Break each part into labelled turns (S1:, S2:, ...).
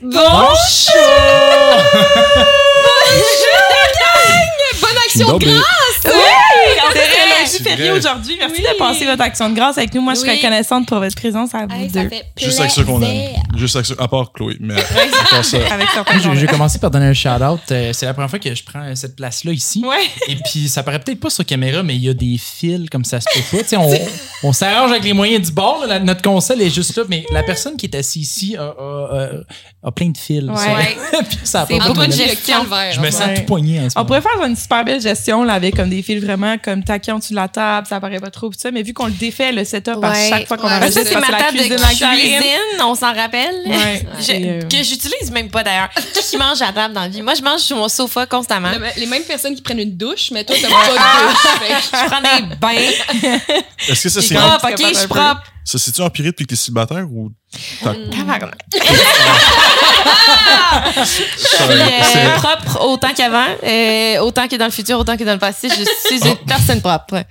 S1: Bonjour!
S2: Bonne action
S3: Non,
S2: de
S3: mais-
S2: grâce!
S1: Oui! En fait, c'est un lundi
S3: C'est
S1: férié
S3: vrai.
S1: aujourd'hui. Merci
S2: Oui.
S1: de passer votre action de grâce avec nous. Moi, je suis
S2: Oui.
S1: reconnaissante pour votre présence à vous
S2: Hey, ça
S1: deux.
S2: fait
S3: Juste avec ceux qu'on aime.
S2: plaisir.
S3: Juste avec ceux. À part Chloé. Mais à part ça.
S1: Avec certains
S4: Moi, je, je vais commencer par donner un shout-out. Euh, c'est la première fois que je prends euh, cette place-là ici.
S1: Ouais.
S4: Et puis, ça paraît peut-être pas sur caméra, mais il y a des fils comme ça se peut pas. Tu sais, on on s'arrange avec les moyens du bord. là. La- notre console est juste là, mais la personne qui est assise ici a, a- a- a plein de fils.
S2: Ouais.
S4: Ça- puis ça a pas
S2: C'est
S4: de
S2: beaucoup de
S4: problème.
S2: gestion. le verre,
S4: Je me
S2: en
S4: sens
S1: Ouais.
S4: tout poigné en ce
S1: On
S4: moment.
S1: pourrait faire une super belle gestion là, avec comme des fils vraiment comme taqués en dessous de la table, ça paraît pas trop pis ça, mais vu qu'on le défait le setup à
S2: Ouais,
S1: chaque fois qu'on
S2: ouais.
S1: a
S2: Ben,
S5: ça, c'est ma table de cuisine, on s'en rappelle.
S1: Ouais. euh,
S5: Je- que j'utilise même pas d'ailleurs. Qui qui mange à table dans la vie? Moi, je mange sur mon sofa constamment. Ah.
S2: Le- Les mêmes personnes qui prennent une douche, mais toi, t'as pas de douche. Fait
S5: Je prends des bains.
S3: Est-ce que ça,
S5: Je
S3: c'est.
S5: suis propre,
S1: un
S5: ok?
S1: petit
S5: Je suis
S1: capable un
S5: propre.
S3: Ça s'est-tu empiré depuis que t'es célibataire ou. t'as-
S1: Euh,
S5: Tabarnak.
S3: ça-
S5: Puis, euh,
S3: c'est-
S5: propre autant qu'avant, euh, autant que dans le futur, autant que dans le passé. Je suis
S1: Oh.
S5: une personne propre.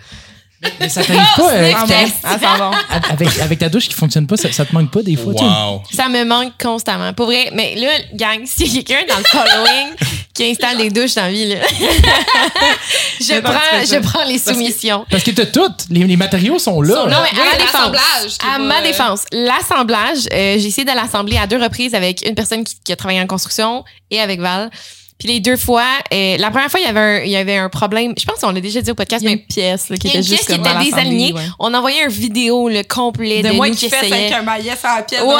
S4: Mais ça t'arrive pas euh,
S1: Ah
S4: Kat,
S1: bon? Ah, ça va.
S4: avec, avec ta douche qui fonctionne pas, ça, ça te manque pas des fois. tu sais.
S3: Wow.
S5: Ça me manque constamment. Pour vrai, mais là, gang, s'il y a quelqu'un dans le following qui installe des douches dans la vie, là, je,
S1: Mais non, tu
S5: prends,
S1: fais ça.
S5: je prends les soumissions.
S4: Parce que t'as toutes, les, les matériaux sont là.
S5: Non, mais
S2: Oui,
S5: à ma
S2: l'assemblage,
S5: défense.
S2: qui
S5: À
S2: va,
S5: ma
S2: euh,
S5: défense, l'assemblage, euh, j'ai essayé de l'assembler à deux reprises avec une personne qui, qui a travaillé en construction et avec Val. Puis les deux fois, euh, la première fois, il y avait un, il y avait un problème. Je pense qu'on l'a déjà dit au podcast,
S1: Il y a
S5: mais
S1: une pièce là, qui
S5: il y
S1: était
S5: a une pièce
S1: juste
S5: qui
S1: comme
S5: était
S1: mal assemblée,
S5: désalignée.
S1: ouais.
S5: On envoyait un vidéo le complet de,
S1: de moi
S5: nous
S1: qui
S5: qui
S1: fais ça
S5: essayait.
S1: avec un maillet sur la pièce.
S5: Ouais.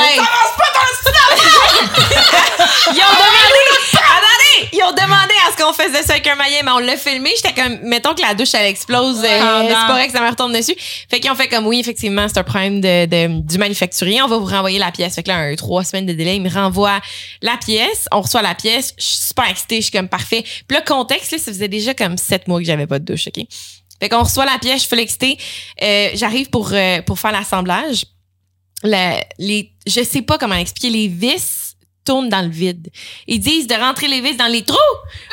S5: Ils ont
S1: Ah,
S5: demandé, ils ont demandé à ce qu'on faisait ça avec un maillet, mais on l'a filmé. J'étais comme, mettons que la douche, elle explose. euh,
S1: Ah, non.
S5: c'est pas vrai que ça me retombe dessus. Fait qu'ils ont fait comme, oui, effectivement, c'est un problème de, de- du manufacturier. On va vous renvoyer la pièce. Fait que là, un, trois semaines de délai, ils me renvoient la pièce. On reçoit la pièce. Je suis super excitée. Je suis comme, parfait. Puis le contexte, là, ça faisait déjà comme sept mois que j'avais pas de douche, OK? Fait qu'on reçoit la pièce, je suis full excitée. Euh, J'arrive pour, euh, pour faire l'assemblage. La- les, je sais pas comment expliquer. Les vis tournent dans le vide. Ils disent de rentrer les vis dans les trous.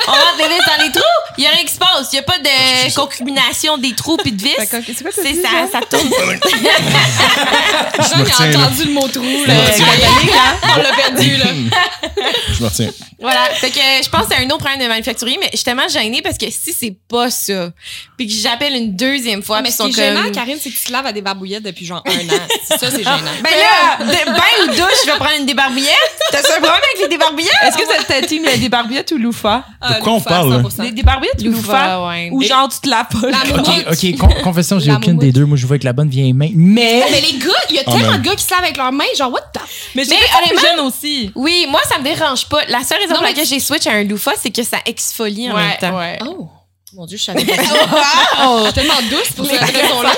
S5: On rentre les vis dans les trous. Il y a rien qui se passe. Il y a pas de concubination des trous puis de vis.
S2: Ben,
S1: Fait que, c'est quoi, t'as
S5: C'est
S1: dit,
S5: ça,
S1: Jean?
S5: ça tourne.
S2: que Jean,
S3: me
S2: il
S3: retiens,
S2: a
S3: là.
S2: entendu le mot trou,
S3: me
S2: là.
S3: retiens.
S2: Il y a rien, là. On l'a perdu, là.
S3: Je me retiens.
S5: Voilà. Fait que euh, je pense à un autre problème de manufacturier, mais je suis tellement gênée parce que si c'est pas ça, puis que j'appelle une deuxième fois,
S2: Ah, mais
S5: puis
S2: ce qui est
S5: ils sont
S2: gênant,
S5: comme-
S2: Karine, c'est que tu te laves à des barbouillettes depuis genre un an. Ça, c'est gênant.
S5: Ben là, de- bain ou douche, je vais prendre une débarbouillette. T'as un problème avec les débarbouillettes?
S1: Est-ce que c'est ta team, les débarbillettes ou loufa?
S2: Ah,
S3: quoi on
S2: Loufa,
S3: parle, là?
S2: 100%.
S1: Les débarbillettes ou loufa?
S5: Loufa, ouais.
S1: Ou
S5: Mais-
S1: genre, tu te laves pas.
S2: La
S1: là?
S4: Ok,
S2: moumoute.
S4: ok, con- confession, j'ai
S2: La
S4: aucune
S2: moumoute.
S4: des deux. Moi, je vois avec la bonne vieille main. Mais.
S2: Mais les gars, il y a
S3: Oh,
S2: tellement
S3: man.
S2: de gars qui se lavent avec leurs mains, genre, what the
S1: Mais j'ai
S5: Mais
S1: fait ça plus
S5: honnêtement-
S1: jeune aussi.
S5: Oui, moi, ça me dérange pas. La seule raison
S2: Non,
S5: pour
S2: mais
S5: laquelle j'ai switch à un loufa, c'est que ça exfolie en même temps.
S1: ouais.
S2: Oh! Ah, Mon Dieu, je savais pas. Je suis tellement douce pour cette raison-là.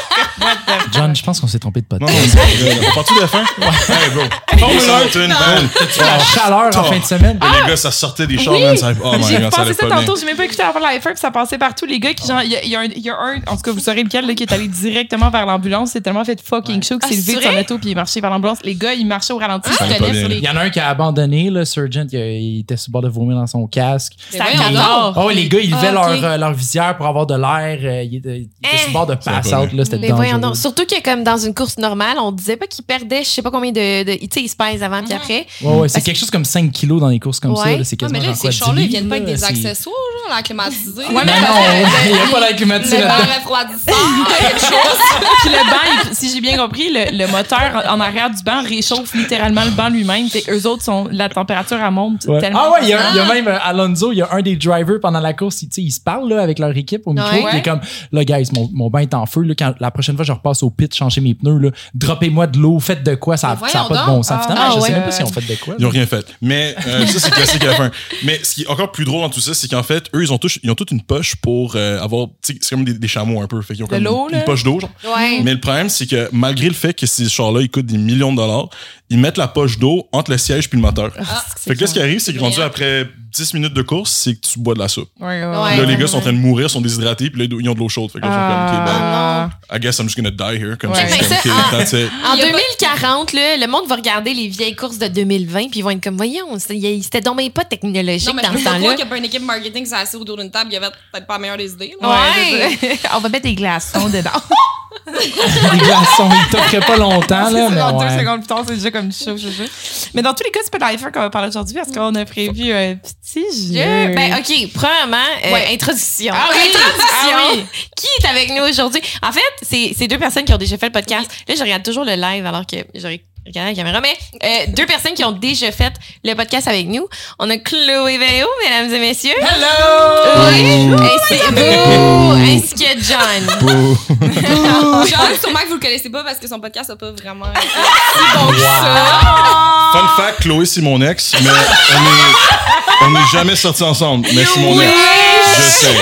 S4: John, je pense qu'on s'est trompé de
S3: Non,
S4: podcast.
S3: non, c'est pas tout de la fin. Hey, bro. Formule 1, t'as une bonne.
S4: La chaleur en fin de semaine.
S3: Et Les gars, ça sortait des chars, man, ça- Oh my
S1: Ah! J'ai
S3: god, ça
S1: repassé
S3: allait
S1: ça
S3: pas bien.
S1: tantôt, j'ai même pas écouté avant la F1, puis ça passait partout. Les gars, qui genre, il y, a- il y a un- il y a un, en tout cas, vous saurez lequel, là, qui est allé directement vers l'ambulance. C'est tellement fait fucking chaud que
S5: Ah,
S1: c'est levé
S5: c'est
S1: de son
S5: vrai?
S1: auto, puis il marchait vers l'ambulance. Les gars, ils marchaient au ralenti,
S3: Ça
S1: ils se
S3: va pas
S1: tenaient
S3: bien,
S1: sur
S3: là.
S1: les.
S4: Il y en a un qui a abandonné, le Surgeon, il, il était sur le bord de vomir dans son casque.
S2: Mais
S1: Ça
S2: voyons
S1: m'adore.
S4: Oh, les gars, ils levaient
S2: Ah, ok.
S4: leur, euh, leur visière pour avoir de l'air. euh, Ils étaient ils étaient sur le bord de
S3: Ça va pas
S4: pass-out, là, c'était
S5: Mais voyons
S4: dangereux.
S5: donc. Surtout que, comme dans une course normale, on disait pas qu'il perdait, je sais pas combien de. de- tu sais, il se pèse avant puis après.
S4: Ouais, ouais, c'est
S5: Parce-
S4: quelque chose comme 5 kilos dans les courses comme ça.
S5: Ouais.
S4: là, C'est
S2: Ah,
S4: quasiment
S2: mais là,
S4: genre quoi,
S2: ces chars-là, ils
S4: 10
S2: viennent pas avec
S4: livres,
S2: des
S4: là, c'est-
S2: accessoires, genre, la climatisée.
S4: Non, non, il n'y a pas d'air climatisé
S2: Le
S4: là-dedans.
S2: bar refroidissant, quelque chose.
S1: Puis le banc, il- si j'ai bien compris, le, le moteur en en arrière du banc réchauffe littéralement le banc lui-même. Fait que eux autres, sont, la température, elle monte
S4: Ouais.
S1: tellement.
S4: Ah ouais, il y, a, il y a même euh, Alonso, il y a un des drivers pendant la course, il, tu sais, il se parle là, avec leur équipe au micro,
S5: Ouais.
S4: puis il est comme là guys, mon, mon bain est en feu là, quand la prochaine fois je repasse au pit changer mes pneus là, droppez-moi de l'eau, faites de quoi, ça
S2: Mais
S4: ça a
S2: voyons
S4: pas de bon
S2: donc.
S4: sens.
S1: Ah,
S4: Finalement,
S5: ah
S4: je
S5: ouais.
S4: sais même pas si on fait de quoi.
S3: Ils n'ont rien fait. Mais euh, ça, c'est classique à la fin. Mais ce qui est encore plus drôle dans tout ça, c'est qu'en fait, eux, ils ont, tous- ils ont toute une poche pour euh, avoir. tu sais, C'est comme des, des chameaux un peu. Fait qu'ils ont
S1: De
S3: comme
S1: l'eau,
S3: une,
S1: là.
S3: une poche d'eau. genre.
S5: Ouais.
S3: Mais le problème, c'est que malgré le fait que ces chars-là, ils coûtent des millions de dollars, ils mettent la poche d'eau entre le siège puis le moteur. fait que là, ce qui arrive, c'est que rendu
S2: Brillant.
S3: après 10 minutes de course, c'est que tu bois de la soupe.
S1: Ouais, ouais,
S3: Là,
S5: Ouais.
S3: les
S5: ouais,
S3: gars sont en train de mourir, sont déshydratés, puis là, ils ont de l'eau chaude. Fait que là, ils sont comme, OK,
S1: Ah.
S3: ben, I guess I'm just gonna die here. Comme ça,
S1: Ouais.
S3: je suis comme,
S5: Ça,
S3: OK,
S5: ah.
S3: that's it.
S5: En
S2: Il y a pas-
S5: 2040, là, le monde va regarder les vieilles courses de 2020 puis ils vont être comme, voyons, c'est- il- c'était donc même pas technologique
S2: Non, mais je
S5: dans
S2: peux
S5: ce
S2: pas croire
S5: temps-là.
S2: qu'il y a pas une équipe marketing
S1: Ah.
S2: qui s'est assise autour d'une table, il y avait peut-être pas la meilleure des idées. là.
S1: Ouais,
S5: Ouais.
S1: c'est ça. On va mettre des glaçons dedans.
S4: des glaçons. Il t'offrait pas longtemps, Ah, là.
S1: C'est
S4: mais
S1: ça, genre,
S4: ouais.
S1: Deux secondes plus tard, c'est déjà comme chaud, chaud, chaud. Mais dans tous les cas, c'est pas dans les feux qu'on va parler aujourd'hui parce qu'on a prévu un petit jeu.
S5: Dieu. Ben, OK. Premièrement, euh,
S2: Ouais.
S5: introduction.
S2: Ah oui!
S5: Introduction.
S1: Ah oui.
S5: Qui est avec nous aujourd'hui? En fait, c'est c'est deux personnes qui ont déjà fait le podcast. Là, je regarde toujours le live alors que j'aurais regardé la caméra. Mais euh, deux personnes qui ont déjà fait le podcast avec nous. On a Chloé Véo, mesdames et messieurs.
S4: Hello!
S5: Oui. Ainsi, vous, ainsi que John.
S2: John, sûrement que vous le connaissez pas parce que son podcast a pas vraiment. été si bon que ça.
S3: Fun fact, Chloé, c'est mon ex, mais on est, on est jamais sortis ensemble. Mais c'est mon ex. Je sais.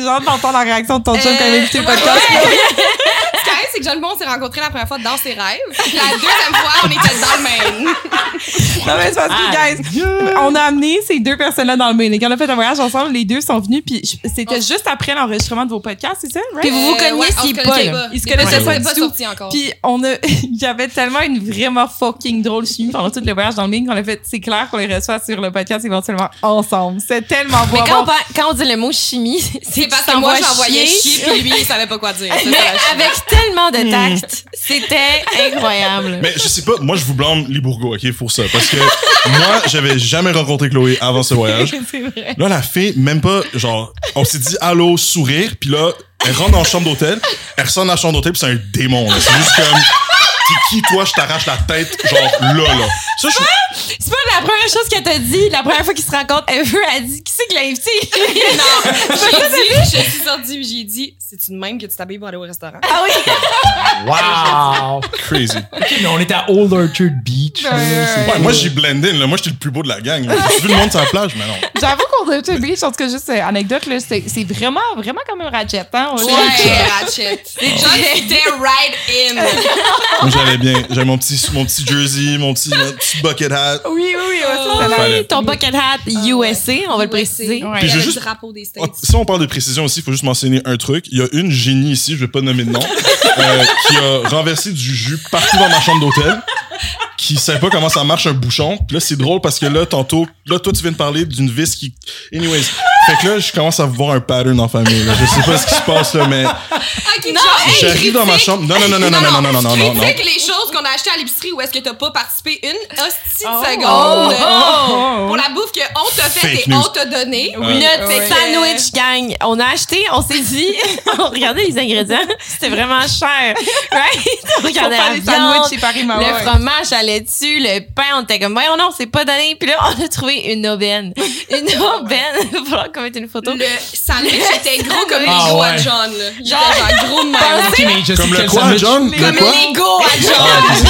S1: J'ai hâte d'entendre la réaction de ton chum quand il a écouté le
S5: Euh,
S1: podcast.
S2: Ce qui arrive, c'est que John Bon, on s'est rencontrés la première fois dans ses rêves. Puis la deuxième fois, on était dans le Maine.
S1: Non, mais c'est parce
S4: Ah,
S1: que, guys, on a amené ces deux personnes-là dans le Maine. Et Quand on a fait un voyage ensemble, les deux sont venus, puis je- c'était juste après l'enregistrement de vos podcasts, c'est ça, right?
S5: Puis Oh. vous vous
S2: Euh, ouais,
S5: connaissiez
S2: on se
S5: pas,
S2: connaissait
S5: là.
S1: Ils se
S2: Les
S1: connaissaient
S2: podcasts
S1: pas du
S2: étaient
S1: tout.
S2: sortis encore.
S1: Puis on a, il y avait tellement une vraiment fucking drôle chimie pendant tout le voyage dans le Maine qu'on a fait, c'est clair qu'on les reçoit sur le podcast éventuellement ensemble. C'est tellement beau.
S5: Mais
S1: à
S5: quand on,
S1: voir.
S5: parle- quand on dit le mot chimie,
S2: c'est
S5: c'est
S2: parce
S5: tu
S2: que moi,
S5: t'envoies
S2: j'envoyais chier, puis lui, il savait pas quoi dire. C'est
S5: Mais
S2: ça, Hmm. la chimie.
S5: avec tellement de tact, c'était incroyable.
S3: Mais je sais pas, moi je vous blâme Libourgo, ok, pour ça. Parce que moi, j'avais jamais rencontré Chloé avant ce voyage.
S1: c'est vrai.
S3: Là, la fille, même pas, genre, on s'est dit allô, sourire, puis là, elle rentre dans la chambre d'hôtel, elle ressort dans la chambre d'hôtel, puis c'est un démon, là. C'est juste comme, t'es qui, toi, je t'arrache la tête, genre, là, là. Ça, je,
S5: C'est pas la première chose qu'elle t'a dit, la première fois qu'ils se rencontrent, elle veut, elle dit, qui c'est qui l'a invité?
S2: J'ai dit, je suis sortie, puis j'ai dit, c'est une même que tu t'habilles pour aller au restaurant.
S5: ah oui!
S4: Wow!
S3: crazy.
S4: Ok, mais on était à Old Orchard Beach. là, c'est-
S3: Ouais, moi, j'ai blendé, là. Moi, j'étais le plus beau de la gang, là. J'ai vu le monde sur la plage, mais non.
S1: J'avoue qu'on a tout oublié, je pense que juste euh, anecdote, là, c'est c'est vraiment, vraiment quand même ratchet, hein? On-
S2: Ratchet. John était right in.
S3: Moi, j'allais bien. J'avais mon petit, mon petit jersey, mon petit, mon petit bucket hat.
S1: Oui, oui, oui, ouais, ça, ça
S3: Oh,
S1: l'a-
S3: Fallait.
S5: Ton bucket hat USA, on va le préciser.
S1: Ouais.
S2: Il y
S3: Puis
S2: avait
S3: juste-
S2: le drapeau des
S3: Oh,
S2: States.
S3: Si on parle de précision aussi, il faut juste mentionner un truc. Il y a une génie ici, je vais pas nommer de nom, euh, qui a renversé du jus partout dans ma chambre d'hôtel, qui savait pas comment ça marche un bouchon. Puis là, c'est drôle parce que là, tantôt, là, toi, tu viens de parler d'une vis qui. Anyways. Fait que là, je commence à voir un pattern en famille. Là. Je sais pas ce qui se passe là, mais
S2: Ok, John,
S3: j'arrive dans ma chambre. Non, non, non, non, non, non, non, non, non, non, non.
S2: Critique les choses qu'on a achetées à l'épicerie où est-ce que t'as pas participé une hostie de
S1: Oh.
S2: seconde.
S1: Oh.
S2: Pour la bouffe qu'on t'a faite
S3: Fake
S2: et
S3: news.
S2: on t'a donnée.
S3: Oui,
S5: Notre
S2: oui.
S5: sandwich gang. On a acheté, on s'est dit, on regardait les ingrédients, c'était vraiment cher. Right? On
S1: Faut
S5: regardait
S1: faire
S5: la
S1: des
S5: viande,
S1: sandwichs chez Paris Marois.
S5: Le fromage allait dessus, le pain, on était comme, voyons, non, c'est pas donné. Puis là, on a trouvé une aubaine. Une aubaine. Il va falloir qu'on mette une photo.
S2: Le sandwich était gros comme les
S4: Ah
S2: gros à
S4: ouais.
S2: John. là. Il était genre gros de même.
S4: Ok, mais je
S3: Comme
S4: sais
S3: le
S4: quel
S3: quoi,
S4: sandwich-
S3: John? Le
S2: Comme
S3: quoi?
S2: les gros à John.
S3: Ah, ok, c'est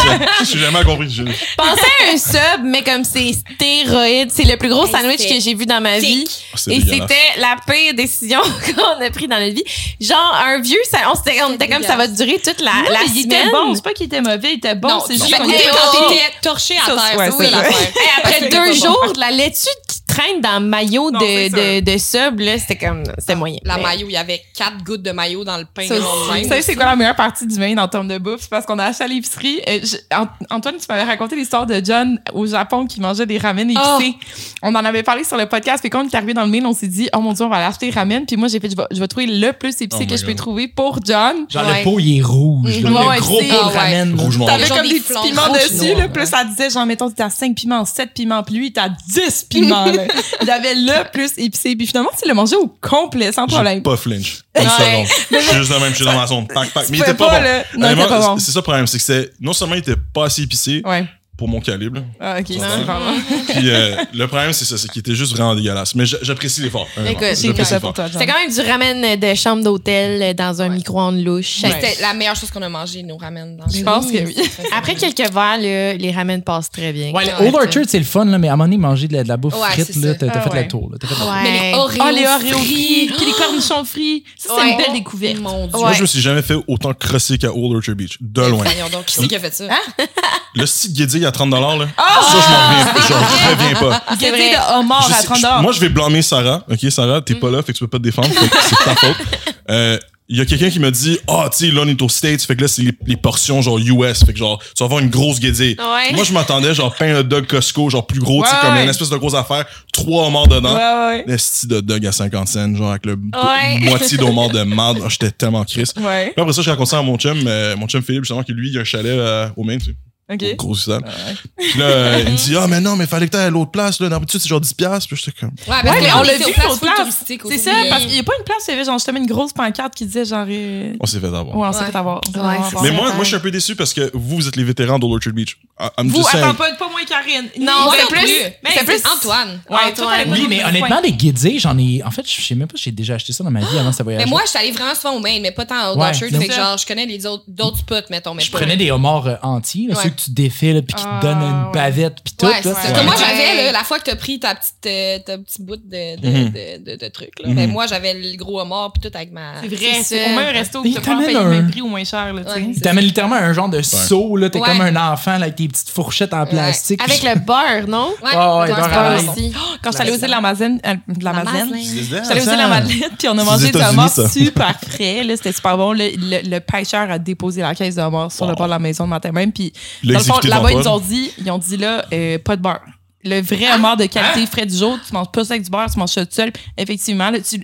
S3: ça. J'ai jamais compris. Ah, Je-
S5: Pensez à un sub, mais comme c'est stéroïde. C'est le plus gros
S2: Hey,
S5: sandwich
S2: c'était
S5: que j'ai vu dans ma vie.
S3: C'est
S5: Et
S3: dégueulasse.
S5: c'était la pire décision qu'on a prise dans notre vie. Genre, un vieux, ça, on s'était on était comme ça va durer toute la,
S1: Non,
S5: la
S1: mais il était
S5: semaine.
S1: bon, c'est pas qu'il était mauvais, il était bon,
S2: Non,
S1: c'est
S2: tu
S1: juste
S2: l'as
S1: qu'on
S5: mais-
S2: goûté
S1: était-
S2: quand t'étais torché à
S1: Ça,
S2: terre.
S1: ouais,
S2: C'est ça
S1: c'est
S2: l'affaire.
S5: Et après
S2: C'était
S5: deux
S2: pas bon.
S5: jours, de la laitue qui traîne dans le maillot
S1: Non,
S5: de,
S1: c'est
S5: de, de sub, là, c'était comme, c'était moyen.
S2: La
S5: Mais-
S2: maillot, il y avait quatre gouttes de maillot dans le pain.
S1: Ça
S2: le lendemain.
S1: aussi. Vous savez, c'est quoi la meilleure partie du Maine en termes de bouffe? C'est parce qu'on a acheté à l'épicerie. euh, je- Ant- Antoine, tu m'avais raconté l'histoire de John au Japon qui mangeait des ramen épicés. On en avait parlé sur le podcast. Puis quand on est arrivé dans le Maine, on s'est dit, oh mon Dieu, on va aller acheter des ramen. Puis moi, j'ai fait, je vais, je vais trouver le plus épicé
S3: Oh
S1: que
S3: my
S1: je peux
S3: God.
S1: trouver pour John.
S4: Genre,
S2: Ouais.
S4: le pot, il est rouge. là.
S1: Ouais, ouais,
S4: le gros
S1: c'est-
S4: pot
S2: Ah ouais.
S4: ramène. là.
S3: Rouge mort.
S1: T'avais
S2: Genre
S1: comme
S2: des
S1: des, petits
S2: flancs
S1: piments
S2: rouges
S1: dessus,
S2: noirs,
S1: là. Plus ça disait, genre, mettons, t'as 5 piments, 7 piments. Puis lui, il était à 10 piments, là. Il avait le plus épicé. Puis finalement, tu le mangeais au complet, sans
S3: J'ai
S1: problème.
S3: pas flinch. Une
S1: Ouais.
S3: seconde. Je suis juste de même, je suis dans ma zone. Pac, pac. Mais il
S1: Tu
S3: était
S1: pouvais
S3: pas, bon.
S1: là. Non, il était
S3: Honnêtement,
S1: pas bon.
S3: C'est ça le problème, c'est que c'est- non seulement il était pas assez épicé
S1: Ouais.
S3: pour mon calibre,
S1: Ah, ok, c'est
S3: Ouais.
S1: vraiment.
S3: puis euh, le problème c'est ça, c'est qu'il était juste vraiment dégueulasse. Mais j'a- j'apprécie l'effort. honnêtement.
S5: Écoute,
S3: J'apprécie
S1: C'est ça
S3: l'effort.
S1: pour toi, John.
S5: C'était quand même du ramen de chambre d'hôtel dans un micro-ondes louche.
S1: Ouais.
S2: C'était la meilleure chose qu'on a mangée, nos ramen. Dans
S1: Je pense que oui.
S5: Après quelques verres, là, les ramen passent très bien.
S4: Ouais,
S2: Ouais,
S4: le Old
S2: ouais.
S4: Orchard, c'est le fun, là, mais à un moment donné, manger de la, de la bouffe
S2: Ouais,
S4: frite,
S2: c'est
S4: là,
S2: ça.
S4: t'as t'as
S1: Ah
S4: fait la
S1: ouais.
S4: tour. là, t'as fait la tour.
S5: Ouais.
S2: Mais les Oreos.
S1: Oh, les Oreos
S2: frits.
S1: frits, puis les cornichons frits. Ça, c'est
S2: Ouais.
S1: une belle découverte.
S2: Mon Dieu.
S3: Moi,
S5: Ouais.
S3: je me suis jamais fait autant crosser qu'à Old Orchard Beach. De loin.
S2: Voyons donc, qui c'est qui a fait ça?
S3: Le site Guédier à 30 là.
S5: Ah!
S3: ça, je m'en reviens. Je reviens pas.
S1: Il
S5: C'est vrai.
S1: de homard
S3: Je
S1: à
S3: sais-
S1: 30 Mm.
S3: je- moi, je vais blâmer Sarah. OK, Sarah, t'es pas là, fait que tu peux pas te défendre. fait que c'est ta faute. Euh, il y a quelqu'un qui m'a dit ah tu sais là on est aux States fait que là c'est les, les portions genre US fait que genre tu vas avoir une grosse guédille
S5: Ouais.
S3: moi je m'attendais genre pain hot dog Costco genre plus gros tu sais
S1: Ouais,
S3: comme
S1: ouais.
S3: une espèce de grosse affaire trois morts dedans
S1: Ouais,
S3: le style de dog à 50 cents genre avec le
S5: Ouais.
S3: moitié d'homard de marde Ah, j'étais tellement crisse
S1: ouais. Ouais.
S3: Puis après ça, je raconte ça à mon chum, euh, mon chum Philippe, justement, qui lui, il a un chalet euh, au Maine, tu sais,
S1: OK.
S3: gros stade. Puis là, euh, il me dit, ah, mais non, mais fallait que t'ailles à l'autre place, là. D'habitude, c'est genre 10$. piastres. Puis j'étais comme,
S2: Ouais,
S1: Ouais,
S2: parce
S1: mais
S2: qu'on
S1: on l'a
S2: était
S1: vu,
S2: aux places
S1: l'autre
S2: full
S1: place.
S2: touristiques
S1: C'est
S2: aussi.
S1: ça, parce qu'il n'y a pas une place, il y avait genre justement une grosse pancarte qui disait genre. euh,
S3: on s'est fait avoir.
S1: Ouais, on s'est
S2: Ouais.
S1: fait avoir. on s'est fait
S5: Ouais,
S1: avoir.
S5: c'est
S3: Mais
S5: ça.
S3: moi, moi, je suis un peu déçu parce que vous, vous êtes les vétérans d'Orchard Beach. I- I'm
S1: Vous,
S3: just saying.
S1: attends, pas, pas moi et Karine.
S2: Non,
S1: Moi
S2: c'est
S1: non
S2: plus.
S1: Mais
S2: C'est plus Antoine.
S1: Ouais, toi,
S5: Antoine.
S1: t'allais pas
S4: Oui,
S1: dans
S4: mais
S1: le
S4: honnêtement,
S1: coin.
S4: les guédilles, j'en ai. En fait, je sais même pas si j'ai déjà acheté ça dans ma vie avant ça voyage.
S2: Mais moi, je suis allée vraiment souvent au Maine, mais pas tant au
S4: Ouais,
S2: Dodgers.
S4: non.
S2: Fait que genre, je connais les autres d'autres spots, mettons. Mais
S4: je
S2: pas-
S4: prenais des homards euh, entiers, là,
S2: Ouais.
S4: ceux que tu défiles, puis qui te
S1: Ah,
S4: donnent une
S1: ouais.
S4: bavette, puis tout.
S2: Ouais, c'est
S4: là,
S2: ça.
S4: c'est-
S2: Comme moi,
S5: Ouais.
S2: j'avais, là, la fois que t'as pris ta petite, euh, ta petite bout de, de,
S3: Mhm.
S2: de, de, de truc, là.
S3: Mhm.
S2: Mais moi, j'avais le gros homard pis tout avec ma.
S1: C'est vrai,
S5: C'est
S1: c'est
S5: ça.
S1: au moins un resto
S4: Il
S1: qui te prend
S4: t'amène
S1: payer le
S4: un-
S1: même prix ou moins cher, là, tu
S2: Ouais.
S1: sais.
S4: Ils t'amènent littéralement un genre de seau, là. T'es
S2: Ouais.
S4: comme un enfant, là, avec tes petites fourchettes en plastique.
S5: Avec le beurre, non? Oh,
S2: Ouais,
S4: Ah, ouais,
S2: ouais,
S4: dans
S2: c'est
S4: la
S2: pas
S5: Beurre
S4: Ouais.
S2: bon.
S5: aussi.
S1: Quand j'allais aux îles de la Madeleine, euh, de la Madeleine,
S3: C'est
S1: J'allais
S3: des
S1: aussi la Madeleine, puis on a
S3: C'est
S1: mangé
S3: aux
S1: du
S3: États-Unis,
S1: homard
S3: ça.
S1: super frais. là, C'était super bon. Le, le- le pêcheur a déposé la caisse de homard sur le
S3: Wow.
S1: bord de la maison le matin même. Puis,
S3: Puis
S1: dans le fond,
S3: l'exécutif
S1: là-bas, ils
S3: en
S1: nous ont
S3: pomme.
S1: dit, ils ont dit là, euh, pas de beurre. Le
S2: Ah!
S1: vrai homard de qualité frais du jour, tu manges pas ça avec du beurre, tu manges ça tout seul. Effectivement, là, tu.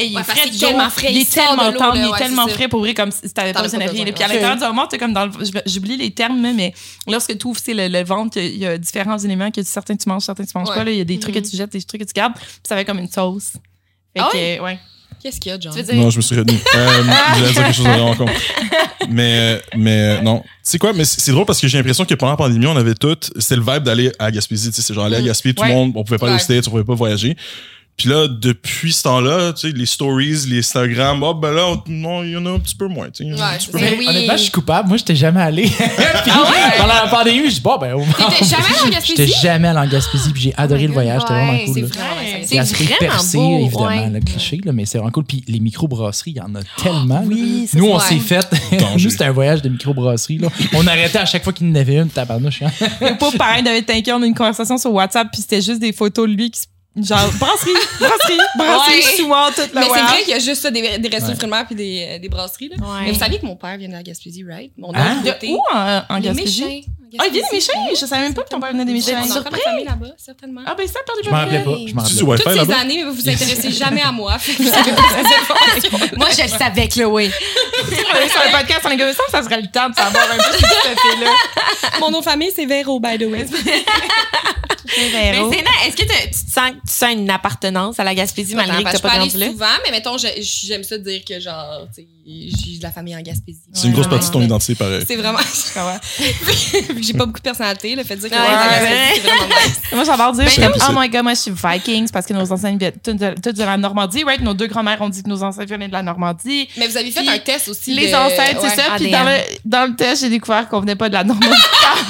S1: Et il
S2: Ouais,
S1: est
S2: parce
S1: frais
S2: que
S1: du
S2: c'est
S1: jour.
S2: tellement frais,
S1: Il
S2: il
S1: est
S2: sort
S1: tellement
S2: de l'eau,
S1: tendre,
S2: là,
S1: il est
S2: ouais,
S1: tellement
S2: c'est ça.
S1: frais pour vrai, comme si t'avais pas
S2: T'en as
S1: besoin de
S2: pas
S1: rien.
S2: besoin,
S1: Puis à
S2: ouais.
S1: l'intérieur du homard, t'es comme dans le. J'oublie les termes, là, mais lorsque tu ouvres tu sais, le, le ventre, il y a- il y, a différents éléments que certains tu manges, certains tu manges
S2: Ouais. Mm-hmm.
S1: pas. là. Il y a des trucs que
S5: Mhm.
S1: tu jettes, des trucs que tu gardes. Puis ça fait comme une sauce. Fait
S5: Ah
S1: que, euh, ouais.
S2: Qu'est-ce qu'il y a, John?
S5: Tu veux dire-
S3: Non, je me suis retenu. Euh, J'allais dire quelque chose de vraiment con. Mais, mais euh, non. Tu sais quoi, mais c'est c'est drôle parce que j'ai l'impression que pendant la pandémie, on avait tout. C'était le vibe d'aller à Gaspésie. Tu sais, c'est genre aller à Gaspé, tout le
S1: Mm. Ouais.
S3: monde, on pouvait pas aller aux
S2: Ouais.
S3: States, on pouvait pas voyager. Puis là, depuis ce temps-là, tu sais, les stories, les Instagram, oh ben là, on- non, il y en a un petit peu moins. Tu sais,
S2: Ouais,
S3: un petit
S2: c'est
S3: peu
S2: ça.
S3: moins.
S4: Mais
S2: oui.
S4: Honnêtement, je suis coupable. Moi, j'étais jamais allé. Puis, pendant la pandémie, je dis, bon, ben, au moins.
S2: T'étais jamais allé en Gaspésie? Oh
S4: J'étais jamais allé en Gaspésie, puis j'ai adoré le
S5: God,
S4: voyage. C'était vraiment
S5: ouais,
S4: cool.
S2: C'est
S4: là.
S2: vraiment
S5: C'est
S4: Il y a ce truc
S5: vraiment
S4: percé,
S5: beau,
S4: évidemment,
S5: ouais.
S4: le cliché, là, mais c'est vraiment cool. Puis les microbrasseries, il y en a tellement. là.
S5: oui,
S4: Nous,
S5: ça,
S4: on s'est
S2: ouais.
S4: fait.
S3: Danger.
S4: Nous, c'était un voyage de microbrasserie. Là. On arrêtait à chaque fois qu'il y en avait une, tabarnouche. hein.
S1: Le pauvre parrain devait être inquiet. On a eu une conversation sur WhatsApp, puis c'était juste des photos de lui qui. se- Genre, brasserie, brasserie, brasserie,
S2: Ouais.
S1: je suis mort toute la
S2: Mais c'est
S1: voyage.
S2: vrai qu'il y a juste ça, des, des restos
S4: Ouais.
S2: primaires puis des, euh, des brasseries. Là.
S5: Ouais.
S2: Mais vous saviez que mon père vient de la Gaspésie, right? Mon
S4: Hein?
S2: oncle
S1: De où en, en
S2: Les
S1: Gaspésie?
S2: Méchins.
S1: Ah, il vient de Méchins? Je savais même pas que ton père venait de Méchins.
S2: On a encore la famille là-bas, certainement.
S1: Ah, ben ça, perdu
S4: Je m'en rappelais pas. Je m'en
S3: Tu
S4: rappelais pas.
S3: du Wi-Fi
S2: Toutes ces
S3: là-bas?
S2: années, vous vous intéressez jamais à moi. Fait que vous savez pas ce que c'est pas.
S5: Moi, je le savais, Chloé.
S1: euh, sur le podcast, on est comme ça, ça serait le temps de savoir un peu ce que tu fais là.
S2: Mon nom de famille, c'est Véro, by the way.
S5: Mais
S2: oh.
S5: c'est nice. Est-ce que t'as- tu te sens, tu sens une appartenance à la Gaspésie malgré que
S2: Parce
S5: t'as
S2: que Je
S5: pas
S2: peux aller
S5: grandi là?
S2: souvent, mais mettons, je- j'aime ça dire que genre, tu sais, j'ai de la famille en Gaspésie.
S3: C'est une grosse
S1: Ouais,
S3: partie de ton
S2: ouais.
S3: identité, pareil.
S2: C'est vraiment. Vu que j'ai pas beaucoup de personnalité, le fait de dire que
S5: Ouais,
S2: ouais,
S5: ouais,
S2: Gaspésie, c'est vraiment nice.
S1: Moi, j'adore dire,
S5: Ben,
S1: j'étais comme,
S3: impossible.
S1: oh my god, moi, je suis Vikings parce que nos anciens viennent toutes de, toutes de la Normandie, right? Nos deux grands-mères ont dit que nos ancêtres venaient de la Normandie.
S2: Mais vous avez fait
S1: Puis,
S2: un test aussi.
S1: Les
S2: de-
S1: ancêtres,
S2: ouais.
S1: c'est ça. Puis
S5: ADN.
S1: dans le, dans le test, j'ai découvert qu'on venait pas de la Normandie.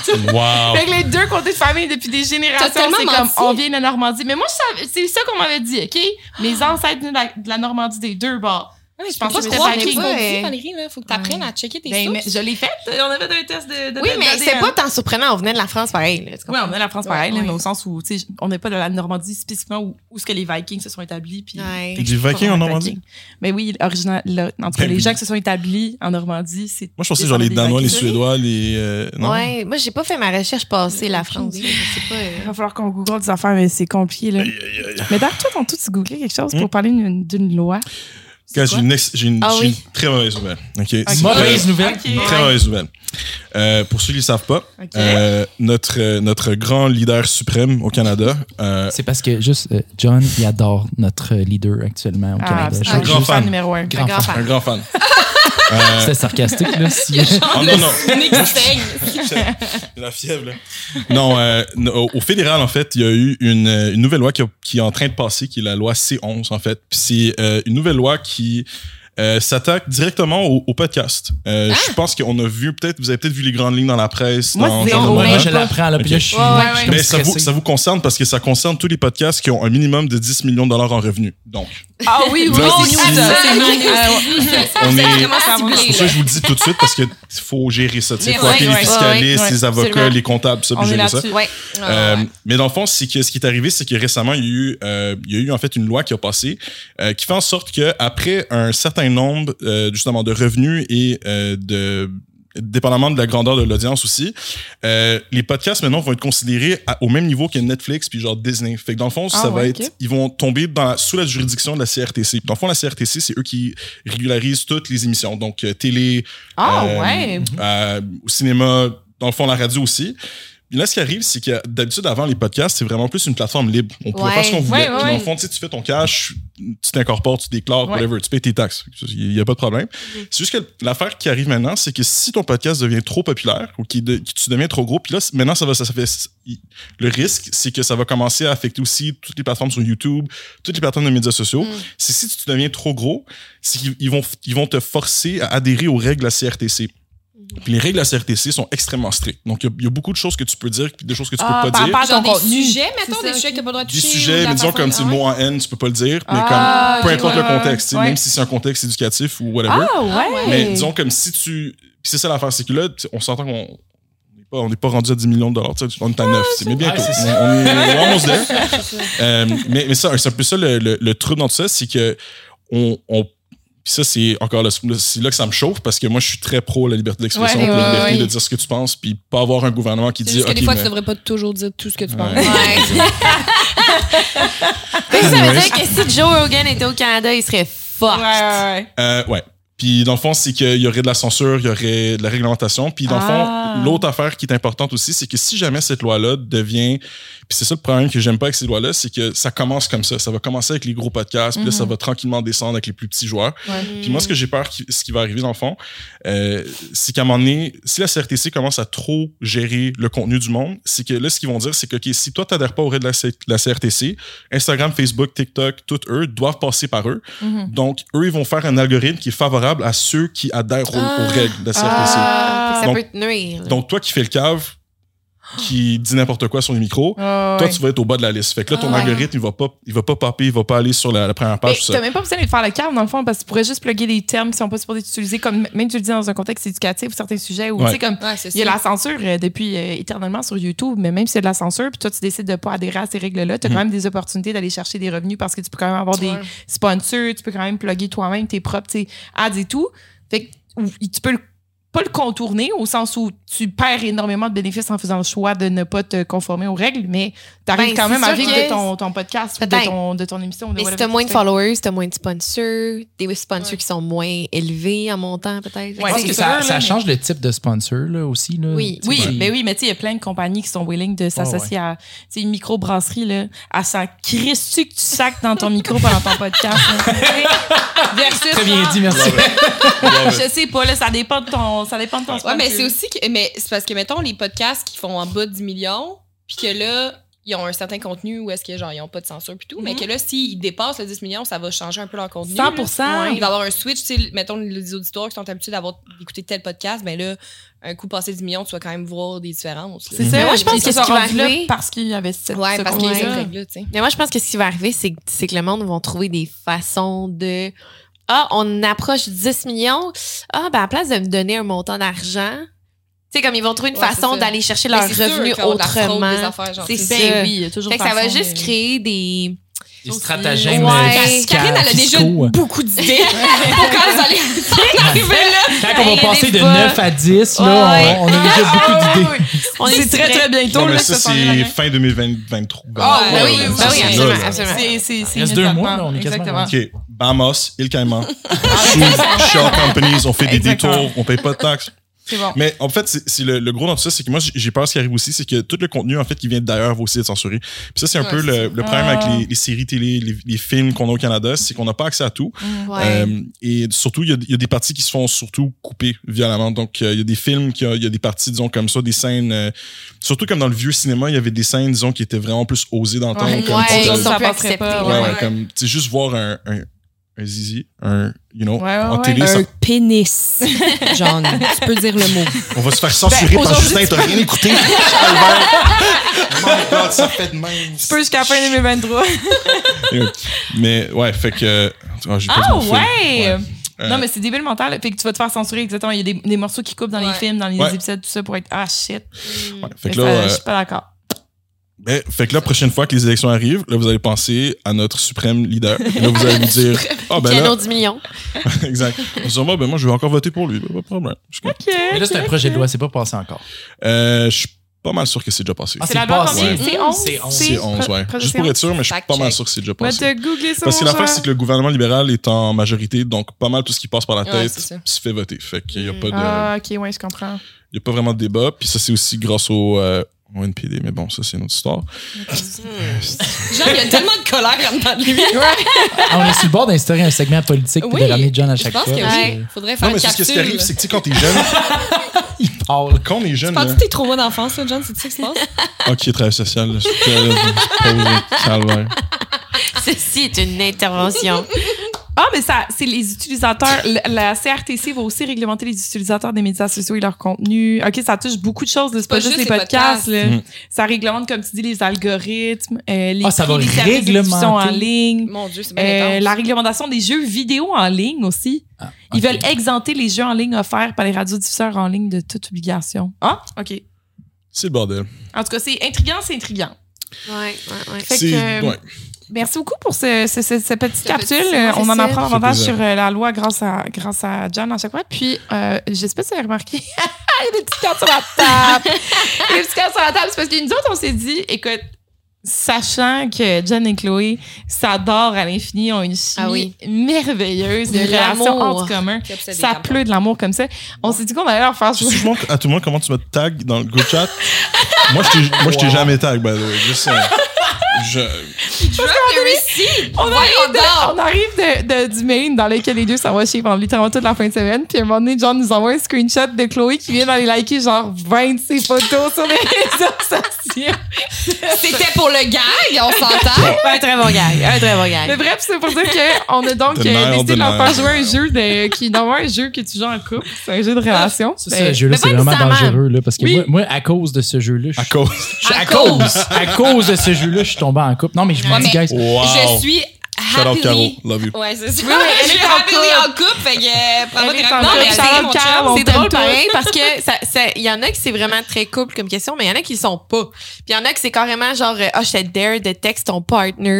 S3: Wow.
S1: Fait que les deux côtés de famille depuis des générations,
S2: T'as tellement
S1: c'est comme
S2: menti.
S1: on vient de la Normandie. Mais moi, je savais- c'est ça qu'on m'avait dit, OK? Mes ancêtres venaient de la, de la Normandie des deux bords.
S2: Ouais, Ah, mais je
S1: pense
S2: pense
S1: pas
S2: pas
S1: que
S2: que
S1: c'était
S2: c'était
S1: Vikings.
S2: Vikings.
S5: Ouais.
S2: Valérie, là, faut que t'apprennes à checker tes
S1: Ben, mais
S2: sources.
S1: je l'ai faite. On avait fait un test de. de
S5: Oui,
S1: de-
S5: mais
S1: de-
S5: c'est pas tant surprenant. On venait de la France pareil. là, tu
S1: Oui,
S5: comprends?
S1: on venait de la France pareil,
S5: Ouais,
S1: là,
S5: ouais.
S1: mais au sens où, tu sais, on n'est pas de la Normandie spécifiquement où, où ce que les Vikings se sont établis. Puis, Fait
S5: Ouais.
S1: que
S3: Des
S1: je suis pas
S3: Vikings en
S1: vraiment
S3: Normandie?
S1: Viking. Mais oui, original, là, en tout cas,
S3: Ben
S1: les
S3: oui.
S1: gens qui se sont établis en Normandie, c'est.
S3: Moi, je pensais genre les
S1: Des
S3: Danois, les
S1: Vikings.
S3: Suédois, les. euh, non?
S5: Ouais, moi j'ai pas fait ma recherche passée la France.
S2: idée.
S5: là, Je sais pas.
S1: Il
S5: euh.
S1: va falloir qu'on google des affaires, mais c'est compliqué, là.
S3: Aïe, aïe, aïe.
S1: Mais d'ailleurs, toi, t'as tout googlé quelque chose
S3: Hmm?
S1: pour parler d'une- d'une loi.
S3: Guys, j'ai une, ex- j'ai une-
S5: Ah
S3: j'ai une
S5: oui.
S3: très mauvaise nouvelle. OK? C'est-
S4: Mauvaise nouvelle.
S1: Ok.
S3: euh, Très
S5: Ouais.
S3: mauvaise nouvelle. Euh, pour ceux qui ne savent pas,
S1: OK.
S3: euh, notre, euh, notre grand leader suprême au Canada, euh,
S4: C'est parce que juste euh, John, il adore notre leader actuellement au
S1: Ah,
S4: Canada.
S1: c'est
S4: Je-
S1: un
S3: grand
S1: grand
S4: juste-
S1: fan
S3: fan.
S1: numéro un.
S4: Grand fan.
S3: un grand fan. Euh,
S4: C'était sarcastique, là. si-
S3: oh non, non.
S2: Nick Steng.
S3: J'ai la fièvre, là. Non, euh, no- au- au fédéral, en fait, il y a eu une, euh, une nouvelle loi qui, a- qui est en train de passer, qui est la loi C11, en fait. Puis c'est euh, une nouvelle loi qui euh, s'attaque directement au, au podcast. Euh, Je pense qu'on a vu, peut-être, vous avez peut-être vu les grandes lignes dans la presse.
S1: Ah! Moi,
S3: dans-
S1: zéro.
S3: dans le
S4: Moi,
S3: journal.
S4: je l'apprends, là. Puis
S3: Ok.
S4: là, je suis.
S5: Ouais, ouais,
S4: je suis
S5: ouais.
S4: comme
S3: Mais ça vous,
S4: stressé.
S3: ça vous concerne parce que ça concerne tous les podcasts qui ont un minimum de 10 millions de dollars en revenus. Donc,
S1: Ah oui, oui,
S3: Là,
S1: c'est nous,
S3: ici-
S1: ça. C'est nous.
S5: Absolument.
S1: Ah,
S3: Euh,
S1: ouais.
S3: On
S2: C'est
S3: est-
S2: vraiment
S1: ça
S2: ciblé,
S1: marche.
S3: C'est pour ça
S2: là.
S3: que je vous le dis tout de suite parce qu'il faut gérer ça. Il
S2: Mais
S3: faut
S2: ouais,
S3: appeler les
S2: ouais,
S3: fiscalistes,
S1: ouais, ouais,
S3: les avocats,
S5: absolument.
S3: les comptables, ça,
S1: On
S3: puis
S1: est
S3: gérer ça.
S1: là-dessus.
S2: Ouais. Ouais,
S3: Euh,
S2: ouais.
S3: mais dans le fond, c'est que ce qui est arrivé, c'est que récemment, il y a eu, euh, il y a eu en fait une loi qui a passé euh, qui fait en sorte que après un certain nombre euh, justement de revenus et euh, de dépendamment de la grandeur de l'audience aussi, euh, les podcasts maintenant vont être considérés à- au même niveau que Netflix puis genre Disney. Fait que dans le fond,
S1: Ah
S3: ça va
S1: ouais,
S3: être,
S1: ok.
S3: ils vont tomber dans, sous la juridiction de la CRTC. Puis dans le fond, la CRTC, c'est eux qui régularisent toutes les émissions, donc euh, télé,
S1: Ah
S3: Euh,
S1: ouais.
S3: euh, au cinéma, dans le fond, la radio aussi. Puis là, ce qui arrive, c'est que d'habitude, avant les podcasts, c'est vraiment plus une plateforme libre. On pouvait
S2: Ouais.
S3: faire ce qu'on voulait.
S1: Ouais, ouais,
S3: Puis Dans le
S1: ouais.
S3: fond, tu sais, tu fais ton cash, tu t'incorpores, tu déclares,
S1: Ouais. Mm-hmm.
S3: whatever, tu payes tes taxes. Il n'y a pas de problème. C'est juste que l'affaire qui arrive maintenant, c'est que si ton podcast devient trop populaire ou qu'il de- que tu deviens trop gros, puis là, c- maintenant, ça va, ça, ça fait. Le risque, c'est que ça va commencer à affecter aussi toutes les plateformes sur YouTube, toutes les plateformes de médias sociaux.
S2: Mm.
S3: C'est si tu deviens trop gros, c'est qu'ils ils vont, ils vont te forcer à adhérer aux règles de la CRTC.
S1: Mm.
S3: Puis les règles de la CRTC sont extrêmement strictes. Donc, il y a- il y, a beaucoup de choses que tu peux dire, puis des choses que tu
S1: Ah,
S3: peux pas
S1: par
S3: dire.
S1: rapport à
S2: Genre
S1: ton
S2: des
S1: contenu.
S2: sujets, mettons,
S1: C'est
S2: des
S1: ça,
S2: sujets
S1: ok.
S2: que t'as pas le droit de
S3: Des
S2: toucher.
S3: sujets, mais disons
S5: hein?
S3: comme c'est le mot en haine, tu peux pas le dire, mais
S1: Ah,
S3: comme peu
S1: ok,
S3: importe
S1: ouais,
S3: le contexte, tu sais,
S1: ouais.
S3: même si c'est un contexte éducatif ou whatever.
S1: Ah ouais.
S3: Mais disons comme si tu. Puis c'est ça l'affaire, c'est que là, tu- on s'entend qu'on. on n'est pas- On n'est pas rendu à 10 millions de dollars, tu sais, on
S6: Ah,
S3: est à 9, c'est- mais bientôt.
S4: Ouais, c'est
S3: on, on est almost there. Euh, mais, mais ça, c'est un peu ça le, le, le trouble dans tout ça, c'est que on. on puis ça, c'est encore là, c'est là que ça me chauffe parce que moi, je suis très pro la liberté d'expression,
S1: Ouais,
S3: puis la
S1: ouais,
S3: liberté
S1: ouais.
S3: de dire ce que tu penses, puis pas avoir un gouvernement qui
S6: C'est
S3: dit.
S6: juste que des
S3: OK,
S6: fois,
S3: mais-
S6: tu devrais pas toujours dire tout ce que tu
S3: Ouais.
S6: penses.
S5: Fait que ça veut
S3: Ouais.
S5: dire que si Joe Rogan était au Canada, il serait fuck.
S1: Ouais, ouais,
S3: Euh, ouais. Puis dans le fond, c'est qu'il y aurait de la censure, il y aurait de la réglementation. Puis dans
S1: Ah.
S3: le fond, l'autre affaire qui est importante aussi, c'est que si jamais cette loi-là devient... Puis c'est ça le problème que j'aime pas avec ces lois-là, c'est que ça commence comme ça. Ça va commencer avec les gros podcasts, puis là, ça va tranquillement descendre avec les plus petits joueurs. Puis moi, ce que j'ai peur, qui- ce qui va arriver dans le fond, euh, c'est qu'à un moment donné, si la CRTC commence à trop gérer le contenu du monde, c'est que là, ce qu'ils vont dire, c'est que OK, si toi, tu n'adhères pas aux règles de la, C- la CRTC, Instagram, Facebook, TikTok, toutes eux doivent passer par eux.
S1: Mhm.
S3: Donc, eux, ils vont faire un algorithme qui est favorable à ceux qui adhèrent aux-
S6: Ah.
S3: aux, règles de la CRTC.
S5: Ah, fait que
S3: Donc-
S5: ça peut te nuire. là.
S3: Donc, toi qui fais le cave, qui dit n'importe quoi sur les micros,
S1: ouais.
S3: toi, tu vas être au bas de la liste. Fait que là, ton
S6: Ah.
S3: algorithme, il va pas, il va pas popper, il va pas aller sur la, la première
S1: Mais
S3: page. ça.
S1: t'as même pas besoin de faire le câble, dans le fond, parce que tu pourrais juste plugger des termes qui sont pas supposés être utilisés, comme même tu le dis dans un contexte éducatif ou certains sujets, ou
S3: Ouais.
S1: tu sais, comme
S2: Ouais, c'est
S1: Il y a
S2: ça.
S1: la censure euh, depuis euh, éternellement sur YouTube, mais même s'il y a de la censure, puis toi, tu décides de pas adhérer à ces règles-là, tu as
S3: Mhm.
S1: quand même des opportunités d'aller chercher des revenus parce que tu peux quand même avoir des sponsors, tu peux quand même plugger toi-même tes propres tu sais, ads et tout. Fait que ou- tu peux le- pas le contourner au sens où tu perds énormément de bénéfices en faisant le choix de ne pas te conformer aux règles, mais tu arrives
S5: Ben,
S1: quand
S5: c'est
S1: même à
S5: sûr
S1: vivre
S5: que-
S1: de ton, ton podcast ou de
S5: Peut-être.
S1: ton, de ton émission. ou de
S5: Mais si
S1: whatever
S5: t'as
S1: que
S5: moins
S1: tu
S5: de
S1: fais.
S5: followers, t'as moins de sponsors, des sponsors qui sont moins élevés en montant
S1: Ouais,
S5: peut-être.
S4: Je pense
S1: c'est
S4: que
S1: sûr,
S4: ça,
S1: là,
S4: ça
S1: mais-
S4: change le type de sponsor là, aussi. Là,
S5: Oui.
S4: Tu sais, ben
S1: Oui,
S4: c'est-
S1: mais oui, mais tu sais, il y a plein de compagnies qui sont willing de s'associer à, tu sais, une microbrasserie, là, à s'en crisser que tu sacs dans ton micro pendant ton podcast, là. Tu sais, Versus.
S4: Très bien
S1: genre,
S4: dit, merci.
S1: Je sais pas, là, ça dépend de ton, ça dépend de ton
S2: Ouais, mais
S1: sponsor.
S2: c'est aussi que, mais c'est parce que mettons les podcasts qui font en bas de 10 millions, puis que là ils ont un certain contenu où est-ce que genre ils ont pas de censure puis tout, mais que là s'ils dépassent le 10 millions, ça va changer un peu leur contenu.
S1: 100%.
S2: là. Il va y avoir un switch, tu sais, mettons les auditeurs qui sont habitués d'avoir d'écouter tel podcast, mais là un coup passé 10 millions, tu vas quand même voir des différences. là.
S1: C'est
S5: Mais
S1: ça,
S5: moi,
S1: je pense que
S5: ce
S1: ça
S5: qui va
S1: rendu là
S5: arriver-
S1: parce qu'il y avait cette.
S2: Ouais,
S1: ce
S2: parce qu'il y a
S5: ouais.
S2: cette
S1: contenu-là.
S2: règle là, tu sais.
S5: Mais moi, je pense que ce qui va arriver, c'est que, c'est que le monde va trouver des façons de. Ah, on approche 10 millions. Ah, ben, à place de me donner un montant d'argent, tu sais, comme ils vont trouver une
S2: Ouais, c'est
S5: façon
S2: ça.
S5: d'aller chercher
S2: Mais
S5: leurs
S2: c'est sûr
S5: revenus
S2: qu'il va y avoir de la fraude, des
S5: autrement.
S2: affaires, genre,
S5: C'est
S2: tu sais.
S5: ça.
S1: Ben oui, il y a toujours
S5: Fait que ça va
S1: façon
S5: juste
S1: de-
S5: créer des.
S4: Des
S1: aussi.
S4: stratagèmes
S5: Ouais.
S4: fiscaux.
S2: Karine, elle a déjà
S4: fiscaux.
S2: beaucoup d'idées pour quand vous allez en arriver là.
S4: Quand on
S5: des
S4: va passer de
S5: fois.
S4: 9 à 10,
S5: Ouais.
S4: là, on, on a déjà beaucoup d'idées.
S5: On est
S1: C'est très,
S5: prêts.
S1: très bientôt,
S3: Non,
S1: là,
S3: mais
S1: que
S3: ça,
S1: ça s'en vient,
S3: c'est
S1: là.
S3: fin 2025.
S1: Ah,
S5: ben oui,
S1: ben
S3: ça,
S1: oui,
S3: c'est là,
S5: absolument,
S3: là.
S5: absolument.
S1: C'est, c'est, c'est.
S4: Il reste deux
S1: immédiatement.
S4: mois, là, on est quasiment
S1: Exactement.
S4: rendu.
S3: OK. Bamos, île Caïman. Sous Shell Companies, on fait des
S1: Exactement.
S3: détours, on paye pas de taxes.
S1: C'est bon.
S3: Mais en fait, c'est c'est le, le gros dans tout ça, c'est que moi, j'ai- j'ai peur ce qui arrive aussi, c'est que tout le contenu, en fait, qui vient d'ailleurs va aussi être censuré. Puis ça, c'est un
S2: Ouais,
S3: peu
S2: c'est
S3: le, le problème
S1: Ah.
S3: avec les, les séries télé, les, les films qu'on a au Canada, c'est qu'on n'a pas accès à tout.
S5: Ouais.
S3: Euh, et surtout, il y a- il y, a des parties qui se font surtout couper violemment. Donc, euh, il y a des films, qui ont- il y a des parties, disons, comme ça, des scènes. euh, surtout comme dans le vieux cinéma, il y avait des scènes, disons, qui étaient vraiment plus osées dans le temps.
S1: Ouais,
S3: comme
S5: ouais,
S3: tu sais,
S5: ils
S3: le-
S5: sont
S1: ça
S5: plus
S1: passerait
S5: acceptés.
S1: pas,
S3: Ouais, ouais,
S2: ouais.
S3: comme, tu sais, juste voir un, un, un zizi, un, you know,
S1: Ouais, ouais,
S3: en
S1: ouais.
S3: télé, ça-
S6: Un pénis, John. tu peux dire le mot.
S3: on va se faire censurer
S1: Ben,
S3: par
S1: aujourd'hui,
S3: Justin,
S1: tu
S3: t'as rien écouté. Albert. Oh my God, What? Ça fait de même.
S1: Tu peux jusqu'à la fin 2023.
S3: Mais ouais, fait que. Ah, j'ai pas
S1: Ah
S3: vu le film.
S1: ouais!
S3: Euh,
S1: Non, mais c'est débile mental. Fait que tu vas te faire censurer, exactement. Il y a des, des morceaux qui coupent dans les
S2: Ouais.
S1: films, dans les
S3: Ouais.
S1: épisodes, tout ça, pour être. Ah shit!
S3: ouais. Fait que
S1: Ça,
S3: là,
S1: je
S3: euh,
S1: suis pas
S4: Ah,
S1: d'accord.
S3: ben, fait que là, prochaine fois que les élections arrivent, là, vous allez penser à notre suprême leader. Et là, vous allez vous dire, ah ben
S5: Piano
S3: là,
S5: 10 millions.
S3: exact. On se dit, Ah, ben moi, je vais encore voter pour lui, Ben, pas de problème. Je suis content.
S4: Mais là, c'est un projet de loi, c'est pas passé encore.
S3: Euh, je suis pas mal sûr que c'est déjà passé.
S4: Ah,
S1: C'est
S4: c'est
S1: la loi
S4: passé.
S1: combien?
S3: Ouais.
S1: C'est
S5: Mmh,
S1: 11.
S4: c'est 11.
S3: C'est 11, ouais.
S1: Projet
S3: Juste pour
S1: c'est
S3: être sûr, mais je suis
S2: Fact
S3: pas mal
S2: check.
S3: sûr que c'est déjà
S1: Va
S3: passé.
S1: te googler ça.
S3: Parce que
S1: mon
S3: l'affaire,
S1: cher.
S3: c'est que le gouvernement libéral est en majorité, donc pas mal tout ce qui passe par la
S2: Ouais,
S3: tête
S2: c'est ça.
S3: se fait voter. Fait qu'il n'y a,
S5: Mm.
S3: pas de-
S1: Ah, ok, ouais, je comprends.
S3: il y a pas vraiment de débat. Puis ça, c'est aussi grâce au, euh, au NPD, mais bon, ça, c'est une autre histoire.
S2: Genre, il y a tellement de colère en dedans de lui.
S4: Ah, on est sur le bord d'instaurer un segment politique pour
S2: Oui,
S4: de ramener John à
S2: Je
S4: chaque
S2: pense
S4: fois.
S2: que oui.
S4: Euh,
S2: Faudrait faire
S3: Non, mais
S2: une
S3: c'est ce que- ce
S2: capsule.
S3: qui arrive,
S2: là.
S3: c'est que tu sais, quand t'es jeune,
S4: Il parle.
S3: quand on est jeune, là,
S2: Penses-tu tes traumas d'enfance, là, John? C'est ça qui se passe?
S3: ok, travail social, là, je suis là, je pose, calvaire.
S5: Ceci est une intervention.
S1: Ah, mais ça, c'est les utilisateurs. Le- La CRTC va aussi réglementer les utilisateurs des médias sociaux et leur contenu. OK, ça touche beaucoup de choses. là. C'est pas, juste les podcasts. là.
S3: Mhm.
S1: Ça réglemente, comme tu dis, les algorithmes, euh, les
S4: Ah, ça
S1: prix
S4: va
S1: des services de
S4: réglementer.
S1: diffusion en ligne,
S2: Mon Dieu, c'est
S1: euh,
S2: bien
S1: la
S2: intense.
S1: réglementation des jeux vidéo en ligne aussi. Ils
S4: Ok.
S1: veulent exempter les jeux en ligne offerts par les radiodiffuseurs en ligne de toute obligation. Ah, OK.
S3: C'est le bordel.
S1: En tout cas, c'est intriguant, c'est intriguant.
S5: ouais, ouais, ouais.
S1: Fait
S3: C'est-
S1: que, euh,
S3: ouais.
S1: Merci beaucoup pour ce, ce- ce- cette petite
S2: Ce
S1: capsule.
S2: petit
S1: Euh, on en
S5: recette.
S1: apprend
S3: Ça fait
S1: davantage
S3: plaisir.
S1: sur euh, la loi grâce à, grâce à Jan à chaque fois. Puis, euh, j'espère que vous avez remarqué, il y a des petites cartes sur la table. Il y a des petites cartes sur la table. C'est parce que nous autres, on s'est dit, écoute, sachant que Jan et Chloé s'adorent à l'infini, ont une chimie
S5: Ah oui.
S1: merveilleuse, une
S5: De l'amour.
S1: relation hors du commun.
S2: Puis obsédé,
S1: Ça
S2: quand
S1: pleut de l'amour comme ça. On s'est dit qu'on allait leur faire
S3: Tu sais,
S1: jouer.
S3: je montre à tout le monde comment tu me tags dans le group chat. moi, je t'ai- moi, je t'ai
S4: Wow.
S3: jamais tag, by the way. Juste, euh, je,
S1: On arrive, de,
S2: dehors.
S1: on arrive de- de- du Maine dans lequel les deux s'envoient chier pendant littéralement toute la fin de semaine. Puis à un moment donné, John nous envoie un screenshot de Chloé qui vient d'aller liker genre 20 de ses photos sur les réseaux sociaux.
S2: C'était pour le gag, on s'entend.
S5: Un très bon gag. Un très bon
S1: Mais
S5: gag.
S1: bref, c'est pour dire qu'on a donc
S3: The
S1: euh,
S3: Nile,
S1: décidé
S3: the
S1: de leur faire
S3: Nile.
S1: jouer un jeu de, qui est normalement un jeu que tu joues en couple. C'est un jeu de relation.
S5: Ah,
S4: Ça,
S1: Ben,
S4: ce jeu-là,
S5: mais
S4: c'est
S5: pas
S4: vraiment
S5: nécessairement.
S4: dangereux, là, parce que
S1: Oui.
S4: moi, moi, à cause de ce jeu-là, je
S3: à
S4: suis-
S3: cause.
S2: À cause.
S4: à cause de ce jeu-là, je suis tombé en couple. Non, mais je vous
S2: Ouais,
S4: dis,
S2: mais-
S4: guys,
S3: Wow.
S2: Je suis
S3: Shout out Caro.
S2: happily...
S3: Love you.
S2: Ouais, c'est ça.
S1: Oui, oui, elle
S2: je suis
S1: est en
S2: happily en
S1: couple.
S2: couple, fait que euh, prends pas
S1: Elle
S2: de
S1: est en
S2: rap- Non,
S1: couple,
S2: mais
S1: shout out
S2: allez, mon
S1: Caro.
S2: chum.
S1: on
S5: C'est
S1: t'aime
S5: drôle
S1: tous.
S5: pareil parce que ça, ça- il y en a qui c'est vraiment très couple comme question, mais il y en a qui le sont pas. Puis il y en a qui c'est carrément genre euh, ah je te dare de texte ton partner.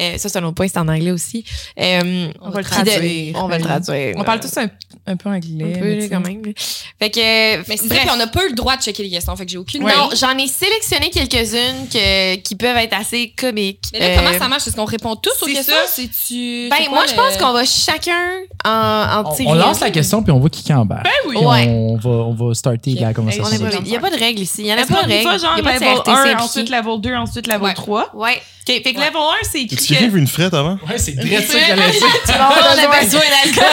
S5: Euh, ça c'est un autre point, c'est en anglais aussi. Euh,
S1: On va le
S5: puis de-
S1: traduire.
S5: on va le traduire.
S1: on parle tous un, un peu anglais.
S5: un
S1: mais
S5: peu
S1: tu
S5: là,
S1: sais.
S5: quand même. là. Fait que
S2: Mais c'est
S5: bref.
S2: vrai qu'on a pas eu le droit de checker les questions, fait que j'ai aucune
S1: Ouais.
S5: Non, j'en ai sélectionné quelques-unes que, qui peuvent être assez comiques.
S2: Mais là, comment
S5: Euh,
S2: ça marche? Est-ce qu'on répond tous aux
S5: c'est
S2: questions?
S5: ça.
S2: C'est tu. c'est
S5: Ben,
S2: quoi
S5: moi,
S2: le-
S5: je pense qu'on va chacun en, en
S4: on,
S5: tirer
S4: on lance
S5: une.
S4: la question, puis on voit qui qui embarque. Ben
S5: oui. Ouais.
S4: On va, on va starter
S2: Ok.
S4: la
S5: On
S4: conversation.
S5: est pas- Il n'y a pas de règle ici. Il n'y en a
S1: Est-ce
S5: pas
S1: qu'on
S5: de
S1: dit
S5: règle.
S1: pas genre
S5: Il n'y a pas de
S1: level
S5: CRTC
S1: 1,
S5: impliqué.
S1: ensuite level 2, ensuite level
S2: Ouais.
S1: 3?
S5: Ouais.
S1: OK, fait que
S5: Ouais.
S1: level 1, c'est écrit
S3: Est-ce qu'il
S1: que-
S3: arrive une frette avant?
S4: Ouais, c'est
S5: vrai, ça que j'allais dire.
S1: Tu vas
S5: On
S1: avoir
S5: a
S1: besoin-
S5: besoin d'alcool.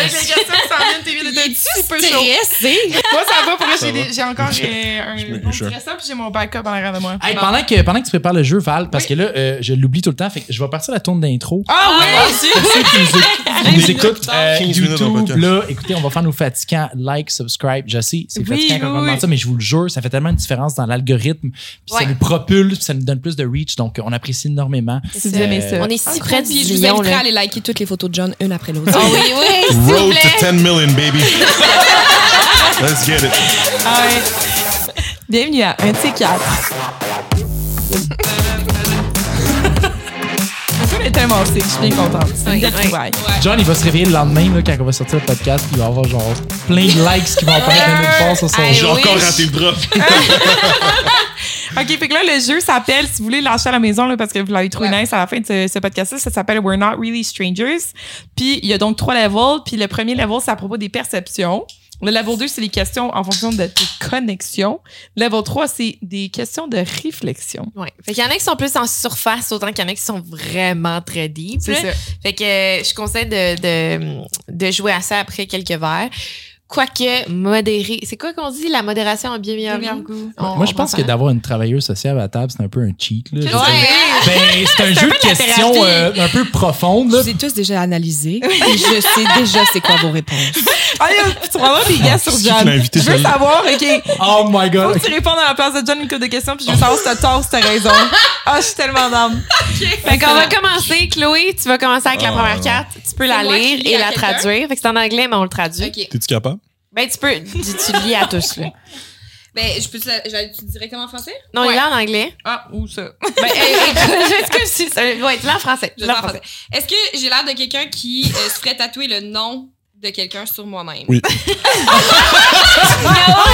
S1: Avec les questions qui s'en viennent, t'es mieux d'être un petit peu chaud. Moi, ça va pour vrai,
S3: Ça
S1: j'ai
S3: va.
S1: des- j'ai encore euh,
S3: me-
S1: un
S3: je-
S1: bon stressant, puis j'ai mon backup en arrière de moi.
S4: Hey, pendant, que, pendant que tu prépares le jeu, Val, parce que là, euh, je l'oublie tout le temps, fait que je vais partir la tourne d'intro.
S1: Ah oui!
S4: Pour ceux qui nous, éc- qui nous écoutent, euh,
S3: 15 minutes dans le
S4: YouTube,
S3: podcast.
S4: là, écoutez, on va faire nos fatigants. Like, subscribe. Je sais, c'est
S1: Oui,
S4: fatigant quand
S1: oui,
S4: on
S1: oui.
S4: demande ça, mais je vous le jure, ça fait tellement une différence dans l'algorithme. Puis
S5: Ouais.
S4: ça nous propulse, puis ça nous donne plus de reach. Donc, on apprécie énormément. Euh,
S1: Si vous
S3: Euh,
S1: aimez ça.
S5: On est si près du
S2: Puis je vous
S5: million,
S2: inviterai à
S5: là.
S2: aller liker toutes les photos de John une après l'autre.
S5: Ah oui, oui, s'il vous
S3: Road to
S5: plaît.
S3: 10 million, baby. Let's get it.
S1: Ah ouais. Bienvenue à un de ces quatre. Le film est tellement sick, je suis bien contente. C'est une
S5: Oui,
S1: belle
S5: oui.
S1: trouvaille.
S4: John, il va se réveiller le lendemain là, quand on va sortir le podcast. puis Il va avoir genre plein de likes qui vont apparaître d'un autre part sur son
S5: Hey,
S3: J'ai
S4: jeu.
S5: oui.
S3: encore raté le drop.
S1: OK, fait que là, le jeu s'appelle, si vous voulez lâcher à la maison, là, parce que vous l'avez trouvé
S2: Ouais.
S1: nice à la fin de ce, ce podcast-là, ça s'appelle We're Not Really Strangers. Puis, il y a donc trois levels. Puis, le premier level, c'est à propos des perceptions. Le level 2, c'est les questions en fonction de tes connexions. Level 3, c'est des questions de réflexion.
S5: Ouais. Fait qu'il y en a qui sont plus en surface, autant qu'il y en a qui sont vraiment très deep.
S1: C'est
S5: là.
S1: ça.
S5: Fait que euh, je conseille de, de, de jouer à ça après quelques verres. Quoique modéré. C'est quoi qu'on dit? La modération a bien meilleur
S1: Meilleur
S5: goût.
S1: goût.
S5: On-
S4: Moi,
S5: on
S4: je pense
S5: va
S4: que
S5: faire.
S4: d'avoir une travailleuse sociale à la table, c'est un peu un cheat. Là.
S5: Ouais, hein?
S4: Ben, c'est un jeu de questions euh, un peu profonde.
S6: Je
S4: Là.
S6: vous ai tous déjà analysé. et je sais déjà c'est quoi vos réponses.
S1: Ah, il y a- tu vas avoir des gars sur
S3: Qui
S1: John.
S3: l'a invité,
S1: Je veux
S3: celle-là?
S1: savoir, OK.
S4: Oh my
S1: Faut
S4: god.
S1: que tu répondes à la place de John une couple de questions, puis je veux savoir si t'as tort ou si t'as raison. Ah, je suis tellement d'âme.
S5: Fait qu'on va commencer. Chloé, tu vas commencer avec la
S3: Ah.
S5: première carte. Tu peux la
S2: moi qui
S5: lire
S2: lis
S5: et
S2: à
S5: la
S2: quelqu'un?
S5: traduire. Fait que c'est en anglais, mais on le traduit.
S2: OK.
S3: T'es-tu capable?
S5: Ben, tu peux. Tu, tu lis à tous, là.
S2: Ben, je peux tu directement en français?
S5: Non,
S1: Ouais.
S5: il est en anglais.
S1: Ah, ou ça.
S5: Ben, eh, écoute, est-ce que je suis. euh, Ouais, tu l'as en français.
S2: Je
S5: Tu
S2: vais
S5: l'as
S2: en
S5: en français.
S2: Est-ce que j'ai l'air de quelqu'un qui euh, se ferait tatouer le nom de quelqu'un sur moi-même?
S3: Oui.
S5: No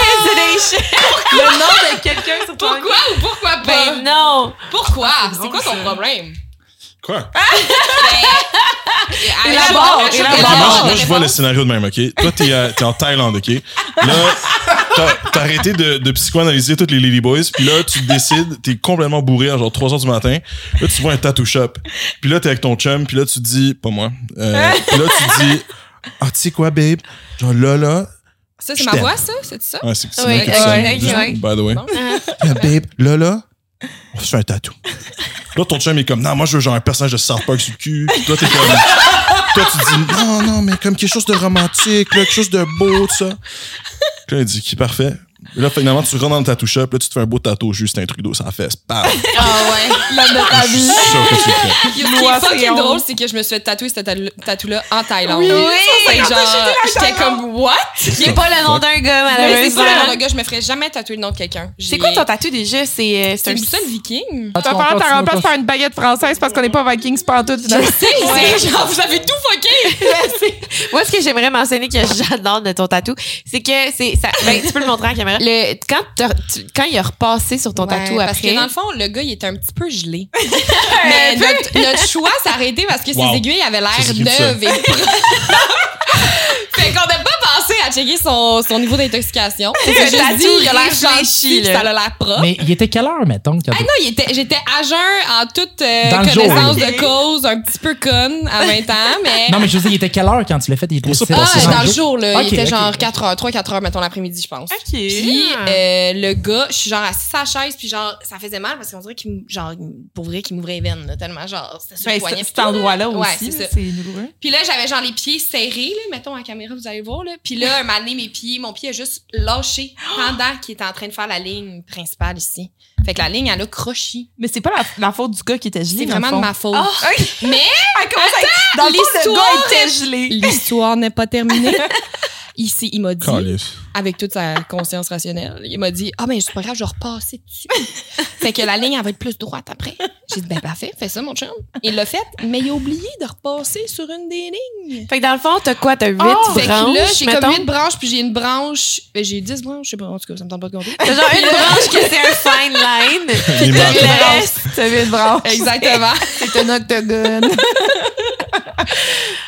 S5: hesitation.
S1: Le nom de quelqu'un sur ton
S2: Pourquoi ou pourquoi pas?
S5: Ben, non.
S2: pourquoi? C'est
S1: drôle,
S2: quoi ton
S1: ça.
S2: problème?
S3: Quoi?
S2: Ben,
S5: Élabore,
S2: je- je-
S5: élabore.
S2: je-
S3: Ok, moi,
S5: la
S3: moi, je vois le scénario de même, OK? Toi, t'es à- t'es en Thaïlande, OK? Là, t'as- t'as arrêté de, de psychoanalyser toutes les Lily Boys, puis là, tu décides, t'es complètement bourré à genre 3 h du matin. Là, tu vois un tattoo shop. Puis là, t'es avec ton chum, puis là, tu te dis, pas moi. Euh, puis là, tu te dis, ah, tu sais quoi, babe? Genre là, là.
S2: Ça,
S3: Je
S2: c'est ma
S3: t'aime.
S2: voix, ça? C'est ça?
S3: Ah, c'est c'est
S5: Oui,
S3: moi qui
S5: ok,
S3: sonne,
S5: ok,
S3: juste
S5: ouais.
S3: By the way.
S2: Bon.
S3: Ah, babe, là, là, on se fait un tatou. Là, ton chum est comme, non, moi, je veux genre un personnage de South Park sur le cul. Puis toi, t'es comme, toi, tu dis, non, non, mais comme quelque chose de romantique, là, quelque chose de beau, tout ça. Puis là, il dit, qui parfait. Là, finalement, tu rentres dans le tattoo shop, là, tu te fais un beau tatou, juste un truc d'eau sans fesse. Bam!
S2: Ah ouais.
S1: L'homme de ta
S3: Je suis
S1: vie.
S3: sûr que tu le fais.
S2: Ce qui est
S1: L'oiseau.
S2: fucking drôle, c'est que je me suis fait tatouer ce tatou- tatou-là en Thaïlande.
S5: Oui,
S2: c'est
S5: ça,
S2: genre, j'étais comme, what?
S5: Il n'est pas le nom d'un gars,
S2: Mais c'est
S5: malheureusement.
S2: ça, le gars, je me ferais jamais tatouer le nom de quelqu'un.
S5: C'est quoi ton tatou déjà? C'est euh,
S2: C'est
S5: un
S2: une boussole viking?
S1: Ah, Tu vas falloir t'en remplacer par une baguette française parce qu'on n'est pas Vikings pantoute. finalement.
S2: C'est genre, vous avez tout fucké!
S5: Moi, ce que j'aimerais mentionner que j'adore de ton tatou, c'est que c'est ça. Ben, tu peux le montrer à la caméra. Le, quand, t'as- tu- quand il a repassé sur ton tatou
S2: Ouais, Parce
S5: après,
S2: que dans le fond, le gars, il était un petit peu gelé. Mais notre, notre choix s'est arrêté parce que
S3: Wow.
S2: ses aiguilles avaient l'air
S3: Ça s'écrit tout
S2: neuves et propres. Fait qu'on n'a pas pensé à checker son, son niveau d'intoxication. C'est
S5: Le
S2: juste
S5: tatou
S2: dit, il a l'air
S5: réfléchi,
S2: gentil,
S5: là.
S2: ça a l'air propre.
S4: Mais il était quelle heure, mettons? Quand
S2: Ah non, il était- j'étais à jeun en toute euh,
S4: Dans le jour.
S2: connaissance
S1: Ok.
S2: de cause, un petit peu conne à 20 ans, mais.
S4: non, mais je veux dire, il était quelle heure quand tu l'as fait? Il était
S3: trouve ça
S4: sept,
S2: ah,
S4: c'est
S2: dans
S4: genre-
S2: le jour, là.
S4: Ok,
S2: il était
S4: ok.
S2: genre 4 h 3, 4 h mettons, l'après-midi, je pense.
S1: OK.
S2: Puis
S5: Ah.
S2: euh, le gars, je suis genre assise à la chaise, puis genre, ça faisait mal parce qu'on dirait qu'il me- genre, pour vrai, qu'il m'ouvrait les veines, là, tellement genre, c'était sur le
S1: Ben,
S2: poignet.
S1: c'est- cet endroit-là
S2: Ouais,
S1: aussi,
S2: c'est ça.
S1: c'est douloureux.
S2: Puis là, j'avais genre les pieds serrés, là, mettons à la caméra, vous allez voir. Là. Puis là, un moment donné, mes pieds, mon pied a juste lâché pendant qu'il était en train de faire la ligne principale ici. Fait que la ligne, elle a crochi.
S1: Mais c'est pas la, la faute du gars qui était gelé.
S2: C'est vraiment de ma faute.
S1: Ah!
S5: Oh!
S2: Mais
S1: Dans le fond, ce gars
S2: l'histoire-
S1: était gelé.
S2: l'histoire n'est pas terminée. Ici, il m'a dit,
S3: Calif.
S2: avec toute sa conscience rationnelle, il m'a dit Ah, ben, c'est pas grave, je vais repasser dessus. fait que la ligne, elle va être plus droite après. J'ai dit Ben, parfait, fais ça, mon chum. Il l'a fait, mais il a oublié de repasser sur une des lignes. Ah!
S5: fait que dans le fond, t'as quoi? T'as huit
S1: Oh!
S2: Fait que
S5: branches,
S2: là, j'ai
S5: mettons?
S2: comme une branche, puis j'ai une branche. ben, J'ai 10 branches, je sais pas, en tout cas, ça me tente pas de compter.
S5: T'as genre une branche que c'est un fine line.
S3: Il
S5: Puis
S3: m'a-
S5: le reste,
S1: T'as vu une branche.
S2: Exactement.
S1: C'est un octogone.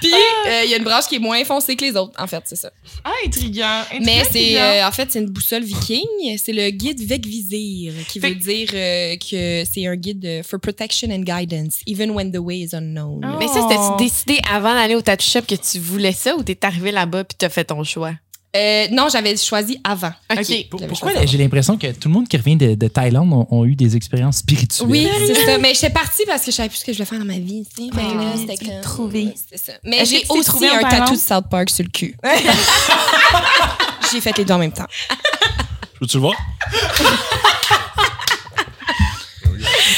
S2: Puis, euh,
S5: Ah.
S2: il y a une branche qui est moins foncée que les autres, en fait, c'est ça.
S1: Ah, intriguant. intriguant,
S2: Mais c'est
S1: intriguant.
S2: euh, en fait c'est une boussole viking, c'est le guide Vegvizir qui
S1: Fait-
S2: veut dire euh, que c'est un guide euh, for protection and guidance even when the way is unknown.
S1: Ah.
S5: Mais ça, c'était-tu décidé avant d'aller au tattoo shop que tu voulais ça ou t'es arrivé là-bas puis t'as fait ton choix?
S2: Euh, non, j'avais choisi avant.
S1: OK.
S4: Pour-
S2: J'avais
S4: Pourquoi
S2: choisi
S4: là, j'ai l'impression que tout le monde qui revient de, de Thaïlande ont, ont eu des expériences spirituelles?
S2: Oui, c'est ça. Mais j'étais partie parce que je savais plus ce que je voulais faire dans ma vie. tu sais. Fait que
S5: Ah,
S2: là,
S5: tu
S2: c'était
S1: l'as
S2: comme-
S1: trouvé.
S2: C'est ça. Mais
S1: Est-ce que
S2: j'ai
S1: tu t'es
S2: aussi
S1: trouvé en
S2: un
S1: Thaïlande?
S2: tatou de South Park sur le cul. j'ai fait les deux en même temps.
S3: Peux-tu le voir?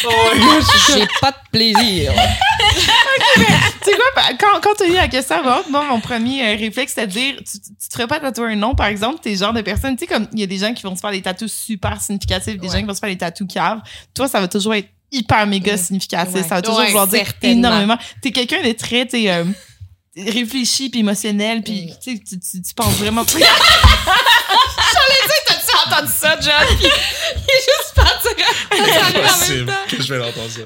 S4: Oh,
S2: J'ai pas de plaisir.
S1: Tu sais quoi, pa- quand, quand t'as eu la question avant, moi, mon premier euh, réflexe, c'est de dire, tu, tu te ferais pas tatouer un nom, par exemple, t'es le genre de personne, tu sais, comme il y a des gens qui vont se faire des tatous super significatifs, des gens qui vont se faire des tatous caves. Toi, ça va toujours être hyper méga
S2: Ouais.
S1: significatif.
S2: Ouais.
S1: Ça va toujours
S2: Ouais,
S1: vouloir dire
S2: certainement.
S1: énormément. T'es quelqu'un de très, tu sais, euh, réfléchi puis émotionnel puis tu sais, tu, tu- tu penses vraiment
S2: T'as-tu entendu ça, John? Puis, il est juste parti.
S3: Impossible que je vais l'entendre ça.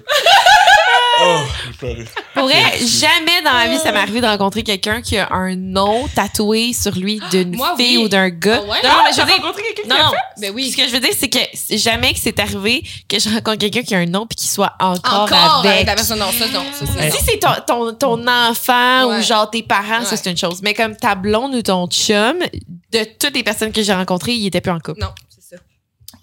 S3: Oh, j'ai pleuré.
S5: Pour vrai, jamais dans ma vie
S2: Oh.
S5: ça m'est arrivé de rencontrer quelqu'un qui a un nom tatoué sur lui d'une
S2: Moi,
S5: fille
S2: oui.
S5: ou d'un gars.
S2: Ah ouais?
S5: Non, non, mais je
S1: j'ai
S5: veux dire,
S1: rencontré quelqu'un
S5: non,
S1: qui a
S5: non.
S2: Ben oui.
S5: Ce que je veux dire, c'est que c'est jamais que c'est arrivé que je rencontre quelqu'un qui a un nom puis qui soit encore,
S2: Encore
S1: euh,
S2: avec
S5: avec.
S2: la personne. Non, ça, non. ça, ça,
S4: Ouais.
S2: non.
S5: Si c'est ton, ton, ton enfant
S2: Ouais.
S5: ou genre tes parents, ça
S2: Ouais.
S5: c'est une chose. Mais comme ta blonde ou ton chum, de toutes les personnes que j'ai rencontrées, ils étaient plus en couple.
S2: Non, c'est ça.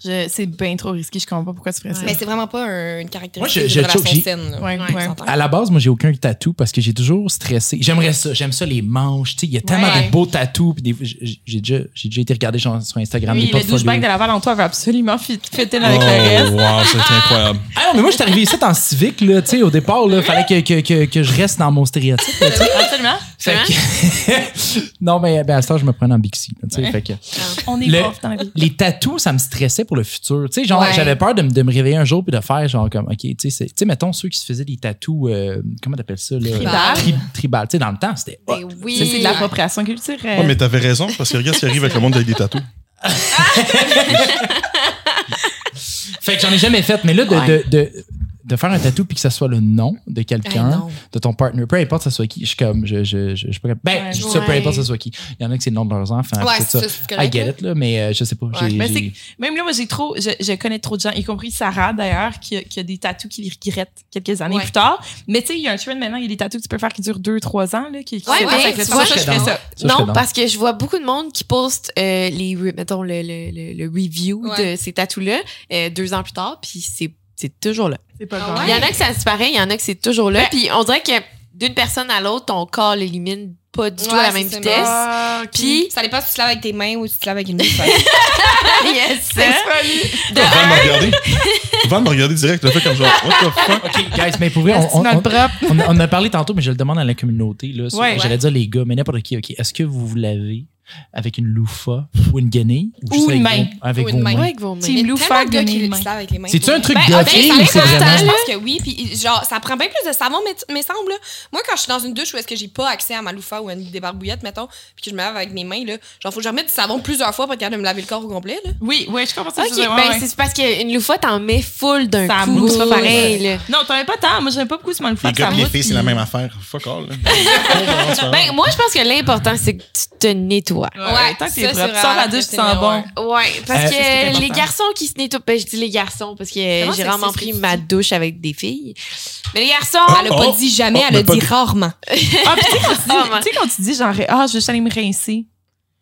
S1: Je- C'est bien trop risqué. Je comprends pas pourquoi tu ferais ça.
S2: Mais c'est vraiment pas un- une caractéristique
S4: Moi, je- je
S2: de relation
S4: choque, j'ai-
S2: saine. là.
S1: Ouais,
S2: Ouais,
S1: ouais.
S2: on
S5: Ah.
S2: s'entend.
S4: À la base, moi, j'ai aucun tatou parce que j'ai toujours stressé. J'aimerais ça. J'aime ça, les manches. tu sais, Il y a tellement
S1: Ouais.
S4: de beaux tatous. puis des fois, j'ai- J'ai déjà, j'ai déjà été regarder sur, sur Instagram
S1: Oui,
S4: des
S1: le douchebag de Laval en toi va absolument fit, fit in avec le reste.
S3: Oh, wow, c'est incroyable.
S4: Ah non, mais moi, je suis arrivé ici en civique, là, tu sais, au départ, là, fallait que, que, que, que je reste dans mon stéréotype, là, tu sais.
S1: Absolument.
S4: Fait que- non, mais ben, à ce temps, je me prenais en Bixi, là, tu sais, fait que-
S1: On est
S4: Le-
S1: prof dans la vie.
S4: les tatous, ça me stressait pour le futur. Tu sais, genre,
S2: Ouais.
S4: j'avais peur de, me- de me réveiller un jour puis de faire, genre, comme, OK, tu sais, c'est- tu sais, mettons ceux qui se faisaient des tatous, euh, comment t'appelles ça, là?
S2: Tribal.
S4: Tri- tribal. Tu sais, dans le temps, c'était. hot.
S5: Ben oui.
S1: C'est de l'appropriation culturelle.
S3: Ouais, mais t'avais raison, parce que regarde ce qui arrive avec le monde avec des tatous.
S4: Fait que j'en ai jamais fait, mais là, de, de,
S2: Ouais.
S4: de, de faire un tatou puis que ça soit le nom de quelqu'un,
S2: Hey, Ben non.
S4: de ton partner, peu importe ça soit qui, je suis comme, je, je, je, je suis pas capable. Ben,
S1: Ouais.
S4: je dis ça, peu
S5: Ouais.
S4: importe ça soit qui. Il y en a que Ah, c'est le nom de leurs enfants.
S2: Ouais,
S4: tout
S2: c'est
S4: ça.
S2: ça, c'est
S4: I
S2: correct.
S4: get
S2: là.
S4: it, là, mais euh, je sais pas.
S2: Ouais.
S4: j'ai-
S1: Mais
S4: j'ai-
S1: Même là, moi, j'ai trop. Je, je connais trop de gens, y compris Sarah d'ailleurs, qui, a- qui a des tatous qui les regrettent quelques années
S2: Ouais.
S1: plus tard. Mais tu sais, il y a un trend maintenant, il y a des tatous que tu peux faire qui durent 2-3 ans. Là, qui, qui
S5: Ouais,
S1: se
S5: mais
S1: passent avec le
S5: tu
S1: temps.
S5: vois,
S1: Ça,
S4: je
S1: je fais
S4: serais
S1: ça.
S4: Ça, je serais
S5: Non,
S4: dans.
S5: parce que je vois beaucoup de monde qui poste euh, les, re- mettons, le, le, le, le review
S2: Ouais.
S5: de ces tatous-là euh, deux ans plus tard, puis c'est c'est toujours là.
S1: C'est pas
S2: Ah
S1: grave.
S5: Il y en a que ça disparaît, il y en a que c'est toujours
S2: Ben
S5: là. Puis on dirait que d'une personne à l'autre, ton corps l'élimine pas du tout
S2: Ouais,
S5: à la
S2: c'est
S5: même
S2: ça.
S5: vitesse.
S1: Ah, ok.
S5: Puis,
S2: Ça dépend si tu te laves avec tes mains ou si tu te laves avec une mousse.
S5: yes, hein?
S1: C'est funny.
S5: de
S3: Van m'a regardé. Van m'a regardé direct, le fait comme genre, what the fuck?
S4: OK, guys, mais pour vrai, on-
S1: C'est
S4: on- on,
S1: notre propre.
S4: on, a- on a parlé tantôt, mais je le demande à la communauté. Là, sur-
S1: Ouais.
S4: J'allais dire les gars, mais n'importe qui. OK, est-ce que vous vous lavez avec une loufa ou une guenille
S1: Ou
S4: juste
S1: une
S4: avec
S1: main.
S4: vos- avec
S2: Ou
S4: vos
S2: une main.
S4: mains?
S5: Ouais, avec vos mains.
S1: Tu-
S2: Il y a
S1: Lou
S2: tellement
S1: Fag
S2: de gars
S1: de
S2: qui
S1: mille
S2: le
S1: mains.
S2: savent avec les mains.
S4: C'est-tu un truc
S2: Ben,
S4: de
S2: ok,
S4: fille
S2: ça
S4: ou c'est
S2: dépend,
S4: vraiment-
S2: Je pense que oui. Puis, genre, ça prend bien plus de savon, mais- mais semble. là. Moi, quand je suis dans une douche où est-ce que j'ai pas accès à ma loufa ou à une débarbouillette, mettons, puis que je me lave avec mes mains, là, genre, faut que je remette du savon plusieurs fois pour être capable de me laver le corps au complet, là.
S1: Oui, oui, je comprends ça.
S5: Ok, ben c'est parce qu'une loufa, t'en mets full d'un
S1: Ça
S5: coup.
S1: mousse.
S5: C'est pas pareil, là.
S1: Non, t'en as pas tant. Moi, j'aime pas beaucoup ce mal
S3: Les gars
S1: ça
S3: pis les
S1: mousse,
S3: filles, c'est
S1: puis-
S3: la même affaire. Fuck all. là.
S5: Ben, moi, je pense que l'important, c'est que tu te nettoies.
S1: Ouais,
S2: Ouais,
S1: tant que
S2: ça,
S1: t'es
S2: c'est
S1: propre. Sors la
S2: vraiment
S1: douche, tu
S2: très
S1: sens bon.
S2: ténébreux.
S5: Ouais, parce
S4: Euh,
S1: c'est
S5: que
S1: ce qui est important.
S5: les garçons qui se nettoient. Ben, je dis les garçons parce que
S2: Comment
S5: j'ai
S2: c'est
S5: vraiment
S2: sexiste,
S5: pris
S2: ce que tu
S5: ma douche avec des filles. Mais les garçons,
S2: Elle a
S3: Oh,
S2: pas dit jamais,
S3: oh,
S2: elle
S3: mais
S2: a
S3: pas
S2: dit
S3: de-
S2: rarement.
S1: Ah, puis tu sais, quand tu dis-
S5: Oh, man.
S1: tu sais, quand tu dis genre, ah, je vais juste aller me rincer.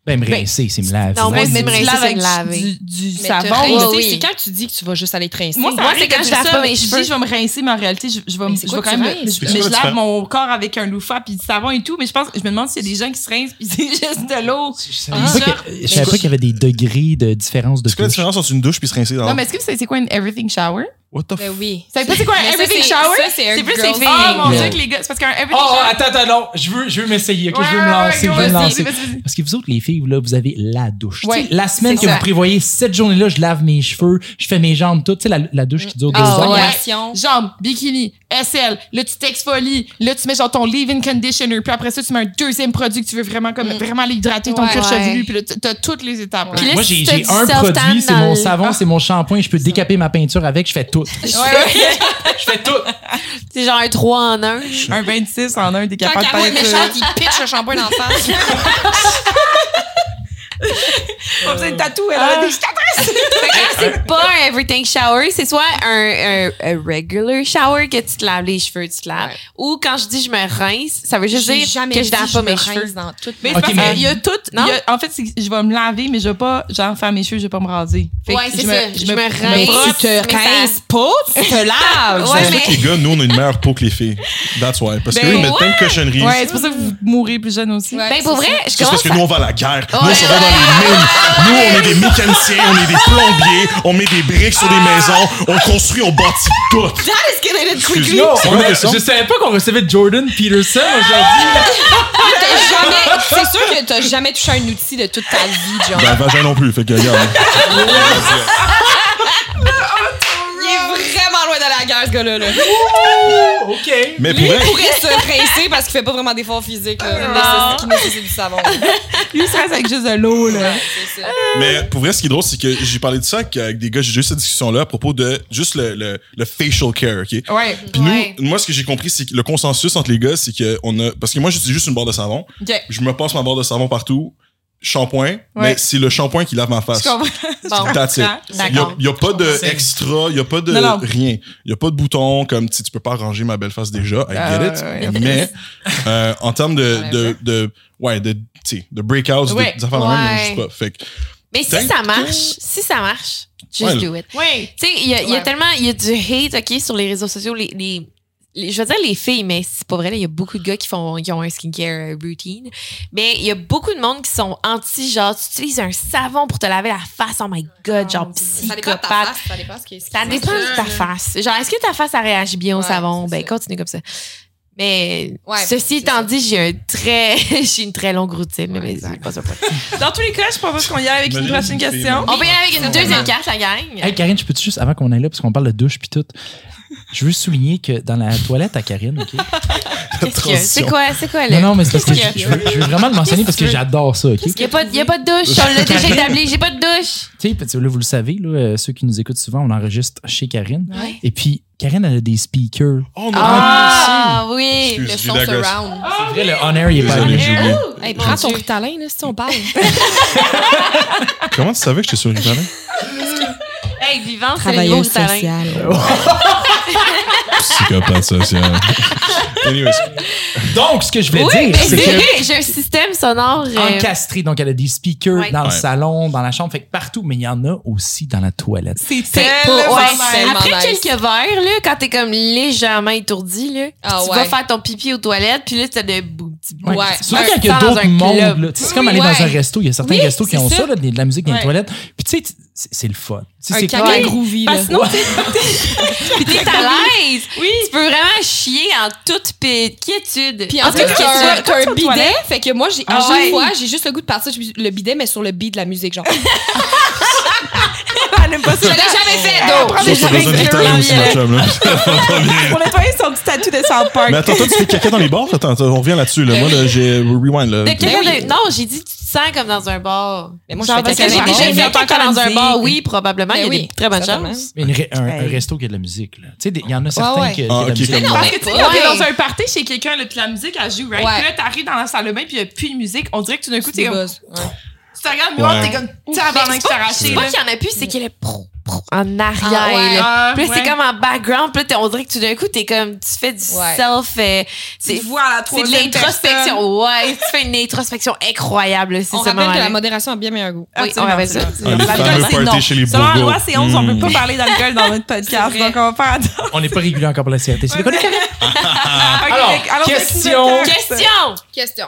S4: Ben, me rincer, c'est me laver.
S5: Non,
S4: Ouais,
S5: moi,
S1: Tu
S5: c'est me
S1: laves
S5: rincer, c'est
S1: avec
S5: me laver.
S1: Du, du
S2: Mais
S1: savon.
S2: te rincer,
S5: Ouais, oui.
S2: C'est quand tu dis que tu vas juste aller traîner.
S1: Moi, ça
S5: Moi,
S1: arrive
S5: c'est quand je
S1: dis
S5: lave
S1: ça,
S5: pas mes
S1: je
S5: cheveux.
S1: dis, je vais me rincer, mais en réalité, je, je vais,
S2: Mais
S1: me- je
S2: c'est quoi
S1: vais quand
S2: que
S1: même.
S2: tu
S1: me- je-
S2: rinces?
S3: C'est
S1: mais
S3: quoi
S1: je
S3: que tu
S1: lave
S3: fais?
S1: mon corps avec un loufa puis du savon et tout, mais je pense, je me demande s'il y a des gens qui se rincent puis c'est juste de l'eau.
S4: Je savais pas que- je savais pas qu'il y avait des degrés de différence de
S3: C'est quoi la
S4: couche.
S3: différence entre une douche puis se rincer dans
S1: Non, mais est-ce que c'est c'est quoi une everything shower?
S3: What the
S2: Ben
S3: fuck?
S2: oui.
S1: C'est pas c'est quoi un
S2: Mais ça,
S1: everything
S2: c'est-
S1: shower?
S2: ça, c'est un
S1: plus
S2: girl
S1: les filles. Oh mon
S4: thing.
S1: dieu, que les gars, c'est parce qu'un everything
S4: Oh,
S1: shower.
S4: attends, attends, non, je veux, je veux m'essayer, ok?
S1: Ouais,
S4: je veux me
S1: ouais,
S4: lancer,
S1: ouais,
S4: je veux me
S1: vas-y,
S4: lancer.
S1: vas-y, vas-y.
S4: Parce que vous autres, les filles, là, vous avez la douche.
S1: Ouais,
S4: Tu sais, la semaine
S1: c'est
S4: que
S1: ça.
S4: vous prévoyez, cette journée-là, je lave mes cheveux, je fais mes jambes toutes, tu sais, la, la douche qui dure deux
S5: Ah,
S4: heures.
S5: ouais.
S1: Jambes, bikini, SL, là tu t'exfolies, là tu mets genre ton leave-in conditioner, puis après ça tu mets un deuxième produit que tu veux vraiment comme vraiment aller hydrater ton
S2: Ouais.
S1: cuir
S5: Ouais.
S1: chevelu, puis là t'as toutes les étapes. là.
S5: Puis là,
S4: Moi, j'ai
S5: si t'as
S4: j'ai
S5: du
S4: un
S5: self-tan
S4: produit, c'est
S5: dans
S4: mon
S5: le- Ah.
S4: savon, c'est mon shampoing, je peux décaper ma peinture avec, je fais tout.
S1: Ouais, ouais.
S4: Je fais tout.
S5: C'est genre un 3 en 1.
S1: Un 26 en un, t'es
S2: Quand
S1: capable de
S2: Caro est
S1: faire
S2: méchante, il pitch le shampoing dans le face.
S1: Pas besoin de tatou, elle
S2: Ah.
S1: a des
S5: c'est pas un everything shower, c'est soit un, un- un regular shower que tu te laves les cheveux, tu te laves.
S2: Ouais.
S5: Ou quand je dis je me rince, ça veut juste
S2: J'ai
S5: dire
S2: jamais
S5: que je
S2: dit
S5: lave pas
S2: me
S5: mes
S2: rince
S5: cheveux.
S2: dans toute
S1: Mais
S2: ma-
S1: c'est
S4: Ok,
S1: parce
S4: mais-
S1: qu'il y a tout.
S5: Non?
S1: il y a- en fait, c'est que je vais me laver, mais je vais pas genre faire mes cheveux, je vais pas me raser. Fait que
S5: Ouais, c'est
S1: je
S5: ça. Je me rince.
S2: Mais
S5: brosse,
S2: tu
S1: euh,
S5: mais
S2: te
S5: ça-
S2: rinces pas, tu te laves.
S5: Ouais,
S3: C'est
S5: mais-
S3: vrai que les gars, nous, on a une meilleure peau que les filles. That's why. Parce que
S1: Ben
S3: eux, ils mettent plein de cochonneries.
S1: Ouais, c'est pour ça que vous mourrez plus jeune aussi.
S2: Ouais.
S5: Ben, pour vrai, je
S3: C'est parce
S5: commence
S3: que nous, on va à la guerre. nous,
S5: Ouais,
S3: on s'en va
S5: ouais,
S3: dans les mines. Nous, on est des mécaniciens, on est des plombiers, on met des briques sur des maisons, on construit, on bâtit tout.
S2: Ah. That is gonna look quick.
S3: Excuse-moi, c'est quoi la question?
S4: je savais pas qu'on recevait Jordan Peterson
S5: Ah!
S4: aujourd'hui.
S2: T'as jamais- C'est sûr que t'as jamais touché un outil de toute ta vie, genre.
S3: Ben, vagin non plus, fait que regarde.
S2: Il est vraiment loin de la guerre, ce gars-là. là. Il
S4: Oh, OK.
S3: Mais pour vrai,
S2: pourrait se rincer parce qu'il fait pas vraiment d'efforts physiques, là. Nécess- Qui nécessite du savon. là.
S1: Lui, ça reste avec juste de l'eau, là.
S2: C'est ça.
S3: mais pour vrai, ce qui est drôle, c'est que j'ai parlé de ça avec- avec des gars, j'ai déjà eu cette discussion-là à propos de juste le, le, le facial care, OK?
S1: Ouais.
S3: Puis
S5: Ouais.
S3: nous, moi, ce que j'ai compris, c'est que le consensus entre les gars, c'est que on a. Parce que moi, j'utilise juste une barre de savon.
S1: Ok.
S3: Je me passe ma barre de savon partout. shampoing, mais c'est le shampoing qui lave ma face.
S1: Je comprends.
S5: Bon.
S3: That's it. Il n'y a,
S5: D'accord.
S3: il y a pas de
S4: C'est-
S3: extra, il n'y a pas de
S1: Non, non.
S3: rien. Il n'y a pas de bouton comme tu sais, tu peux pas arranger ma belle face déjà. I
S1: Ah,
S3: get it.
S1: ouais, ouais.
S3: mais euh, en termes de,
S5: Ouais,
S3: de, de, ouais, de, tu sais, de breakouts,
S1: Ouais.
S3: de, des affaires de même,
S5: Ouais.
S3: je sais pas. Fait que,
S5: Mais si
S3: Thank
S5: ça
S3: you.
S5: marche, si ça marche, just
S3: Ouais.
S5: do it.
S1: Oui.
S5: Tu sais, il y a, il y a
S1: Ouais.
S5: tellement, il y a du hate, OK, sur les réseaux sociaux, les, les- les- je veux dire les filles, mais c'est pas vrai, là, il y a beaucoup de gars qui font, qui ont un skincare euh, routine. Mais il y a beaucoup de monde qui sont anti, genre, tu utilises un savon pour te laver la face, oh my god, genre, psychopathe.
S2: ça dépend ce qui est.
S5: Ça dépend de ta face. Genre, est-ce que ta face, ça réagit bien au
S2: Ouais,
S5: savon?
S2: c'est
S5: Ben,
S2: ça.
S5: continue comme ça. Mais
S2: Ouais,
S5: ceci
S2: c'est
S5: étant
S2: ça.
S5: dit, j'ai un très, j'ai une très longue routine. mais vas-y,
S1: exact.
S5: pas ça, pas ça.
S1: Dans tous les cas, je propose qu'on y aille avec une
S3: Imagine
S1: prochaine
S3: une fille,
S1: question.
S3: là.
S5: On peut y aller avec une deuxième carte, la gang.
S4: Hey Karine, je peux-tu juste, avant qu'on aille là, parce qu'on parle de douche puis tout, je veux souligner que dans la toilette à Karine, OK?
S5: Qu'est-ce qu'il y a? C'est
S3: transition.
S5: quoi, c'est quoi,
S4: Non,
S5: là?
S4: non, mais c'est parce que
S5: Qu'est-ce
S4: je, je veux, je veux vraiment le mentionner parce que j'adore ça, OK?
S5: Il n'y a, pas de- y a pas de douche, on l'a déjà établi, j'ai pas de douche.
S4: Tu sais, parce que là, vous le savez, là, euh, ceux qui nous écoutent souvent, on enregistre chez Karine.
S5: Ouais.
S4: Et puis, Karine, elle a des speakers.
S3: oh non,
S5: Ah oui!
S3: excuse,
S2: Le
S3: j'ai
S2: son
S3: la gosse.
S2: surround.
S4: C'est vrai, le on-air, il est pas
S3: Désolé,
S4: allé.
S3: j'ai
S5: Ah,
S3: oublié.
S2: Hey, prends ton ritalin, là, si on parle.
S3: Comment tu savais que j'étais sur une planète?
S5: Hey, vivant, c'est le nouveau
S6: Travailleuse
S5: talent.
S6: sociale.
S3: Psychopathe social. Anyways,
S4: Donc, ce que je voulais
S5: Oui,
S4: dire,
S5: mais
S4: c'est
S5: c'est
S4: que.
S5: vrai, j'ai un système sonore. euh,
S4: Encastré, donc elle a des speakers
S5: Ouais.
S4: dans le
S3: Ouais.
S4: salon, dans la chambre, fait que partout, mais il y en a aussi dans la toilette.
S1: C'est
S5: Ouais,
S1: tellement
S2: pas-
S1: nice.
S2: c'est tellement
S5: Après
S2: nice.
S5: quelques verres, là, quand t'es comme légèrement étourdi, là,
S2: Ah
S5: tu
S2: ouais.
S5: vas faire ton pipi aux toilettes, puis là, t'as des bou- petits bouts.
S4: Ouais.
S2: Ouais.
S4: Souvent,
S5: Un
S4: quand il y a
S5: sens dans
S4: d'autres
S5: un
S4: mondes,
S5: club.
S4: là, tu sais, c'est comme
S2: Oui,
S4: aller dans
S2: ouais.
S4: un resto. Il y a certains
S2: Oui,
S4: restos qui
S2: c'est
S4: ont ça,
S2: ça.
S4: là, de de la musique dans les
S1: Ouais.
S4: toilettes. Puis, tu sais, t- c'est c'est le fun. Tu sais,
S2: Un
S4: c'est
S2: caca
S5: Ouais.
S2: groovy, là.
S5: Parce que sinon, t'es- puis t'es à l'aise.
S1: Oui.
S5: Tu peux vraiment chier en toute pi- quiétude.
S2: Puis
S5: En
S2: en
S5: toute
S2: plus, t'as un,
S5: quiétude.
S2: t'as un
S1: aux
S2: bidet,
S1: toilettes.
S2: fait que moi, j'ai,
S5: Ah
S2: à chaque
S5: ouais.
S2: fois, j'ai juste le goût de partir sur le bidet, mais sur le beat de la musique, genre. Je
S1: Elle aime pas ça.
S2: l'ai jamais fait,
S1: Elle
S2: donc!
S1: prend
S3: je pense
S1: des
S3: que t'as besoin de
S1: cheveux
S3: ritalin aussi, ma
S1: violets
S3: chum, là.
S1: Pour nettoyer son petit tatou de South Park.
S3: Mais attends, toi, tu fais caca dans les bars? Attends, attends, on revient là-dessus, là. Moi, là, j'ai rewind, là. Ah,
S5: De quelqu'un
S2: oui.
S5: de- Non, j'ai dit, tu te sens comme dans un bar.
S2: Mais moi,
S5: Genre,
S2: je fais
S5: parce que
S2: caca
S5: j'ai
S2: dans un
S5: déjà
S2: bar.
S5: vu quelqu'un dans un
S1: Organisé.
S5: bar, oui, probablement.
S2: Ben
S5: Il y a
S2: oui,
S5: des très bonnes
S2: certainement.
S5: chances.
S4: une ré- un, un
S1: Hey.
S4: resto qui a de la musique. là. Tu sais, des- il y en a certains
S2: ouais.
S4: qui qui
S3: Ah,
S4: a de la
S3: ok,
S4: musique.
S3: comme-
S5: Ben
S4: dans-
S1: Parce que tu sais, quand
S5: Ouais.
S1: t'es dans un party chez quelqu'un, là, puis la musique, elle joue, right?
S2: Ouais.
S1: Puis là, t'arrives dans la salle de bain, puis il n'y a plus de musique. On dirait que tout d'un coup, t'es comme.
S2: buzz. Ouais.
S1: Tu te regardes, moi,
S3: Ouais.
S1: t'es comme. Tabarnak, Ah, que t'as
S5: C'est
S1: arraché,
S5: pas
S1: là.
S5: qu'il y en a plus, c'est qu'il est pro, pro, en arrière.
S2: Ah ouais.
S5: là.
S1: Ah,
S5: Puis là, c'est
S1: ouais.
S5: comme en background. Puis là, t'es- on dirait que tout d'un coup, t'es comme, tu fais du
S2: Ouais.
S5: self. euh, c'est
S1: Tu vois à la
S5: c'est de
S1: troisième personne.
S5: l'introspection. Ouais, tu fais une introspection incroyable. là, C'est
S2: On
S5: ce
S2: rappelle que la
S5: moment-là.
S2: modération a bien meilleur goût.
S5: Oui, on
S1: Absolument,
S5: rappelle ça.
S1: absolument.
S3: Ah, les
S1: L'alcool,
S3: fameux
S1: c'est
S3: parties
S1: non.
S3: chez les
S1: Selon la
S3: bobos.
S1: loi, c'est 11, on
S3: Mm.
S1: peut pas parler d'alcool dans notre podcast.
S2: C'est vrai.
S1: Donc, on va faire attention.
S4: On n'est pas régulé encore pour la CRTC.
S1: Ok,
S4: Alors,
S1: fait- alors,
S4: question.
S1: fait une carte.
S5: Question!
S2: Question.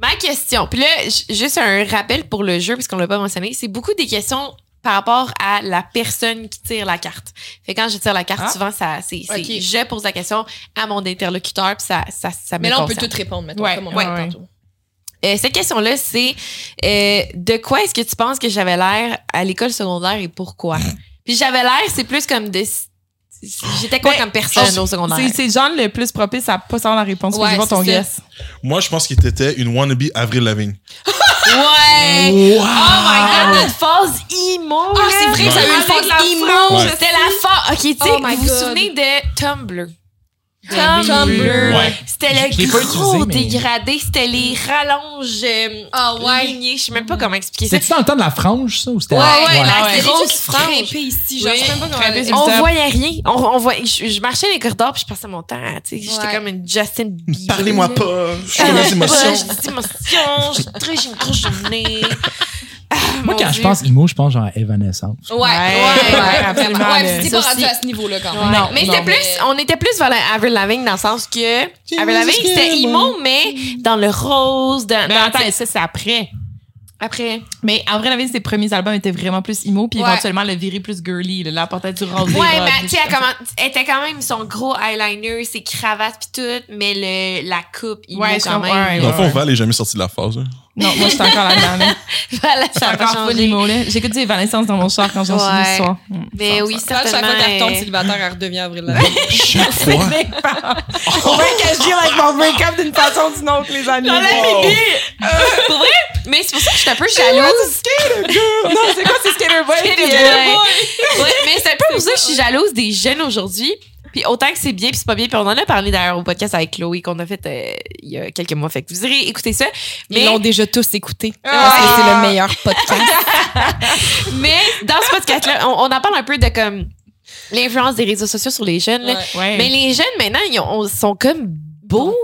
S5: Ma question. Puis là, j- juste un rappel pour le jeu, parce qu'on l'a pas mentionné. C'est beaucoup des questions par rapport à la personne qui tire la carte. Fait que quand je tire la carte,
S1: Ah.
S5: souvent, ça, c'est, c'est-
S2: Ok.
S5: je pose la question à mon interlocuteur, puis ça, ça, ça
S2: Mais là, on peut
S5: tout
S2: tout répondre, mettons,
S1: Ouais,
S2: comme on
S1: ouais,
S2: parlait
S1: ouais.
S2: tantôt.
S5: Euh, cette question-là, c'est euh, de quoi est-ce que tu penses que j'avais l'air à l'école secondaire et pourquoi?
S2: Hmm.
S5: Puis j'avais l'air, c'est plus comme de. J'étais quoi
S1: Ben,
S5: comme personne au secondaire?
S1: C'est c'est John le plus propice à pas savoir la réponse. Faut que
S2: Ouais,
S1: je vois ton
S2: c'est ça.
S1: guess.
S3: Moi, je pense qu'il était une wannabe Avril Lavigne.
S5: Ouais!
S4: Wow!
S5: Oh my god, notre phase emo!
S2: Ah, c'est vrai,
S3: Ouais.
S2: ça a eu une
S5: Avec
S2: phase
S5: la phrase,
S2: immense.
S3: Ouais.
S5: C'était la phase. Ok, tu sais,
S2: Oh my
S5: vous vous
S2: God.
S5: souvenez de Tumblr?
S2: Ah oui.
S5: Tumblr.
S3: Ouais.
S5: C'était
S4: Je- je l'ai
S5: le
S4: pas
S5: gros
S4: utilisé, mais-
S5: dégradé, c'était les rallonges euh,
S2: Ah ouais.
S5: lignées. Je sais même pas comment expliquer ça.
S4: C'était-tu dans le temps de la frange, ça? Ou c'était
S2: Ouais, ouais,
S5: la-
S2: la
S5: ouais.
S2: grosse
S5: Juste
S2: frange.
S5: frappée
S2: Crêpée ici,
S5: genre,
S2: genre,
S5: je
S2: je
S5: sais
S2: sais
S5: même
S2: pas
S1: comment elle-
S2: comment
S1: Une
S5: on
S1: table.
S5: voyait rien. On, on voyait, je, je marchais dans les corridors puis je passais mon temps. à- tu sais, J'étais
S2: Ouais.
S5: comme une Justin Bieber.
S3: Parlez-moi pas. Je suis
S5: Ah,
S3: dans les
S5: pas,
S3: émotions.
S5: J'ai des émotions. J'ai très- j'ai une grosse journée. Ah,
S4: Moi,
S5: mon
S4: quand je
S5: Dieu.
S4: pense emo, je pense genre à Evanescence.
S2: Ouais, ouais, ouais,
S1: absolument,
S2: Ouais,
S1: mais-
S2: puis t'es
S5: Ça
S2: pas
S5: aussi.
S2: rendu à ce niveau-là, quand même.
S5: Ouais.
S1: Non,
S5: mais
S1: non,
S5: c'était
S2: mais-
S5: plus, on était plus vers la Avril Lavigne dans le sens que Avril Lavigne c'était emo mais dans le rose, dans,
S1: Mais
S5: dans-
S1: Ben, attends, ça, c'est après.
S5: après.
S1: Mais en vrai, la vie, ses premiers albums étaient vraiment plus emo, puis
S2: Ouais.
S1: éventuellement, le virer plus girly. là, Elle apportait du rose. des
S5: Ouais,
S1: robes,
S5: mais
S1: des
S5: tu sais,
S1: choses
S5: elle, comment- elle était quand même son gros eyeliner, ses cravates pis tout, mais le, la coupe, il
S1: Ouais, je
S5: quand
S1: comprends,
S5: même.
S1: ouais.
S3: Dans le fond, Val est jamais sorti de la phase. hein.
S1: Non, moi, je suis encore là-dedans. là.
S5: Voilà,
S1: Je
S5: ça
S1: suis
S5: a pas
S1: encore full
S5: changé.
S1: emo, là. J'écoute du Evanescence dans mon char quand j'en suis
S5: Ouais.
S1: venue ce soir. Mm.
S5: Mais oui,
S2: À chaque
S5: certainement.
S2: fois qu'elle retombe
S5: euh,
S2: célibataire, elle redevient avril Lavigne.
S3: Chaque fois.
S1: On va que je deal avec mon break-up d'une façon ou d'une autre, les amis.
S5: Dans la
S3: Wow.
S5: bibi! Euh, Pour vrai? Mais c'est pour ça que je suis un peu jalouse.
S1: Non, c'est quoi, c'est Skater Boy?
S5: Ouais. Ouais, mais c'est un peu pour ça que je suis jalouse des jeunes aujourd'hui. Puis autant que c'est bien, puis c'est pas bien, puis on en a parlé d'ailleurs au podcast avec Chloé qu'on a fait euh, il y a quelques mois. Fait que vous irez écouter ça.
S2: Ils
S5: Mais,
S2: l'ont déjà tous écouté.
S5: Ah!
S2: Parce que c'est le meilleur podcast.
S5: mais dans ce podcast-là, on, on en parle un peu de comme l'influence des réseaux sociaux sur les jeunes. là.
S1: Ouais.
S5: Mais les jeunes, maintenant, ils ont- on- sont comme beaux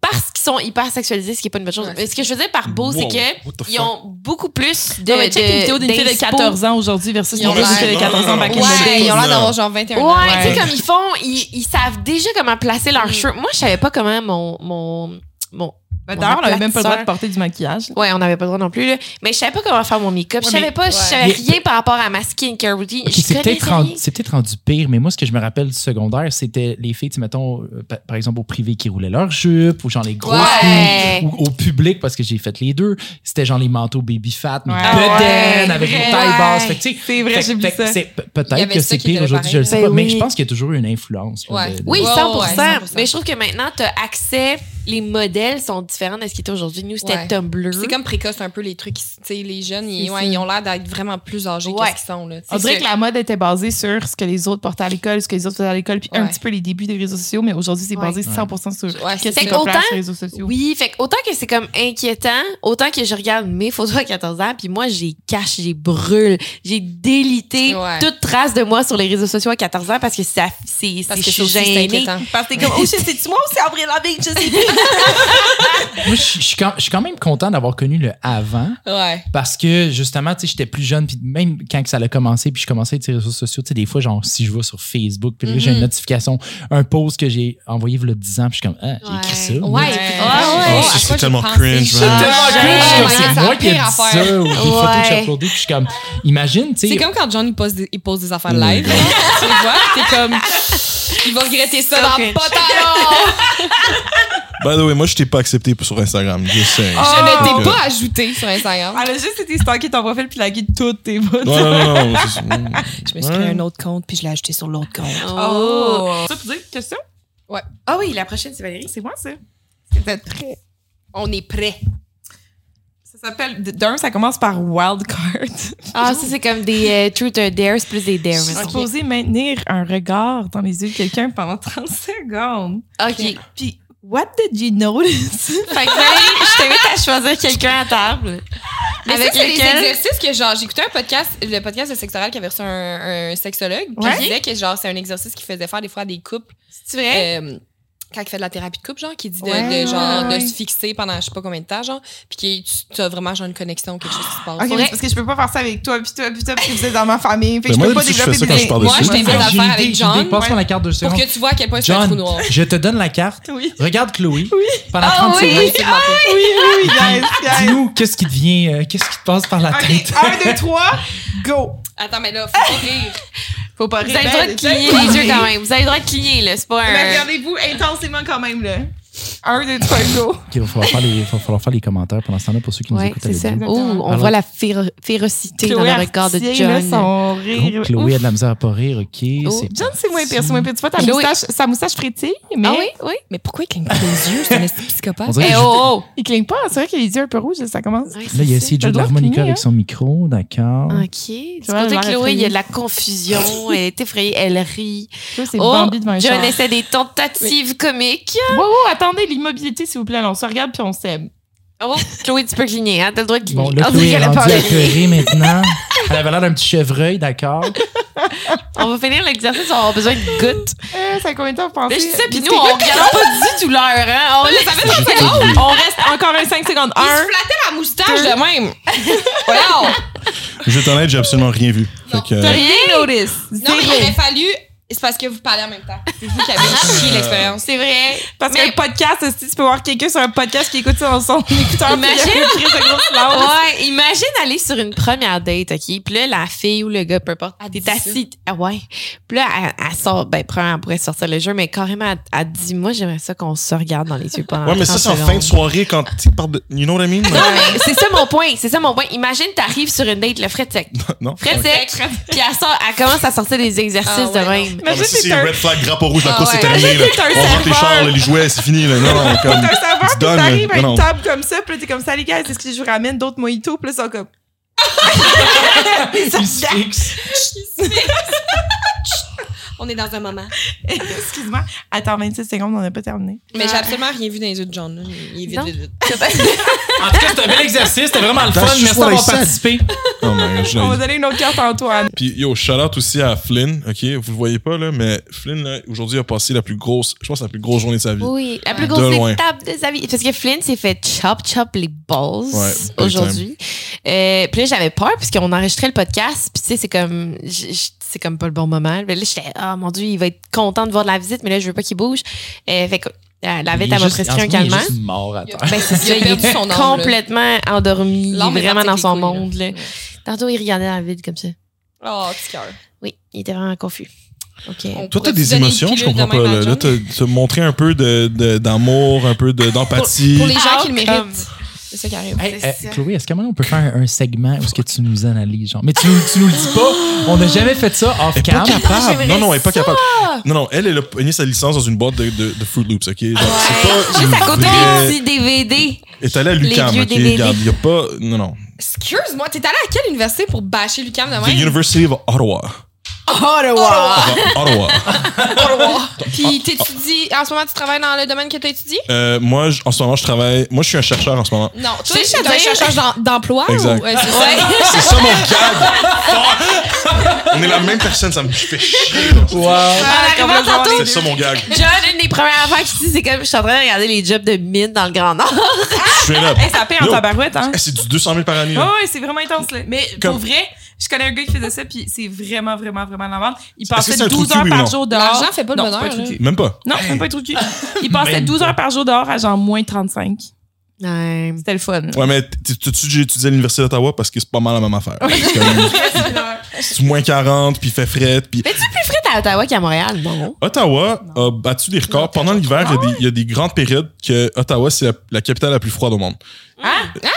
S5: parce qu'ils sont hyper sexualisés, ce qui est pas une bonne chose.
S2: Ouais,
S5: Mais ce que je veux dire par beau, c'est
S3: Wow,
S5: que
S3: what the
S5: ils
S3: fuck?
S5: ont beaucoup plus de.
S1: Non, mais check
S5: de-
S1: une vidéo d'une fille de
S5: d'inspo.
S1: 14 ans aujourd'hui versus
S2: Ils
S1: une
S2: ont
S1: vidéo d'une
S2: l'air-
S1: fille de 14 ans back in the
S3: Ouais.
S1: day.
S2: ils ont l'air d'avoir genre 21
S5: Ouais,
S2: ans.
S5: tu sais, comme ils font, ils, ils savent déjà comment placer
S4: Mm.
S5: leurs cheveux. Moi, je savais pas comment mon. mon, mon
S1: Ben,
S5: mon
S1: D'ailleurs, on avait même pas le droit de
S5: aplatisseur-
S1: porter du maquillage.
S5: Ouais, on n'avait pas le droit non plus, là. Mais je savais pas comment faire mon make-up.
S4: Ouais,
S5: je savais
S4: mais-
S5: pas, je savais
S4: Mais-
S5: rien par rapport à ma skincare routine.
S4: Ok,
S5: Je
S4: c'est
S5: connaissais
S4: peut-être rendu,
S5: rien.
S4: c'est peut-être rendu pire, mais moi, ce que je me rappelle du secondaire, c'était les filles, tu sais, mettons, euh, pa- par exemple, au privé qui roulaient leurs jupes, ou genre les grosses
S5: Ouais.
S4: filles, ou au public, parce que j'ai fait les deux, c'était genre les manteaux baby fat, mais
S1: Ouais.
S4: bedaines,
S5: Ouais,
S4: avec les
S5: vrai.
S4: tailles basses. Fait que, tu sais,
S1: C'est vrai,
S4: fait-
S1: j'ai vu
S4: fait que
S1: ça.
S4: c'est- pe-
S2: Il y
S4: Peut-être
S2: avait
S4: que
S2: ça
S4: c'est
S2: qui était
S4: pire
S2: le
S4: aujourd'hui, je le sais
S5: pareil.
S4: pas, mais
S5: Ben
S4: je
S5: oui.
S4: pense qu'il y a toujours une influence. là,
S2: Ouais.
S4: de- de-
S5: Oui,
S2: Ouais,
S5: 100%,
S2: ouais, 100%.
S5: Mais je trouve que maintenant, tu as accès, les modèles sont différents de ce qui était aujourd'hui. Nous, c'était
S2: Ouais.
S5: Tumblr.
S2: C'est comme précoce un peu les trucs. Tu sais, les jeunes,
S5: C'est
S2: ils, ouais,
S5: ça.
S2: ils ont l'air d'être vraiment plus âgés
S5: Ouais.
S2: que ce qu'ils sont. Là.
S1: On dirait que la mode était basée sur ce que les autres portaient à l'école, ce que les autres faisaient à l'école, puis un
S2: Ouais.
S1: petit peu les débuts des réseaux sociaux, mais aujourd'hui, c'est
S5: Ouais.
S1: basé
S4: Ouais.
S1: 100% sur
S2: Ouais,
S1: qu'est-ce
S5: Fait
S1: qui
S5: que
S1: se place
S5: autant-
S1: sur les réseaux sociaux.
S5: Oui, fait que autant que c'est comme inquiétant, autant que je regarde mes photos à 14 ans, puis moi, j'ai cache, j'ai brûle, j'ai délité
S2: Ouais.
S5: toute trace de moi sur les réseaux sociaux à 14 ans parce que ça, c'est, c'est,
S2: Parce
S5: je
S2: que
S5: suis
S2: c'est aussi
S5: gênée.
S2: inquiétant.
S5: Parce que t'es comme, oh shit, c'est-tu moi ou c'est Avril Lavigne? Je sais plus.
S4: Moi, je je suis quand- je suis quand même content d'avoir connu le avant.
S2: Ouais.
S4: Parce que justement, tu sais, j'étais plus jeune, puis même quand que ça a commencé, puis je commençais à être sur les réseaux sociaux, tu sais, des fois, genre, si je vais sur Facebook, puis là, j'ai une
S2: Mhm.
S4: notification, un post que j'ai envoyé le 10 ans, puis je suis comme, ah, j'ai
S5: Ouais.
S4: écrit ça.
S2: Ouais.
S4: moi.
S2: ouais.
S5: Oh,
S3: Ah, ça,
S2: À
S3: c'est
S2: quoi j'ai
S3: tellement
S2: pensé?
S3: cringe,
S4: C'est
S3: man.
S4: tellement
S2: Ouais.
S4: cringe, je suis comme,
S2: Ouais,
S4: c'est moi qui ai dit
S2: pire
S4: ça,
S2: affaire.
S4: ou des photos que
S5: Ouais.
S4: j'ai uploadées, puis je suis comme, imagine, tu
S2: C'est
S4: sais.
S2: comme quand John il pose des, il pose des affaires
S4: Oh my
S2: live.
S4: God.
S2: tu le vois, t'es comme. Il va regretter ça
S5: So
S2: dans
S5: cringe.
S2: pas tard.
S3: By the way, moi, je t'ai pas accepté pour- sur Instagram. Je sais.
S2: Je
S3: Oh.
S2: ne t'ai pas ajouté sur Instagram.
S1: Elle a Ah, juste été stockée ton profil puis lagué toutes tes photos.
S3: Non, non, non, non. c'est- mm.
S6: Je me suis créé un autre compte, puis je l'ai ajouté sur l'autre compte.
S5: Oh.
S1: Ça, tu dis question?
S5: Ah oui, la prochaine, c'est Valérie.
S1: C'est moi, ça.
S5: On est prêts.
S1: Ça s'appelle. D'un, ça commence par wildcard.
S5: Ah, ça, c'est comme des euh, truth or dares plus des
S1: Je
S5: dares.
S1: suis
S5: mettons.
S1: supposée maintenir un regard dans les yeux de quelqu'un pendant 30 secondes.
S5: OK.
S1: Puis, what did you notice?
S5: Fait que Valérie, je t'invite à choisir quelqu'un à table.
S2: Mais
S5: avec
S2: ça, c'est des
S5: lequel.
S2: exercices que genre j'écoutais un podcast, le podcast de Sexoral qui avait reçu un, un sexologue qui
S1: Ouais.
S2: disait que genre c'est un exercice qu'il faisait faire des fois à des couples
S5: C'est vrai?
S2: euh, quand il fait de la thérapie de couple genre qui dit de,
S1: Ouais,
S2: de, genre
S1: ouais, ouais.
S2: de se fixer pendant je sais pas combien de temps genre puis que tu- tu as vraiment genre une connexion quelque chose qui se passe.
S1: Ok, mais
S5: Faudrait-
S1: c'est parce que je peux pas faire ça avec toi, puis toi, puis toi, parce que vous êtes dans ma famille. Fait que
S3: Mais
S1: je
S3: moi,
S1: peux pas
S3: d'habitude, je
S1: développer
S3: fais
S1: des-
S3: ça quand je parle de
S1: Moi,
S2: je
S1: je
S2: t'invite
S1: t'invite
S2: à
S4: j'ai
S2: faire
S4: une
S2: avec
S4: idée, j'ai
S2: John,
S4: une idée. Passe-moi
S1: ouais.
S4: la carte de
S2: Pour
S4: secondes.
S2: que tu vois à quel point c'est un trou
S4: John,
S2: noir.
S4: je te donne la carte.
S1: Oui.
S4: Regarde Chloé.
S1: Oui.
S4: Pendant
S5: Ah
S4: 30
S5: oui.
S4: secondes.
S1: Oui, oui, yes, yes.
S4: Dis-nous, qu'est-ce qui te vient, euh, qu'est-ce qui te passe par la
S1: Ok,
S4: tête?
S1: 1, 2, 3, go!
S2: Attends mais là faut pas rire.
S1: Faut pas Ben,
S5: Vous avez le droit de cligner les yeux quand même. Vous avez le droit de cligner, là. C'est pas un.
S1: Mais regardez-vous intensément quand même, là. 1, 2, 3, go!
S4: Ok, il va falloir faire les, il va falloir faire les commentaires pendant ce temps-là pour ceux qui nous
S5: Ouais,
S4: écoutent à
S5: c'est ça.
S4: l'audio.
S5: Oh, on
S4: Alors-
S5: voit la féro- férocité dans le regard de
S1: Artier, là,
S5: John.
S1: son
S4: Oh,
S1: rire.
S4: Chloé a de la misère à pas rire, ok.
S5: Oh,
S4: c'est-
S1: John, c'est moins pire, c'est moins pire. Tu vois, ta
S5: Chloé.
S1: moustache, sa moustache frétille, mais
S5: Ah oui, oui.
S6: Mais pourquoi il cligne pas les yeux? C'est un esti
S4: on
S6: psychopathe.
S4: dirait
S5: Eh,
S4: que je-
S5: oh,
S1: il cligne pas. C'est vrai qu'il a les yeux un peu rouges, ça commence.
S5: oh.
S4: Là, il a essayé de
S1: T'as le droit
S4: jouer de
S1: de
S4: l'harmonica
S1: cligner,
S4: avec son micro, d'accord.
S5: OK.
S1: vois,
S5: Du côté
S1: elle a
S5: de
S1: l'air
S5: Chloé, il y a
S1: effrayée.
S5: de la confusion. Elle est effrayée. Elle rit.
S1: Là, c'est
S5: Oh,
S1: Bambi devant un
S5: John
S1: chat.
S5: essaie des tentatives comiques.
S1: Wow, wow, attendez, l'immobilité, s'il vous plaît. Alors, on se regarde puis on s'aime.
S5: Oh, Chloé, tu peux cligner. Hein? T'as le droit de cligner.
S4: Bon, là,
S5: On dirait
S4: Chloé est
S5: qu'elle a
S4: rendue
S5: peur
S4: à
S5: de cligner.
S4: pleurer maintenant. Elle avait l'air d'un petit chevreuil, d'accord.
S5: On va finir l'exercice. On aura besoin de gouttes.
S1: Eh, ça a combien de temps, vous pensez?
S5: Là, je dis ça, puis
S1: Parce
S5: nous,
S1: que-
S5: on regarde pas du tout l'heure. Hein? On laisse
S3: J'ai pas vu.
S1: On reste encore 25 secondes.
S2: Il se
S1: Un.
S2: flattait la moustache de même. Wow.
S3: Je vais être honnête, j'ai absolument rien vu. Fait que,
S1: T'as
S3: euh,
S1: rien notice.
S2: Non, mais il
S1: Zéro.
S2: avait fallu. C'est parce que vous parlez en même temps. C'est vous qui avez
S6: Ah.
S2: chié l'expérience.
S5: C'est vrai.
S1: Parce
S5: Mais-
S1: qu'un podcast, si tu peux voir quelqu'un sur un podcast qui écoute ça dans son écouteur, puis il y a une crise de gros silence.
S5: Ouais, imagine aller sur une première date, OK? Puis là, la fille ou le gars, peu importe,
S2: Elle
S5: t'es
S2: dit
S5: assis. Ah ouais. Puis là, elle, elle sort, ben, premièrement, elle pourrait sortir le jeu, mais carrément, elle, elle dit, moi, j'aimerais ça qu'on se regarde dans les yeux
S3: euh,
S5: pendant
S3: Ouais, mais ça,
S5: 30
S3: c'est en
S5: secondes.
S3: fin de soirée quand tu parles de. You know what I mean?
S5: Non, mais c'est ça mon point. C'est ça mon point. Imagine, t'arrives sur une date, le fret sec.
S3: Non.
S5: Fret sec. Puis elle, sort, elle commence à sortir des exercices
S2: Ah ouais,
S5: de
S3: Ah, mais
S5: même.
S1: Imagine
S3: si
S1: t'es
S3: c'est
S1: un,
S3: red flag, drapeau rouge, la
S2: Ah
S3: course
S2: ouais.
S3: c'est terminé. Là.
S1: t'es un
S3: On rentre les
S1: serveur.
S3: chars, là, les jouets, c'est fini. Là. Non, non, comme.
S1: t'es un serveur,
S3: tu
S1: puis
S3: donnes,
S1: t'arrives à
S3: non,
S1: une
S3: non.
S1: table comme ça, puis là, t'es comme ça, les gars, est-ce que je vous ramène d'autres mojitos? Puis là, ils sont comme...
S5: Ah,
S4: Il se fixe.
S2: On est dans un moment.
S1: Excuse-moi. Attends, 26 secondes, on n'a pas terminé.
S2: Mais j'ai absolument rien vu dans les yeux de John. là. Il est vite,
S5: Non.
S2: vite, vite.
S4: En tout cas, c'était un bel exercice. C'était vraiment le fun.
S3: That's
S4: Merci
S3: what I
S4: d'avoir
S3: said.
S4: participé.
S3: Oh my God,
S1: On va
S3: j'ai-
S1: donner une autre carte à Antoine.
S3: Puis yo, shout out aussi à Flynn, ok? Vous le voyez pas là, mais Flynn, là, aujourd'hui, a passé la plus grosse, je pense, la plus grosse journée de sa vie.
S5: Oui, la plus
S3: De
S5: grosse
S3: loin.
S5: étape de sa vie. Parce que Flynn s'est fait chop chop les balls
S3: Ouais, big
S5: aujourd'hui. Euh, puis là, j'avais peur parce qu'on enregistrait le podcast. Puis tu sais, c'est comme, j- j- c'est comme pas le bon moment. Mais là, j'étais, ah mon Dieu, il va être content de voir de la visite, mais là, je veux pas qu'il bouge. Euh, fait que euh, la
S4: Il
S5: vite,
S4: est
S5: elle m'a
S4: juste- en
S5: prescrit
S4: ce
S5: un
S4: moment,
S5: calmant.
S4: Il est juste mort à terre.
S2: Ben, c'est
S5: Il
S2: ça, il
S5: est
S2: est son âme, là.
S5: complètement endormi,
S2: L'âme est
S5: vraiment
S2: partie
S5: dans
S2: avec
S5: son
S2: les couilles, là.
S5: monde. là. Tantôt, il regardait la vide comme ça.
S2: Oh, petit cœur.
S5: Oui, il était vraiment confus. OK.
S2: On
S3: Toi, t'as
S2: pourrait-tu
S3: des
S2: donner une
S3: émotions, je
S2: pilule
S3: comprends
S2: de
S3: pas.
S2: même à
S3: Là,
S2: John?
S3: là t'as t'as montré un peu de- de- d'amour, un peu de- d'empathie.
S2: Pour les gens qui le
S1: Outcome.
S2: méritent. C'est ça qui arrive.
S4: Hey,
S5: C'est
S4: euh,
S5: ça.
S4: Chloé, est-ce qu'à un moment, on peut faire un, un segment où est-ce que tu nous analyses? Genre? Mais tu, nous- tu nous le dis pas. On n'a jamais fait ça
S3: Elle est pas
S4: off-cam.
S3: capable. Non, non, elle est pas
S5: Ah, ça.
S3: capable. Non, non, elle, elle a pogné sa licence dans une boîte de, de, de Fruit Loops, ok? Genre, c'est pas
S5: Juste à côté
S3: vrai-
S5: des petits DVD.
S3: Elle est allée à l'UCAM,
S5: vieux
S3: ok?
S5: DVD.
S3: Regarde, y a pas. Non, non.
S2: Excuse-moi, t'es allé à quelle université pour bâcher Lucam de
S3: The
S2: même?
S3: University of Ottawa.
S2: Ottawa.
S3: Enfin, Ottawa.
S2: Ottawa. Puis t'étudies, en ce moment, tu travailles dans le domaine que t'as étudié?
S3: Euh, moi, je- en ce moment, je travaille. Moi, je suis un chercheur en ce moment.
S2: Non, toi,
S5: Je sais, je
S2: t'es un
S5: veux dire-
S2: chercheur d'em- d'emploi?
S3: Exact.
S2: Ou, euh, c'est ça?
S3: C'est ça mon gag! On est la même personne, ça me fait chier. là.
S4: Wow.
S5: Ah,
S1: comme
S5: comment
S1: le genre-
S5: tantôt?
S3: C'est ça mon gag.
S5: John, une des premières affaires qu'il dit, c'est comme je suis en train de regarder les jobs de mine dans le Grand Nord.
S3: Je suis là.
S1: Hey, ça paie en
S3: Yo.
S1: tabarouette, hein?
S3: Eh, C'est du 200 000 par année.
S1: Ouais,
S5: Ah
S3: là.
S1: ouais, c'est vraiment intense, là. Mais
S3: Comme-
S1: pour vrai, je connais un gars qui faisait ça, puis c'est vraiment, vraiment, vraiment la vente. Il
S3: Est-ce que
S1: passait
S3: c'est un trou
S1: 12
S3: de cul
S1: heures
S3: ou
S1: par
S3: non?
S1: jour dehors.
S2: L'argent fait pas le
S1: Non,
S2: bonheur.
S1: c'est pas un
S2: là.
S1: truc
S3: Même pas.
S1: Non, c'est pas un truc. Il passait
S4: Même
S1: 12
S4: pas.
S1: heures par jour dehors à genre moins 35.
S5: Ouais.
S1: C'était le fun.
S3: Ouais, mais t- t'as-tu déjà étudié à l'Université d'Ottawa parce que c'est pas mal la même affaire. C'est comme- c'est moins 40, puis il fait fret, puis
S5: Mais tu plus frais à Ottawa qu'à Montréal, non?
S3: Ottawa a battu des records. Pendant l'hiver, il y a des- il y, a des grandes périodes que Ottawa, c'est la, la capitale la plus froide au monde.
S5: Hein?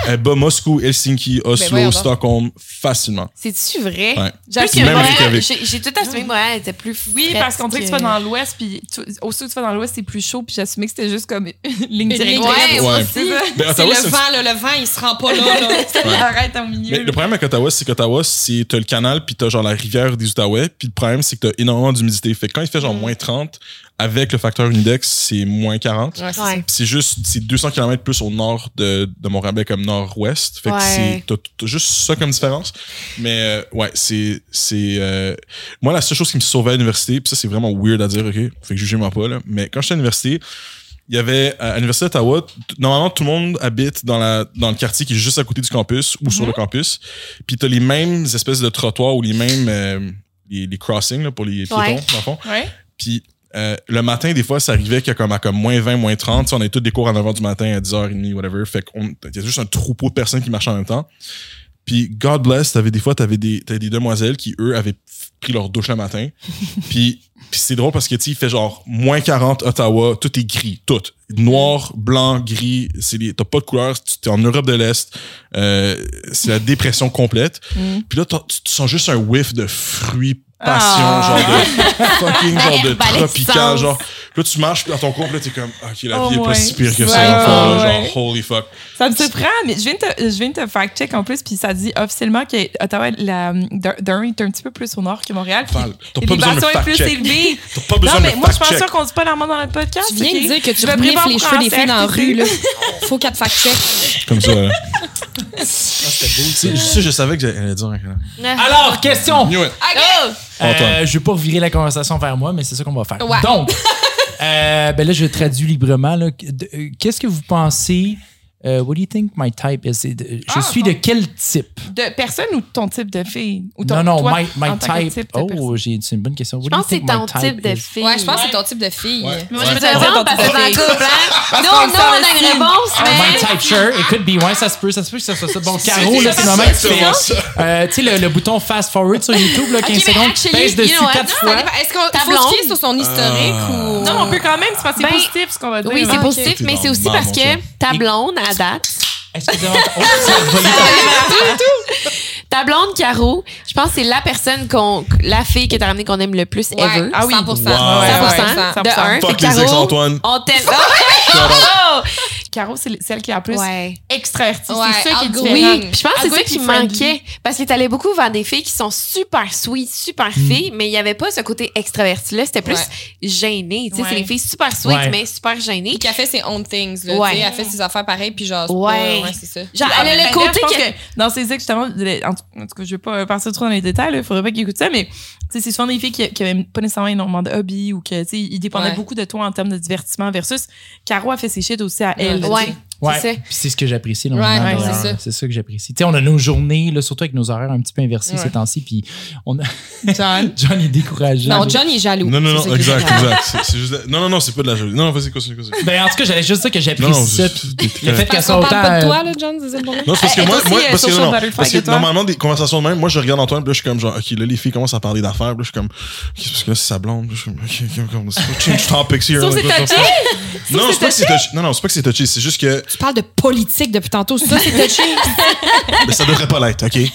S3: Elle bat Moscou, Helsinki,
S2: voyons
S3: Oslo,
S2: donc.
S3: Stockholm facilement.
S5: C'est-tu vrai?
S3: Ouais.
S5: J'avoue
S3: Puis même
S5: que
S3: au Québec.
S5: Montréal, j'ai j'ai tout assumé que Montréal était plus frais.
S1: Oui, parce qu'on dirait que tu vas
S5: que-
S1: dans l'ouest, puis tu- au sud, tu vas dans l'ouest, c'est plus chaud, puis j'assumais que c'était juste comme une ligne
S2: ligne
S1: directe.
S5: Ouais,
S3: Ouais.
S5: ouais.
S1: C'est ça.
S3: Mais
S2: C'est
S3: Ottawa,
S2: le
S3: c'est une-
S2: vent, là, le vent, il se rend pas là. là.
S3: Ouais.
S1: Arrête au milieu.
S3: Mais le problème avec Ottawa, c'est qu'Ottawa, c'est t'as le canal puis t'as genre la rivière des Outaouais. Puis le problème, c'est que t'as énormément d'humidité. Fait que quand il fait genre moins 30, avec le facteur index, c'est moins 40.
S2: Ouais, c'est
S5: Ouais.
S3: Puis c'est juste, c'est 200 km plus au nord de, de Montréal, ben, comme nord-ouest. Fait que
S5: Ouais.
S3: c'est, t'as, t'as juste ça comme différence. Mais euh, ouais, c'est, c'est, euh, moi, la seule chose qui me sauvait à l'université, puis ça, c'est vraiment weird à dire, OK? Fait que jugez-moi pas, là. Mais quand j'étais à l'université, il y avait, à l'université d'Ottawa, t- normalement, tout le monde habite dans la, dans le quartier qui est juste à côté du campus ou sur le campus. Puis t'as les mêmes espèces de trottoirs ou les mêmes, euh, les, les crossings, là, pour les piétons,
S5: Ouais.
S3: dans le fond.
S1: Ouais.
S3: Puis euh, le matin, des fois, ça arrivait qu'il y a comme à comme moins 20, moins 30. Tu sais, on avait tous des cours à 9h du matin, à 10h30, whatever. Fait qu'on il y a juste un troupeau de personnes qui marchaient en même temps. Puis, God bless, t'avais des fois, t'avais des, t'avais des demoiselles qui, eux, avaient pris leur douche le matin. puis, puis c'est drôle parce que, tu sais, il fait genre moins 40 Ottawa, tout est gris, tout. Noir, blanc, gris, c'est les- t'as pas de couleur, tu- t'es en Europe de l'Est, euh, c'est la dépression complète.
S1: Mm.
S3: Puis là, t'as- tu tu sens juste un whiff de fruits, passion,
S1: Ah.
S3: genre de fucking genre de
S5: Herbalescence.
S3: tropical, genre. Puis là, tu marches dans ton couple, là, t'es comme, ok, la
S1: Oh
S3: vie est pas
S1: ouais.
S3: si pire que ça,
S1: Ouais,
S3: dans le fond, là,
S1: ouais.
S3: genre, holy fuck.
S1: Ça me surprend, mais je viens de te, je viens de te fact-check en plus, puis ça dit officiellement que Ottawa, la, Dur- Durham est un petit peu plus au nord que Montréal. puis
S3: Val, T'as
S1: les
S3: pas besoin de
S1: vibrations est plus
S3: fact-check.
S1: élevée.
S3: T'as pas besoin
S1: Non,
S3: de
S1: mais moi, je suis pas
S3: fact-check.
S1: sûre qu'on dit pas l'armand dans le podcast.
S2: Tu viens
S1: ok?
S2: de dire que
S1: Je
S2: tu
S1: me
S2: renifles
S1: prépare
S2: les
S1: pour
S2: cheveux des
S1: cancer,
S2: filles dans la
S1: puis
S2: rue.
S1: c'est-
S2: Là. Faut quatre fact-check.
S3: Comme ça, là.
S4: C'était beau,
S3: Tu sais, je- ça, je savais que j'allais dire un câlin.
S4: Alors,
S2: Ah,
S4: question.
S3: Knew it. Antoine.
S4: Euh, je vais pas virer la conversation vers moi, mais c'est ça qu'on va faire.
S2: Ouais.
S4: Donc, euh, ben là, je traduis librement. là. De- euh, Qu'est-ce que vous pensez? euh, what do you think my type is? C'est de- Je
S1: Ah,
S4: suis de quel type?
S1: De personne ou de ton type de fille? Ou ton,
S4: non, non,
S1: toi,
S4: my, my
S1: en tant que
S4: type.
S1: de personne?
S4: oh, j'ai- c'est une bonne question. What
S5: Je
S4: do you
S5: pense que c'est
S4: think my
S5: ton type de
S4: is?
S5: fille.
S2: Ouais, je pense que c'est ton type de fille.
S3: Ouais.
S1: Moi, je peux
S5: Je veux
S1: te le
S5: dire,
S1: dire,
S5: parce que c'est en couple, hein? Nous,
S1: pense
S5: nous,
S1: ça
S5: on a une
S1: aussi.
S5: réponse,
S4: Ah, My
S5: mais...
S4: type, sure, it could be. Ouais, ça se peut, ça se peut que ça soit ça. Bon, Caro,
S3: C'est
S4: là, c'est le moment que tu
S3: exactement
S4: fais. Euh, tu sais, le, le bouton fast forward sur YouTube, là, 15
S5: mais
S4: secondes, tu
S5: actually,
S4: pèses
S5: you
S4: dessus
S5: know what?
S4: 4
S2: Ça
S4: fois.
S2: dépend. Est-ce qu'on
S5: Ta
S2: faut
S5: blonde?
S2: se fier sur son historique ou.
S1: Non, on peut quand même, c'est parce que c'est
S5: Ben,
S1: positif ce qu'on va dire.
S5: Oui, c'est
S1: Ah, ok.
S5: positif, mais c'est aussi
S3: Maman,
S5: parce
S3: ça.
S5: que ta blonde, à date,
S4: Est-ce que t'as oh, ça a volé.
S5: ta blonde, Caro, je pense que c'est la personne qu'on... La fille que t'as ramenée qu'on aime le plus
S2: Ouais,
S5: ever.
S1: Ah oui.
S2: 100%.
S3: Wow.
S5: 100%,
S2: 100%.
S5: de
S1: 100%.
S5: un.
S3: Fuck
S5: Fait
S3: les
S5: Caro,
S3: ex, Antoine.
S5: On t'aime. Oh!
S1: Caro, c'est celle qui est la plus
S5: Ouais.
S1: extravertie.
S2: Ouais,
S1: c'est ça qui est
S2: outgoing.
S1: différent.
S5: Oui, je pense que c'est ça
S1: Outgoing
S5: qui
S1: puis
S5: me
S1: friendly.
S5: manquait. Parce que t'allais beaucoup vers des filles qui sont super sweet, super
S3: Mm.
S5: filles, mais il n'y avait pas ce côté extraverti-là. C'était plus gêné. Tu sais, c'est
S1: Ouais.
S5: des filles super sweet,
S4: Ouais.
S5: mais super gênées.
S2: Et qu'elle fait ses own things, là.
S5: Ouais.
S2: tu sais, Elle fait ses affaires pareilles, puis genre, c'est
S5: Ouais.
S2: pas- ouais, c'est ça.
S5: Genre,
S1: Ah,
S5: elle a
S1: mais
S5: le
S1: d'ailleurs,
S5: côté
S1: je pense
S5: que.
S1: que dans ces ex, justement, les- en tout en tout cas, je vais pas euh, partir trop dans les détails, il faudrait pas qu'ils écoutent ça, mais tu sais, c'est souvent des filles qui, qui avaient pas nécessairement énormément de hobby ou que, tu sais, ils dépendaient
S2: Ouais.
S1: beaucoup de toi en termes de divertissement versus Caro a fait ses shit aussi à elle.
S5: Ouais.
S4: Ouais.
S5: C'est ça.
S4: Puis c'est ce que j'apprécie. là,
S2: Ouais,
S4: vraiment,
S1: ouais,
S4: d'ailleurs,
S2: c'est
S4: là.
S2: ça.
S4: C'est ça que j'apprécie. Tu sais, on a nos journées, là, surtout avec nos horaires un petit peu inversés
S2: Ouais.
S4: ces temps-ci. Puis on a...
S2: John.
S4: John est découragé.
S2: Non, John, il est jaloux.
S3: Non, non,
S2: C'est ça
S3: non,
S2: qui est
S3: exact,
S2: grave.
S3: exact. C'est- c'est juste- Non, non, non, c'est pas de la jalousie. Non, non, vas-y, continue,
S2: Eh,
S3: continue.
S4: Ben, en tout cas, j'allais juste dire que
S3: Non, non,
S4: j'apprécie ça.
S3: c'est-
S4: Puis
S3: c'est
S4: le fait qu'elle
S2: Parce
S4: soit
S2: qu'on
S4: autant.
S2: parle pas de
S4: euh,
S2: toi, là, John, c'est ça le problème?
S3: Non, c'est parce que
S1: Elle-
S3: moi,
S1: elle
S3: moi
S1: aussi,
S3: parce,
S1: euh,
S3: que,
S1: social
S3: non,
S1: butterfly
S3: parce que
S1: que toi.
S3: normalement, des conversations de même, moi, je regarde Antoine, puis là, je suis comme genre, OK, là, les filles commencent à parler d'affaires, puis là, je suis comme, OK, parce que là, c'est sa blonde, puis je suis comme, OK, OK, on change topics here.
S1: Sauf
S3: like,
S1: c'est
S3: what the
S1: touché.
S3: fuck. Non, c'est pas que c'est touché. Non, non, c'est pas que c'est touché, c'est juste que
S2: Tu parles de politique depuis tantôt. Ça, c'est touché.
S3: ben, ça devrait pas l'être, OK?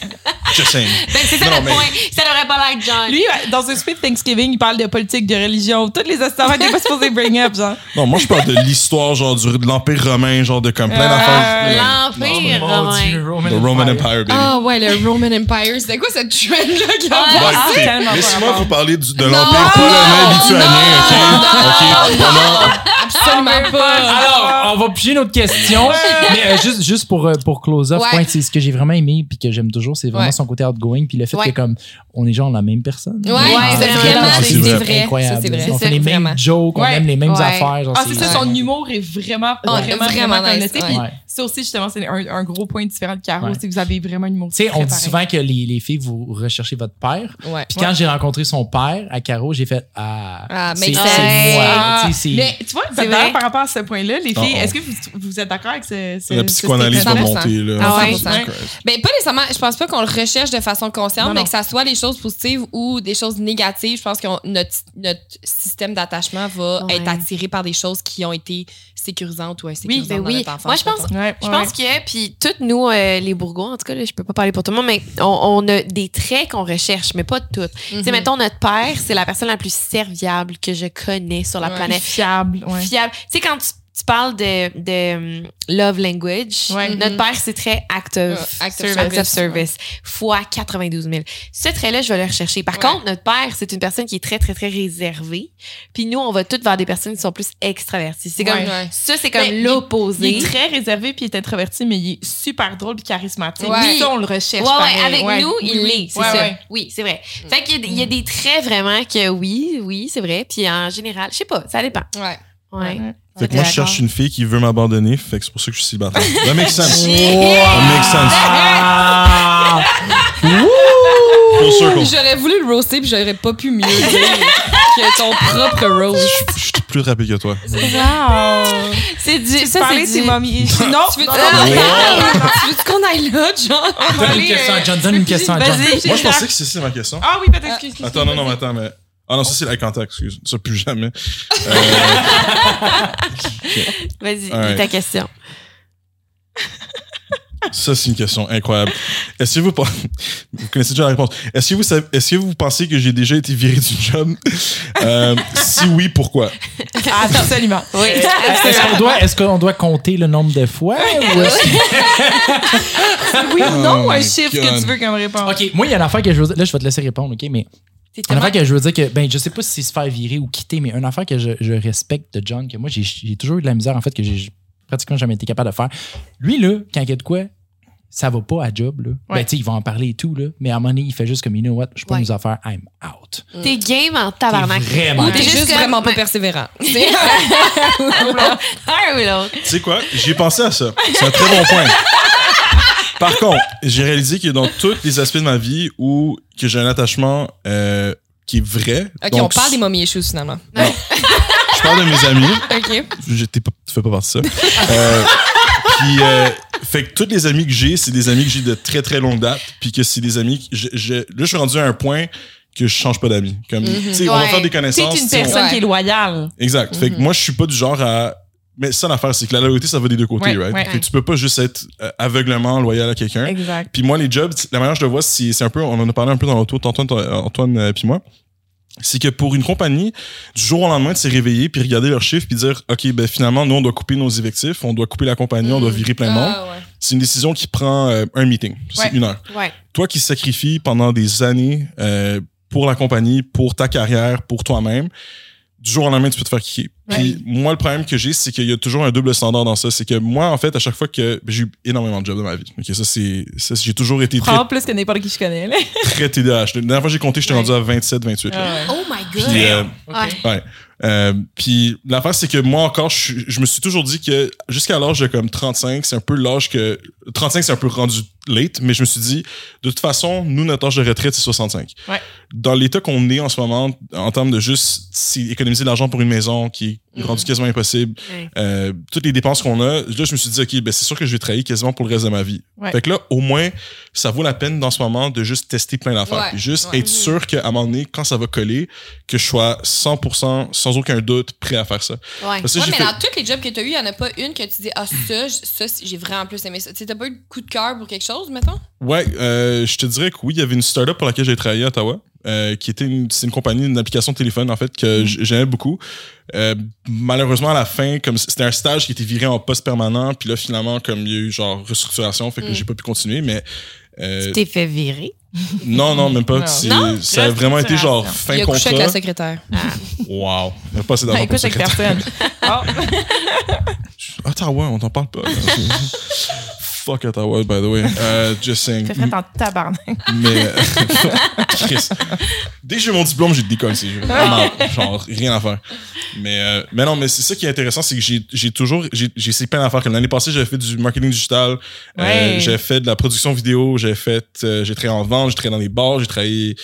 S3: Just saying.
S5: Ben, c'est ça
S3: Non,
S5: le
S3: mais-
S5: point. Ça n'aurait pas l'air de John.
S1: Lui, ouais, dans un speech Thanksgiving, il parle de politique, de religion, toutes les histoires, il n'est pas supposé bring up, genre.
S4: Ah,
S3: Non, moi, je parle de l'histoire, genre, du, de l'Empire romain, genre, de comme plein
S1: Euh,
S3: d'affaires.
S5: L'empire,
S4: Mon
S5: Romain.
S4: Dieu, Roman
S3: The Roman
S4: Empire.
S3: Empire,
S1: Oh,
S3: baby.
S2: Ah ouais, le Roman Empire. C'était quoi cette trend-là qui a
S5: Ah,
S3: Bah,
S1: ah,
S3: écoutez,
S1: tellement pas
S3: Laissez-moi
S1: rapport.
S3: vous parler du- de l'Empire polonais-lituanien, OK? OK? Pendant-
S2: Absolument pas.
S4: Alors, on va piger notre question. mais euh, juste, juste pour, euh, pour close off,
S2: Ouais.
S4: point, c'est ce que j'ai vraiment aimé puis que j'aime toujours, c'est vraiment
S2: Ouais.
S4: son côté outgoing puis le fait
S2: Ouais.
S4: que comme on est genre la même personne.
S2: Ouais,
S5: Ouais,
S2: c'est
S5: vraiment,
S2: vraiment,
S3: c'est
S2: c'est
S3: vrai.
S2: vrai. Ça, c'est vrai.
S4: On fait
S2: C'est
S4: les mêmes
S2: vraiment.
S4: jokes, on
S1: Ouais.
S4: aime les mêmes
S2: Ouais.
S4: affaires. genre,
S1: Ah, c'est ça,
S4: ouais.
S1: son humour est vraiment,
S2: Ouais,
S1: vraiment,
S2: vraiment
S1: vraiment, comme
S2: nice,
S1: le
S2: ouais.
S1: type.
S4: Ouais.
S1: Ça aussi, justement, c'est un, un gros point différent de Caro,
S4: Ouais.
S1: c'est que vous avez vraiment un humour.
S4: Tu sais,
S1: très
S4: on dit
S1: pareil.
S4: souvent que les, les filles, vous recherchez votre père.
S5: Ah.
S2: Ouais.
S4: Puis quand j'ai rencontré son père à Caro, j'ai fait Ah,
S2: Ah,
S4: c'est,
S2: makes
S4: c'est
S2: sense.
S4: moi.
S1: Ah,
S4: Tu sais, c'est- Ah.
S1: mais tu vois,
S5: C'est
S1: d'ailleurs,
S5: vrai.
S1: par rapport à ce point-là, les
S3: Oh,
S1: filles,
S3: oh.
S1: est-ce que vous, vous êtes d'accord avec ce, ce
S3: La
S1: ce
S3: psychanalyse va
S1: statement-là?
S2: 100%.
S3: monter, là.
S5: Ah ouais?
S3: Jesus Christ.
S2: Ben, pas nécessairement. Je pense pas qu'on le recherche de façon consciente,
S1: Non, non.
S2: mais que ça soit les choses positives ou des choses négatives. Je pense que notre, notre système d'attachement va
S5: Ouais.
S2: être attiré par des choses qui ont été sécurisantes ou insécurisantes.
S5: ben
S2: dans
S5: oui.
S2: notre enfance,
S5: Moi, je pense-
S1: Ouais, ouais,
S5: Je pense que, puis toutes nous, euh, les Bourgons, en tout cas, là, je peux pas parler pour tout le monde, mais on, on a des traits qu'on recherche, mais pas toutes. Tu
S2: Mhm.
S1: Mhm.
S5: sais, mettons, notre père, c'est la personne la plus serviable que je connais sur la
S2: Ouais.
S1: ouais.
S5: planète.
S1: fiable. ouais.
S5: Fiable. Tu sais, quand tu, tu parles de, de hum, love language,
S1: Ouais. Mhm.
S5: notre père, c'est très active,
S2: Ouais, act of
S5: service,
S2: service.
S5: act of service, fois 92 000. Ce trait-là, je vais le rechercher. Par
S2: Ouais.
S5: contre, notre père, c'est une personne qui est très, très, très réservée. Puis nous, on va toutes vers des personnes qui sont plus extraverties. C'est comme,
S1: Ouais.
S5: ça, c'est comme
S1: Mais il- Il
S5: l'opposé.
S1: est très réservé puis il est introverti, mais il est super drôle puis charismatique.
S2: Ouais.
S1: Ça, on le recherche.
S5: Ouais,
S1: pareil,
S5: ouais, avec
S1: ouais.
S5: nous,
S1: Oui,
S5: il
S1: oui.
S5: l'est, c'est
S1: Ouais,
S5: ça.
S1: ouais.
S5: Oui, c'est vrai. Fait qu'il y a des- il y, a des traits vraiment que oui, oui, c'est vrai. Puis en général, je sais pas, ça dépend.
S2: Ouais.
S5: Ouais.
S3: Fait que moi, je cherche une fille qui veut m'abandonner, fait que c'est pour ça que je suis célibataire. That makes sense. That makes sense.
S4: Ah!
S3: Full circle.
S2: J'aurais voulu le roaster, puis j'aurais pas pu mieux dire que ton propre roast.
S3: Je suis plus rapide que toi.
S1: Wow.
S5: C'est du. Ça,
S1: Parler de
S5: c'est
S1: tes
S5: du.
S1: mamies. Non,
S2: Tu veux,
S1: non,
S2: Ah,
S1: non,
S2: tu veux qu'on aille là, John?
S4: Donne une question à John, donne une question à John.
S1: Vas-y.
S3: Moi, je pensais que c'est ça ma question.
S1: euh, Ah oui, peut-être. excuse, excuse,
S3: Attends, non, non, mais
S1: vas-y.
S3: attends, mais. Ah non, ça, c'est la contact, excuse. Ça, plus jamais.
S5: Vas-y,
S3: Ouais.
S5: dis ta question.
S3: Ça, c'est une question incroyable. Est-ce que vous pen- Vous connaissez déjà la réponse. Est-ce que vous, savez... Est-ce que vous pensez que j'ai déjà été viré du job? Euh, si oui, pourquoi?
S1: Ah, Absolument.
S5: Oui.
S1: Ah,
S4: Est-ce qu'on doit, est-ce qu'on doit compter le nombre de fois? ou est-ce que-
S1: Ah Oui ou non,
S3: Oh
S1: un
S3: my
S1: chiffre
S3: God.
S1: que tu veux comme réponse.
S4: OK, moi, il y a une affaire que je veux dire. Là, je vais te laisser répondre, OK? Mais Il y a une affaire que je veux dire que, ben, je sais pas si c'est se faire virer ou quitter, mais une affaire que je, je respecte de John, que moi, j'ai- j'ai toujours eu de la misère, en fait, que j'ai pratiquement jamais été capable de faire. Lui, là, quand il y a de quoi, ça va pas à job, là. Ben,
S1: Ouais.
S4: tu sais, il va en parler et tout, là. Mais à un moment donné, il fait juste comme, you know what, je peux
S5: Ouais.
S4: nous affaires, I'm out.
S5: T'es game en tabarnak.
S4: T'es vraiment
S5: Ou
S2: T'es
S5: t'es
S2: juste
S5: juste
S2: vraiment pas
S5: comme-
S2: persévérant.
S5: Un ou l'autre.
S3: Tu sais quoi? J'ai pensé à ça. C'est un très bon point. Par contre, j'ai réalisé que dans tous les aspects de ma vie où que j'ai un attachement euh, qui est vrai.
S2: Ok,
S3: donc,
S2: on parle des mommy issues finalement.
S3: Je parle de mes amis.
S2: Ok.
S3: Je- t'es pas- tu fais pas partie de ça. Euh, puis, euh, fait que tous les amis que j'ai, c'est des amis que j'ai de très très longue date. Puis que c'est des amis. Que je- je- là, je suis rendu à un point que je change pas d'amis. Comme, tu sais, on va
S5: Ouais.
S3: faire des
S1: Mhm. T'es
S3: connaissances.
S1: une
S3: tu sais, on-
S1: personne Mhm.
S2: ouais.
S1: qui est loyale.
S3: Exact. Fait que moi, je suis pas du genre à. Mais ça, l'affaire, c'est que la loyauté, ça va des deux côtés,
S1: Ouais,
S3: right?
S1: ouais.
S3: Fait que tu peux pas juste être euh, aveuglément loyal à quelqu'un.
S1: Exact.
S3: euh, Puis moi, les jobs, la manière dont je le vois, c'est c'est un peu, on en a parlé un peu dans l'auto, Antoine, t'en- Antoine euh, puis moi. c'est que pour une compagnie, du jour au lendemain, de se réveiller puis regarder leurs chiffres puis dire, OK, ben finalement, nous, on doit couper nos effectifs, on doit couper la compagnie, on doit virer plein de
S2: Ah.
S3: monde. C'est une décision qui prend euh, un meeting. C'est
S1: Ouais.
S3: une heure.
S5: Ouais.
S3: Toi qui sacrifies pendant des années euh, pour la compagnie, pour ta carrière, pour toi-même, du jour au lendemain, tu peux te faire kicker. Puis moi, le problème que j'ai, c'est qu'il y a toujours un double standard dans ça. C'est que moi, en fait, à chaque fois que ben, j'ai eu énormément de jobs dans ma vie. OK, ça, c'est. ça, J'ai toujours été très,
S1: Prends plus que n'importe qui je connais. là.
S3: très TDAH. La dernière fois que j'ai compté, j'étais
S1: Ouais.
S3: rendu à 27, 28.
S1: Ah
S3: là.
S5: Oh my
S3: Puis,
S5: god.
S3: euh,
S5: Ouais.
S3: Ouais. Euh, puis l'affaire, c'est que moi encore, je, suis- je me suis toujours dit que jusqu'à l'âge de comme 35, c'est un peu l'âge que. 35, c'est un peu rendu late, mais je me suis dit, de toute façon, nous, notre âge de retraite, c'est 65.
S1: Ouais.
S3: Dans l'état qu'on est en ce moment, en termes de juste c'est économiser de l'argent pour une maison qui est rendu quasiment impossible,
S5: Ouais.
S3: euh, toutes les dépenses qu'on a, là, je me suis dit, OK, ben, c'est sûr que je vais travailler quasiment pour le reste de ma vie.
S1: Ouais.
S3: Fait que là, au moins, ça vaut la peine dans ce moment de juste tester plein d'affaires.
S2: Ouais.
S3: Puis juste
S2: Ouais.
S3: être sûr qu'à un moment donné, quand ça va coller, que je sois 100%, sans aucun doute, prêt à faire ça.
S5: Ouais.
S3: Parce que
S2: Ouais,
S3: j'ai
S2: mais
S3: fait-
S2: dans tous les jobs que tu as eu, il n'y en a pas une que tu dis Ah, ça, j- ça c- j'ai vraiment plus aimé ça. Tu sais, t'as pas eu de coup de cœur pour quelque chose, mettons
S3: Ouais, euh, je te dirais que oui, il y avait une startup pour laquelle j'ai travaillé à Ottawa, euh, qui était une, c'est une compagnie, une application de téléphone, en fait, que j- j'aimais beaucoup. Euh, malheureusement, à la fin, comme c'était un stage qui était viré en poste permanent, puis là, finalement, comme il y a eu genre restructuration, fait que
S2: Mm.
S3: j'ai pas pu continuer, mais. euh,
S5: T'es fait virer.
S3: non, non, même pas.
S1: Non.
S3: C'est-
S5: Non?
S3: ça a vraiment été genre
S1: Restructuration.
S3: fin
S2: Il a couché
S3: contrat.
S2: avec la secrétaire.
S3: Wow. Il y a pas assez d'argent pour
S1: Écoute
S3: le
S1: avec personne. Oh.
S3: secrétaire. Ottawa, on t'en parle pas. Fuck Ottawa, by the way. Euh, just saying.
S1: Fais frais en tabarnak.
S3: Mais. euh, Chris. Dès que j'ai mon diplôme, j'ai décollé. C'est vraiment, genre, rien à faire. Mais, euh, mais non, mais c'est ça qui est intéressant, c'est que j'ai j'ai toujours. J'ai j'ai ces peines à faire. Comme l'année passée, j'avais fait du marketing digital, euh,
S1: Ouais.
S3: j'avais fait de la production vidéo, j'avais fait. euh, j'ai travaillé en vente, j'ai travaillé dans des bars, j'ai travaillé.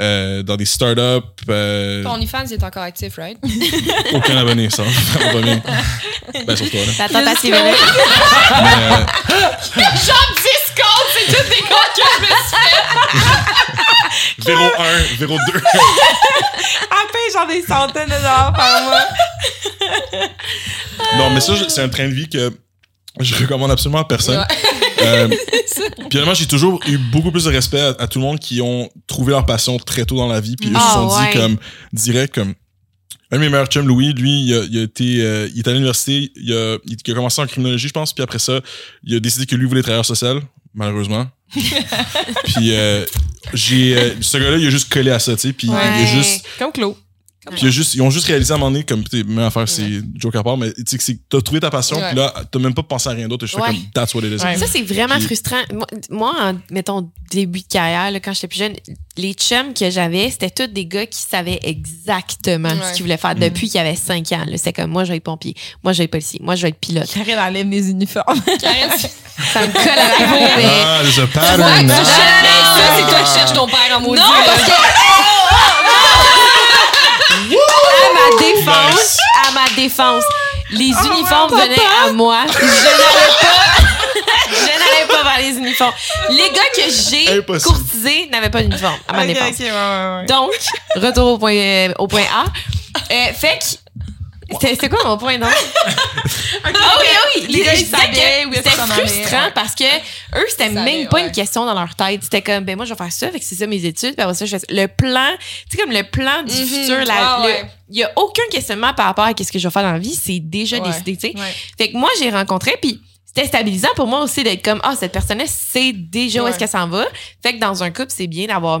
S3: euh, dans des startups, euh,
S2: Ton OnlyFans il est encore actif, right
S3: aucun abonné, ça. Vraiment pas bien. Ben, sur toi, là.
S5: La tentative est là.
S3: Mais, euh, Véro 1, Véro 2.
S1: À peine genre des ben, centaines de dollars par mois.
S3: Non, mais ça, je- c'est un train de vie que je recommande absolument à personne. Euh, puis honnêtement, j'ai toujours eu beaucoup plus de respect à, à tout le monde qui ont trouvé leur passion très tôt dans la vie. Puis eux
S5: Ah,
S3: se sont
S5: ouais.
S3: dit comme direct comme. Un de mes meilleurs chums, Louis, lui, il a, il a été, euh, il est allé à l'université, il a, il a commencé en criminologie, je pense, puis après ça, il a décidé que lui voulait être travailleur social, malheureusement. puis euh, j'ai, euh, ce gars-là, il a juste collé à ça, tu sais, puis il a
S5: Ouais.
S3: juste,
S1: Comme Claude.
S3: puis il y a juste- ils ont juste réalisé à un moment donné, comme, tu sais, même affaire, c'est joke à part, mais tu sais, que c'est- t'as trouvé ta passion,
S2: Ouais.
S3: puis là, t'as même pas pensé à rien d'autre, et je fais
S5: Ouais.
S3: comme, that's what it is.
S1: Ouais.
S5: Ça, c'est vraiment
S3: Puis-
S5: frustrant. Moi, moi, en, mettons, début de carrière, là, quand j'étais plus jeune, les chums que j'avais, c'était tous des gars qui savaient exactement
S2: Ouais.
S5: ce qu'ils voulaient faire depuis qu'ils avaient 5 ans. là. C'est comme, moi, je vais être pompier. Moi, je vais être policier. Moi, je vais être pilote.
S1: Karine enlève mes uniformes.
S2: Karen, tu
S5: Ça me colle à la peau, mais-
S3: Ah, there's a
S2: vois,
S3: pattern.
S2: tu cherches-
S3: Ah.
S2: ça, c'est toi qui cherches ton père en maudit.
S5: à ma défense, à ma défense, les uniformes venaient à moi. Je n'allais pas, je n'allais pas vers les uniformes. Les gars que j'ai
S3: Impossible.
S5: courtisés n'avaient pas d'uniforme, à ma
S1: Ok,
S5: défense.
S1: ok, ouais, ouais, ouais.
S5: Donc, retour au point, euh, au point A. Euh, fait que. c'était- C'était quoi mon point, non? Ah oui, ah oui!
S1: Les gars, ils
S5: je disais
S1: savaient
S5: que
S1: où est-ce
S5: C'était
S1: qu'on en allait,
S5: frustrant
S1: ouais.
S5: parce que eux, c'était
S2: Ils savaient,
S5: même pas
S2: ouais.
S5: une question dans leur tête. C'était comme, ben moi, je vais faire ça, fait que c'est ça mes études, puis après ça, je fais ça. Le plan, tu sais, comme le plan du
S2: Mhm,
S5: futur, la-
S2: ouais,
S5: le-
S2: ouais.
S5: il y a aucun questionnement par rapport à qu'est-ce que je vais faire dans la vie, c'est déjà
S1: Ouais.
S5: décidé, tu sais.
S1: Ouais.
S5: Fait que moi, j'ai rencontré, puis c'était stabilisant pour moi aussi d'être comme, ah, cette personne-là sait déjà où
S2: Ouais.
S5: est-ce qu'elle s'en va. Fait que dans un couple, c'est bien d'avoir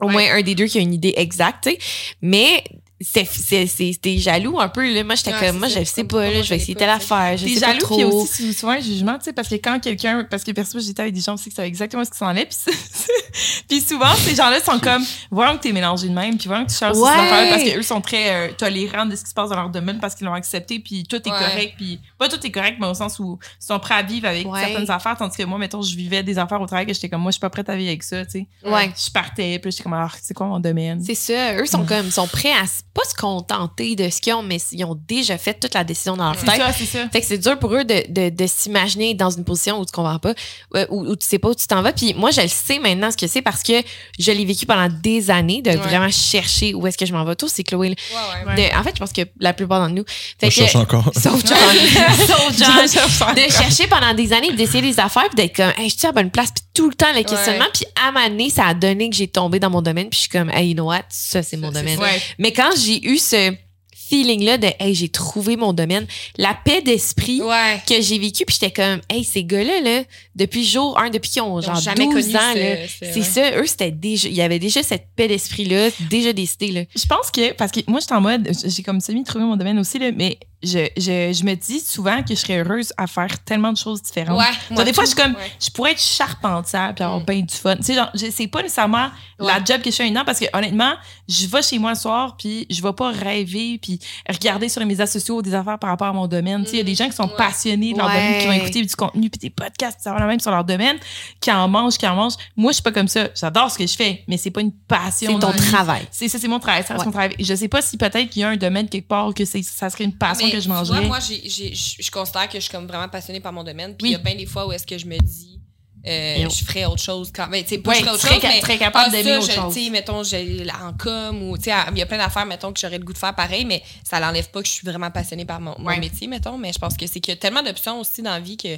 S5: au
S1: Ouais.
S5: moins un des deux qui a une idée exacte, tu sais. Mais c'est- c'est- c'est- c'était jaloux un peu, là. Moi, j'étais
S2: Ouais,
S5: comme,
S2: c'est
S5: moi,
S2: ça,
S5: je
S2: c'est
S5: sais
S2: comme,
S5: pas,
S2: moi,
S5: là,
S2: je
S5: je vais
S2: sais
S5: essayer
S2: pas,
S5: telle
S2: tu sais.
S5: affaire, je
S1: T'es
S5: sais pas
S1: jaloux, puis il y a
S5: trop.
S1: aussi sou- souvent un jugement, tu sais, parce que quand quelqu'un, parce que perso, j'étais avec des gens aussi qui savaient exactement ce qu'ils s'en allaient, puis, c'est- puis souvent, ces gens-là sont comme, voyons que t'es mélangé de même, puis voyons que tu cherches ces
S5: Ouais.
S1: affaires parce qu'eux sont très euh, tolérants de ce qui se passe dans leur domaine parce qu'ils l'ont accepté, puis tout est
S2: Ouais.
S1: correct, puis pas tout est correct, mais au sens où ils sont prêts à vivre avec
S5: Ouais.
S1: certaines affaires, tandis que moi, mettons, je vivais des affaires au travail que j'étais comme, moi, je suis pas prête à vivre avec ça, tu sais.
S5: Ouais.
S1: Je partais, puis j'étais comme, ah, c'est quoi mon domaine?
S5: C'est ça. Eux sont comme, sont prêts à se pas se contenter de ce qu'ils ont, mais ils ont déjà fait toute la décision dans leur
S1: C'est
S5: tête.
S1: ça, c'est ça.
S5: Fait que c'est dur pour eux de, de, de s'imaginer dans une position où tu comprends pas, euh, où, où tu sais pas où tu t'en vas. Puis moi, je le sais maintenant ce que c'est parce que je l'ai vécu pendant des années de vraiment chercher où est-ce que je m'en vais. Tout, c'est Chloé. là. De- en fait, je pense que la plupart d'entre nous. Fait
S3: Je
S5: que-
S3: cherche encore.
S5: Sauf John. Sauf John.
S1: Je cherche ça.
S5: De chercher pendant des années, puis d'essayer des affaires, puis d'être comme, hey, je suis à la bonne place, puis tout le temps le questionnement, puis à un moment donné, ça a donné que j'ai tombé dans mon domaine, puis je suis comme, hey, you know what, ça, c'est mon domaine.
S1: Ouais.
S5: Mais quand j'ai eu ce feeling-là de, hey, j'ai trouvé mon domaine, la paix d'esprit
S2: Ouais.
S5: que j'ai vécu, puis j'étais comme, hey, ces gars-là, là, depuis jour 1, depuis qu'ils ont genre 12 ans, là, c'est ça, eux, c'était déjà, il y avait déjà cette paix d'esprit-là, déjà décidé, là.
S1: Je pense que, parce que moi, je suis en mode, j'ai comme semi-trouvé mon domaine aussi, là, mais je, je, je me dis souvent que je serais heureuse à faire tellement de choses différentes. Genre, des fois, je suis comme, je pourrais être charpentière puis avoir
S2: Mm.
S1: bien du fun. Tu sais, genre, je- c'est pas nécessairement la
S2: Ouais.
S1: job que je fais maintenant parce que, honnêtement, je vais chez moi le soir puis je vais pas rêver puis regarder sur les médias sociaux des affaires par rapport à mon domaine. Tu sais, il y a des gens qui sont
S2: Mm. Ouais.
S1: passionnés de leur
S2: Ouais.
S1: domaine, qui vont écouter du contenu puis des podcasts, ça va la même sur leur domaine, qui en mangent, qui en mangent. Moi, je suis pas comme ça. J'adore ce que je fais, mais c'est pas une passion.
S5: C'est ton
S1: non plus.
S5: travail.
S1: C'est ça, c'est mon travail. Ça reste
S5: Ouais.
S1: mon travail. Je sais pas si peut-être qu'il y a un domaine quelque part que c'est- ça serait une passion
S2: Mais
S1: que je
S2: tu vois,
S1: mangerais.
S2: moi, j'ai- j'ai- je je considère que je suis comme vraiment passionnée par mon domaine. Puis
S1: Oui.
S2: il y a bien des fois où est-ce que je me dis, euh,
S5: Yo.
S2: je ferais autre chose quand même. Tu sais, pas
S1: Ouais,
S2: je ferais autre
S1: très
S2: chose,
S1: ca-
S2: mais
S1: très capable
S2: ah, ça,
S1: d'aimer
S2: je-
S1: autre chose.
S2: Tu sais, mettons, j'ai la- en com ou tu sais, à- il y a plein d'affaires, mettons, que j'aurais le goût de faire pareil, mais ça l'enlève pas que je suis vraiment passionnée par mon, mon
S1: Ouais.
S2: métier, mettons. Mais je pense que c'est qu'il y a tellement d'options aussi dans la vie que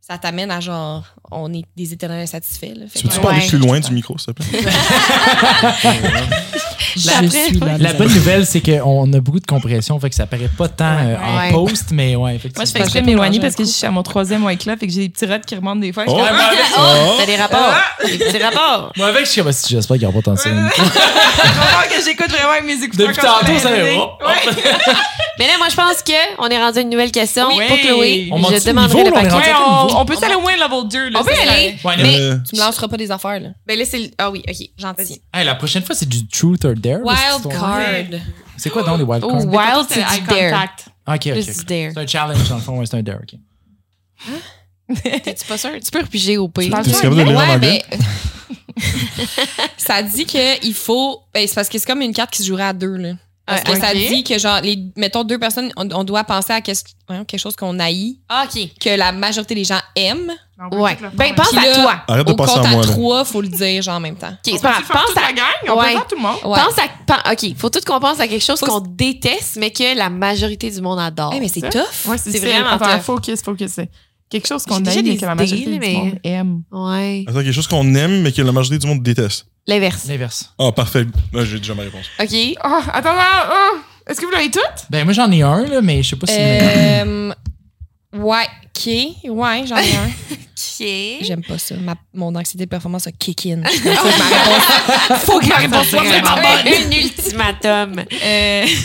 S2: ça t'amène à genre, on est des éternels insatisfaits. là. Fait
S3: Tu veux-tu
S2: que-
S3: parler
S5: Ouais.
S3: plus loin du micro, s'il te plaît?
S4: La,
S6: suis là.
S4: la bonne nouvelle, c'est qu'on a beaucoup de compression, fait que ça paraît pas tant euh, en
S5: Ouais.
S4: post, mais ouais, effectivement.
S1: Moi, je fais exprès de m'éloigner parce que je suis à mon troisième wake club et que j'ai des petits rats qui remontent des fois. Je suis
S3: Oh!
S1: comme, Ah,
S3: Oh!
S5: T'as des rapports. Des petits rapports.
S4: Moi, avec, je sais pas si j'espère qu'il n'y aura pas tant de
S1: c'est vraiment que j'écoute vraiment mes écouteurs.
S4: Depuis
S1: quand je
S4: tantôt,
S1: fais
S4: ça
S1: la
S4: fait
S1: musique.
S4: hop,
S1: Ouais.
S5: Mais là, moi, je pense que on est rendu à une nouvelle question
S1: Oui.
S5: pour Chloé.
S4: On monte-tu
S5: je
S4: le
S5: demanderai
S4: niveau,
S5: le
S4: là, on est
S5: paquet.
S4: rendu-
S1: Ouais,
S4: quel niveau?
S1: on, on peut s'aller au moins level 2. Là,
S5: On peut y
S1: ça, ça-
S5: aller.
S4: Ouais, mais-
S3: Euh,
S2: Tu me lanceras pas des affaires, là.
S5: Ben là, c'est le- Ah oui, OK.
S2: Gentil.
S4: Hey, la prochaine fois, c'est du truth or dare. là, cette
S2: Wild
S4: histoire.
S2: card.
S4: C'est quoi donc les wild
S5: Oh,
S4: cards?
S5: wild, c'est
S1: eye
S5: du dare.
S1: contact.
S2: Oh,
S4: Ah, Ok, ok.
S5: Plus
S4: ok.
S5: du dare.
S4: C'est un challenge, dans le fond, ouais, c'est un dare, ok.
S5: T'es-tu pas sûr? Tu peux repiger au pays.
S1: parles
S3: T'es
S1: Ouais,
S3: capable de lire en
S2: Ouais,
S3: anglais?
S2: mais. ça dit que il faut. ben, c'est parce que c'est comme une carte qui se jouerait à deux, là. Parce que
S5: Ouais,
S2: ça
S5: ok.
S2: dit que, genre, les, mettons deux personnes, on, on doit penser à qu'est-ce- voyons, quelque chose qu'on haït,
S5: Ah, OK.
S2: que la majorité des gens aiment.
S5: Ouais. Ben, pense
S2: Puis
S5: à
S2: là-
S5: toi.
S3: Arrête de
S2: Au
S3: penser
S2: compte
S3: à
S2: à,
S3: moi, là.
S2: trois, faut le dire, genre, en même temps.
S5: OK, c'est pas
S1: Pense
S5: grave. pense
S1: à
S5: à...
S1: la gang, on
S5: Ouais.
S1: peut faire tout le monde.
S2: Ouais.
S5: Pense à... pen- OK, faut tout qu'on pense à quelque chose
S2: Faut-
S5: qu'on déteste, mais que la majorité du monde adore.
S2: Hey, Eh, mais c'est tough.
S1: Ouais,
S5: C'est
S1: ça.
S5: vraiment
S1: Attends,
S5: tough.
S1: focus, focus. c'est Quelque chose qu'on
S5: J'ai déjà
S1: aime
S5: des
S1: et que la majorité du
S5: idées, mais-
S1: monde aime.
S5: Ouais.
S3: Attends, quelque chose qu'on aime, mais que la majorité du monde déteste.
S5: L'inverse.
S4: L'inverse.
S3: Ah, parfait. Ah, J'ai déjà ma réponse.
S5: OK.
S1: Oh, attends, ah, ah. est-ce que vous l'avez toutes?
S4: Ben, moi, j'en ai un, là, mais je sais pas si.
S2: Euh, ouais, ok. Ouais, j'en ai un.
S5: OK.
S2: J'aime pas ça. Ma- mon anxiété de performance a kick in.
S1: Faut que ma réponse soit vraiment bonne.
S5: Un ultimatum.
S2: Euh,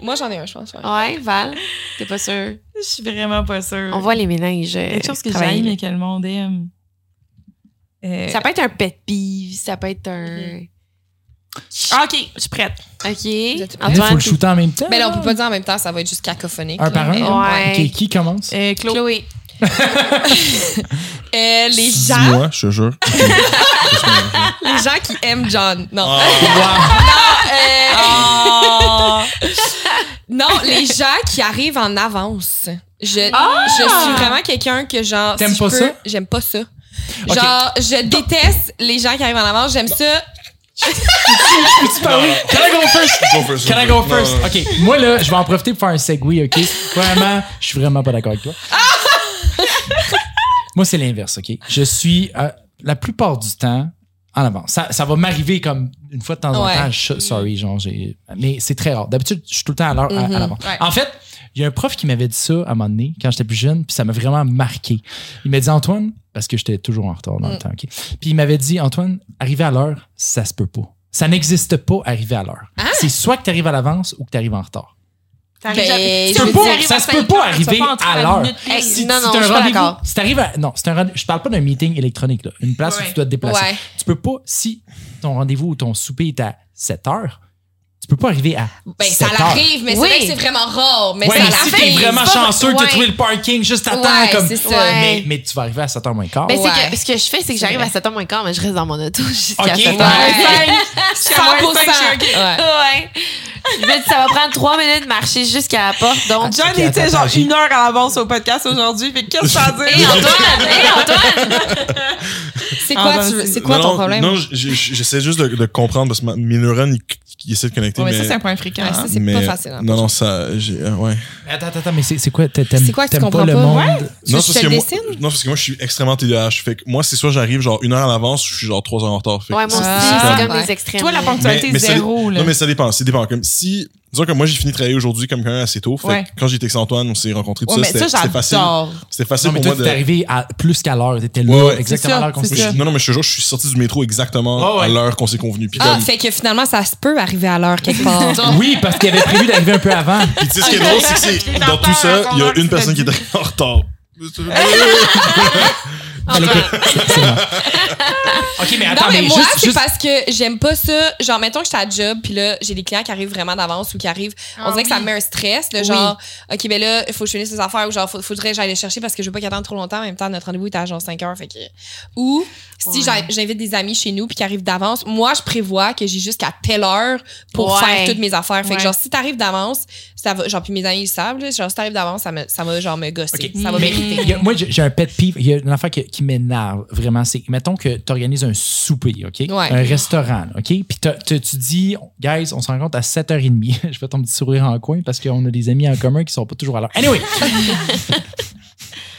S2: Moi, j'en ai un, je pense. ouais.
S5: Ouais, Val, t'es pas sûr.
S1: Je suis vraiment pas sûre.
S5: On voit les ménages. euh,
S1: quelque chose que
S5: travailler.
S1: j'aime et que le monde aime. Euh,
S5: Ça peut être un pet peeve, ça peut être un.
S1: ah, OK, je suis prête.
S5: OK.
S2: êtes-
S4: Il faut le
S5: Antoine,
S4: shooter en même temps.
S2: Mais Ben, là, on peut
S4: là.
S2: pas dire en même temps, ça va être juste cacophonique.
S4: Un
S2: là,
S4: par
S2: mais-
S4: un.
S5: Ouais.
S4: Ok, qui commence?
S1: Euh, Claude.
S5: Chloé.
S2: Euh, les gens,
S3: Dis-moi, je te jure.
S2: les gens qui aiment John. Non.
S3: Ah,
S4: Wow.
S2: Euh, non, les gens qui arrivent en avance. Je,
S1: Ah!
S2: je suis vraiment quelqu'un que genre.
S4: T'aimes
S2: je
S4: pas ça?
S2: J'aime pas ça.
S4: Ok.
S2: Genre, je déteste les gens qui arrivent en avance. J'aime ça.
S4: Peux-tu parler? Can I go first?
S3: Go first.
S4: Can I go first?
S3: Non, non.
S4: OK, moi, là, je vais en profiter pour faire un segway, OK? Vraiment, je suis vraiment pas d'accord avec toi. moi, c'est l'inverse, OK? Je suis euh, la plupart du temps en avance. Ça, ça va m'arriver comme une fois de temps
S2: Ouais.
S4: en temps. je- sorry, genre, j'ai. Mais c'est très rare. D'habitude, je suis tout le temps à l'heure à- à, l'avance. En fait, il y a un prof qui m'avait dit ça à un moment donné, quand j'étais plus jeune, puis ça m'a vraiment marqué. Il m'a dit, Antoine, parce que j'étais toujours en retard dans le temps, OK? Puis il m'avait dit, Antoine, arriver à l'heure, ça se peut pas. Ça n'existe pas, arriver à l'heure. C'est soit que tu arrives à l'avance ou que tu arrives en retard.
S1: T'arrives
S2: Ben,
S1: à-
S2: je
S1: tu
S2: veux
S1: peux
S2: dire,
S1: pas-
S4: ça
S1: à
S4: se
S1: cinq
S4: peut pas
S1: heures,
S4: arriver
S1: tu vas pas entrer
S4: à
S1: la
S4: l'heure.
S1: minute
S5: Hey,
S1: pile.
S5: si- Non,
S4: c'est
S5: non,
S4: un
S5: je suis pas
S4: rendez-vous-
S5: d'accord.
S4: Si t'arrives à. Non, c'est un rendez- Je parle pas d'un meeting électronique, là. Une place où
S1: Ouais.
S4: tu dois te déplacer.
S2: Ouais.
S4: Tu peux pas, si ton rendez-vous ou ton souper est à 7 heures, Tu peux pas arriver à.
S2: Ben, ça
S4: 7 heures.
S2: l'arrive, mais
S5: Oui.
S2: c'est vrai que c'est vraiment rare. Mais
S4: Ouais,
S2: ça
S4: mais si t'es
S2: l'arrive.
S4: vraiment
S5: pas-
S4: chanceux, t'as
S5: ouais.
S4: trouvé le parking juste à
S2: Ouais,
S4: temps. Comme...
S2: c'est ça.
S4: Mais, mais tu vas arriver à 7h moins quart.
S5: Ben, c'est
S2: Ouais.
S5: que, ce que je fais, c'est que j'arrive à 7h moins quart, mais je reste dans mon auto jusqu'à
S4: Ok,
S5: 7h.
S2: ouais.
S5: Jusqu'à moins
S2: 100%.
S5: cinq, je suis ok. Ouais. Je me dis, ça va prendre 3 minutes de marcher jusqu'à la porte. Donc,
S1: John
S4: Ok,
S1: était
S4: attends,
S1: genre
S4: j'ai-
S1: une heure à l'avance au podcast aujourd'hui. Fait que qu'est-ce que ça veut
S5: Hé,
S1: dire?
S5: Antoine! Hé, Antoine!
S2: C'est
S1: Ah,
S2: quoi,
S1: ben,
S2: tu veux-
S1: c'est-
S2: c'est quoi
S3: Non,
S2: ton
S3: non,
S2: problème?
S3: Non, j- j- j'essaie juste de, de comprendre parce que ma- mes neurones, ils, ils essaient de connecter.
S1: Ouais, mais
S3: mais
S1: ça, c'est un point fréquent.
S2: Ouais,
S1: hein.
S2: ça, c'est
S3: Ah, mais-
S2: pas facile. hein.
S3: Non, non, ça. j'ai- euh, ouais.
S4: Mais Attends, attends, attends, mais c'est c'est quoi? T'a- T'aimes
S2: C'est quoi que tu
S4: t'aimes
S2: comprends
S4: le
S2: pas?
S4: monde?
S2: Tu veux
S3: Non,
S2: que
S3: c'est
S2: je
S3: parce
S2: te
S3: que
S2: le
S3: moi,
S2: dessine?
S3: non, c'est parce que moi, je suis extrêmement TDAH. Fait que moi, c'est soit j'arrive genre une heure à l'avance, je suis genre trois heures en retard. Fait que
S5: Ouais, moi aussi,
S2: Ah,
S5: c'est comme
S2: ouais.
S5: les extrêmes.
S1: Toi, la
S5: là.
S1: ponctualité,
S3: mais ça-
S1: zéro. là.
S3: Non, mais ça dépend. Ça dépend. Comme si. Disons que moi, j'ai fini de travailler aujourd'hui comme quand même assez tôt. Fait
S1: Ouais.
S3: que quand j'étais avec Antoine, on s'est rencontrés. Tout
S1: Ouais, mais
S3: ça, c'était-
S1: ça,
S3: c'était facile.
S1: j'adore.
S3: C'était facile
S4: Non, mais
S3: pour
S4: toi,
S3: moi
S4: t'es
S3: de.
S4: arrivé à plus qu'à l'heure. T'étais
S3: Ouais,
S4: là,
S3: ouais.
S4: exactement
S1: C'est
S4: à
S1: ça,
S4: l'heure qu'on
S1: c'est
S4: s'est
S1: ça.
S4: dit.
S3: Non, non, mais je te jure, je suis sorti du métro exactement
S4: Ah ouais.
S3: à l'heure qu'on s'est convenu. Puis
S2: Ah,
S3: comme-
S2: fait que finalement, ça se peut arriver à l'heure quelque part.
S4: Oui, parce qu'il avait prévu d'arriver un peu avant.
S3: Puis tu sais, ce qui est drôle, c'est que c'est- dans tout ça, il y a une personne qui est arrivée en retard.
S4: Alors que- c'est- c'est bon. OK, mais
S2: Non,
S4: attends,
S2: mais
S4: mais
S2: moi,
S4: juste-
S2: c'est
S4: juste.
S2: parce que j'aime pas ça. Genre, mettons que j'étais à job, puis là, j'ai des clients qui arrivent vraiment d'avance ou qui arrivent. on
S5: Ah
S2: dirait que ça
S5: oui.
S2: me met un stress, de
S5: Oui.
S2: genre, OK, ben là, il faut que je finisse les affaires ou genre, faut- faudrait que j'aille les chercher parce que je veux pas qu'ils attendent trop longtemps. En même temps, notre rendez-vous est à genre 5 heures. Fait que... Ou si
S5: Ouais.
S2: j'a- j'invite des amis chez nous, puis qui arrivent d'avance, moi, je prévois que j'ai jusqu'à telle heure pour
S5: Ouais.
S2: faire toutes mes affaires. Fait que
S5: Ouais.
S2: genre, si t'arrives d'avance, ça va. Genre, puis mes amis, ils le savent, là, genre, si t'arrives d'avance, ça, me, ça va genre me gosser.
S4: Ok.
S2: Ça va
S4: Mais
S2: m'irriter.
S4: il y a- moi, j'ai j'ai un pet peeve. Il y a une affaire qui, qui m'énerve vraiment. C'est, mettons que tu organises un souper, OK?
S2: Ouais.
S4: Un restaurant, OK? Puis t'as- t'as- tu dis, guys, on se rencontre à 7h30. Je fais ton petit sourire en coin parce qu'on a des amis en commun qui sont pas toujours à l'heure. Anyway!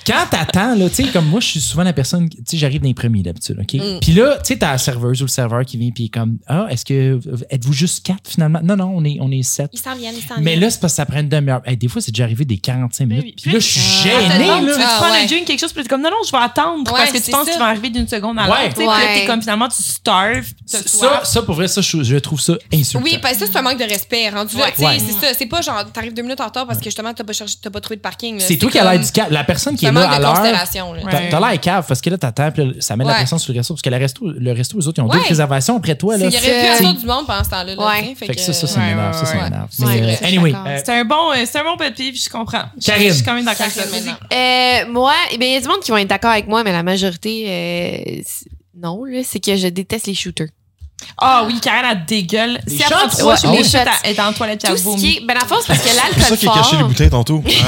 S4: Quand t'attends, là, tu sais, comme moi, je suis souvent la personne, qui- tu sais, j'arrive dans les premiers d'habitude, OK?
S2: Mm.
S4: Puis là, tu sais, t'as la serveuse ou le serveur qui vient, puis il est comme, ah, est-ce que, êtes-vous juste quatre finalement? Non, non, on est, on est sept.
S2: Ils s'en viennent, ils s'en
S4: Mais
S2: viennent.
S4: là, c'est parce que ça prend une demi-heure. Hey, des fois, c'est déjà arrivé des 45 minutes.
S1: oui.
S4: Puis là, je suis
S1: Ah, t'as-
S4: gêné.
S2: là.
S1: Tu veux
S2: Ah,
S1: prendre
S2: ouais.
S1: un drink, quelque chose, puis t'es comme, non, non, je vais attendre parce
S2: Ouais,
S1: que tu
S2: c'est
S1: penses
S2: ça.
S1: que tu vas arriver d'une seconde à l'autre.
S4: Ouais.
S1: tu sais, Puis là,
S5: Ouais.
S1: t'es comme, finalement, tu starves. puis t'as
S4: Ça,
S1: soif.
S4: ça, pour vrai, ça, je, je trouve ça insultant.
S2: Oui, parce que ça, c'est un manque de respect. Rendu là,
S5: Ouais.
S2: tu sais,
S4: Ouais.
S2: c'est ça. C'est pas genre, t'arrives deux minutes en retard parce que justement, t'as pas, cherché, t'as pas trouvé de parking. là.
S4: c'est toi qui
S2: comme-
S4: as l'air du cap. La personne qui
S2: C'est
S4: est
S2: un
S4: là
S2: manque
S4: à
S2: de
S4: l'heure.
S2: considération. là.
S4: T'as t'as l'air cave parce que là, t'attends, puis là, ça met de la
S2: Ouais.
S4: pression sur le resto. Parce que le resto, le resto eux autres, ils ont
S2: Ouais.
S4: d'autres réservations après toi.
S2: Il y
S4: Là.
S2: aurait
S4: Fait
S2: plus
S5: C'est-
S2: assez du monde pendant ce temps-là. là,
S5: Ouais.
S2: tu sais,
S4: que ça, ça, ça
S1: Ouais, ouais,
S4: m'énerve. Ça, ça
S1: ouais.
S4: m'énerve. Mais,
S5: Ouais, ouais,
S4: euh,
S5: je suis
S4: anyway,
S5: d'accord.
S4: euh,
S1: C'est un bon, euh, c'est un bon pet peeve, je comprends. Je-
S4: Karine.
S1: Je suis quand même d'accord avec
S2: Karine,
S1: ça. Vas-y.
S2: maintenant.
S5: Euh, moi, eh ben, il y a du monde qui vont être d'accord avec moi, mais la majorité, euh, c'est- non, là, c'est que je déteste les shooters.
S1: Ah oui, Karine, elle dégueule.
S4: Les
S1: Si elle prend
S4: shots,
S1: trois
S5: ouais,
S1: shots,
S5: les shots.
S1: elle est en toilette, puis
S5: Tout
S1: elle
S5: ce qui
S1: vomit.
S5: est. Ben, la force, parce que
S3: C'est pour ça
S5: l'alcool
S3: qu'il a caché les
S5: fort. euh,
S3: bouteilles tantôt. I get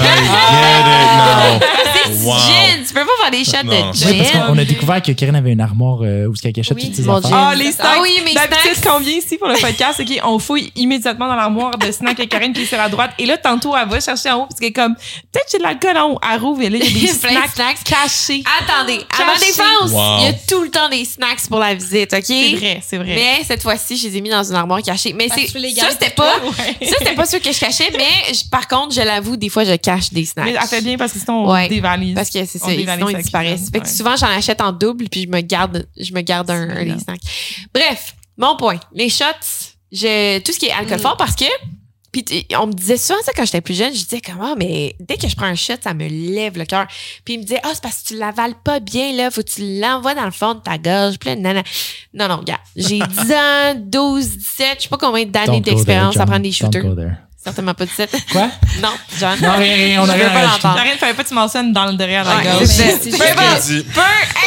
S5: C'est du
S3: Wow.
S5: gin. Tu peux pas faire des shots
S3: Non.
S5: de
S4: ouais, parce
S5: gin.
S4: qu'on a découvert que Karen avait une armoire euh, où elle cachait
S5: Oui,
S4: toutes ses
S5: mon
S4: affaires.
S5: Dieu.
S1: Ah, les snacks.
S5: Ah oui, mes
S1: D'habitude,
S5: snacks.
S1: quand on vient ici pour le podcast, c'est qu'on fouille immédiatement dans l'armoire de snack et Karine qui est sur la droite. Et là, tantôt, elle va chercher en haut parce qu'elle est comme, peut-être j'ai de l'alcool en haut. Elle rouvre et là, il y a des
S5: Plein de
S1: snacks
S5: snacks.
S1: cachés.
S5: Attendez, à ma
S1: Caché.
S5: défense,
S3: Wow.
S5: il y a tout le temps des snacks pour la visite, OK?
S1: C'est vrai, c'est vrai.
S5: Mais cette fois-ci, je les ai mis dans une armoire cachée. Mais
S2: Parce
S5: c'est
S2: que tu les
S5: ça,
S2: gardes
S5: c'était
S2: pour
S5: pas
S1: toi. Ah Ouais.
S5: ça, c'était pas sûr que je cachais, mais je- par contre, je l'avoue, des fois, je cache des snacks.
S1: Mais elle fait bien parce que sinon, on
S5: Ouais.
S1: dévalise.
S5: Parce que c'est
S1: On
S5: ça,
S1: dévalise
S5: sinon
S1: ça
S5: ils
S1: qui
S5: disparaissent.
S1: donne,
S5: Fait que
S1: ouais.
S5: souvent j'en achète en double puis je me garde, je me garde un,
S1: C'est
S5: un des
S1: bien.
S5: snacks. Bref, mon point, les shots, je, tout ce qui est alcool
S1: Mm.
S5: fort parce que puis t- on me disait souvent ça quand j'étais plus jeune, je disais comme ah mais dès que je prends un shot, ça me lève le cœur. Puis il me disait ah c'est parce que tu l'avales pas bien là, faut que tu l'envoies dans le fond de ta gorge, plein de nana. Non non, regarde, j'ai 10 ans, 12, 17, je sais pas combien
S4: Don't
S5: d'années
S4: go there,
S5: d'expérience à
S4: John.
S5: prendre des
S4: Don't
S5: shooters.
S4: go there.
S5: Certainement pas 17.
S4: Quoi?
S5: non, John.
S4: Non, rien, rien, on
S5: Je
S4: a
S5: veux
S4: rien
S5: pas
S4: à rajouter.
S5: l'entendre.
S1: Karine, fallait pas que tu mentionnes dans le derrière la
S5: Ouais,
S1: gorge.
S2: Mais c'est-
S5: c'est-
S2: c'est-
S5: peu
S3: it
S5: importe,
S3: now. Dit,
S5: peu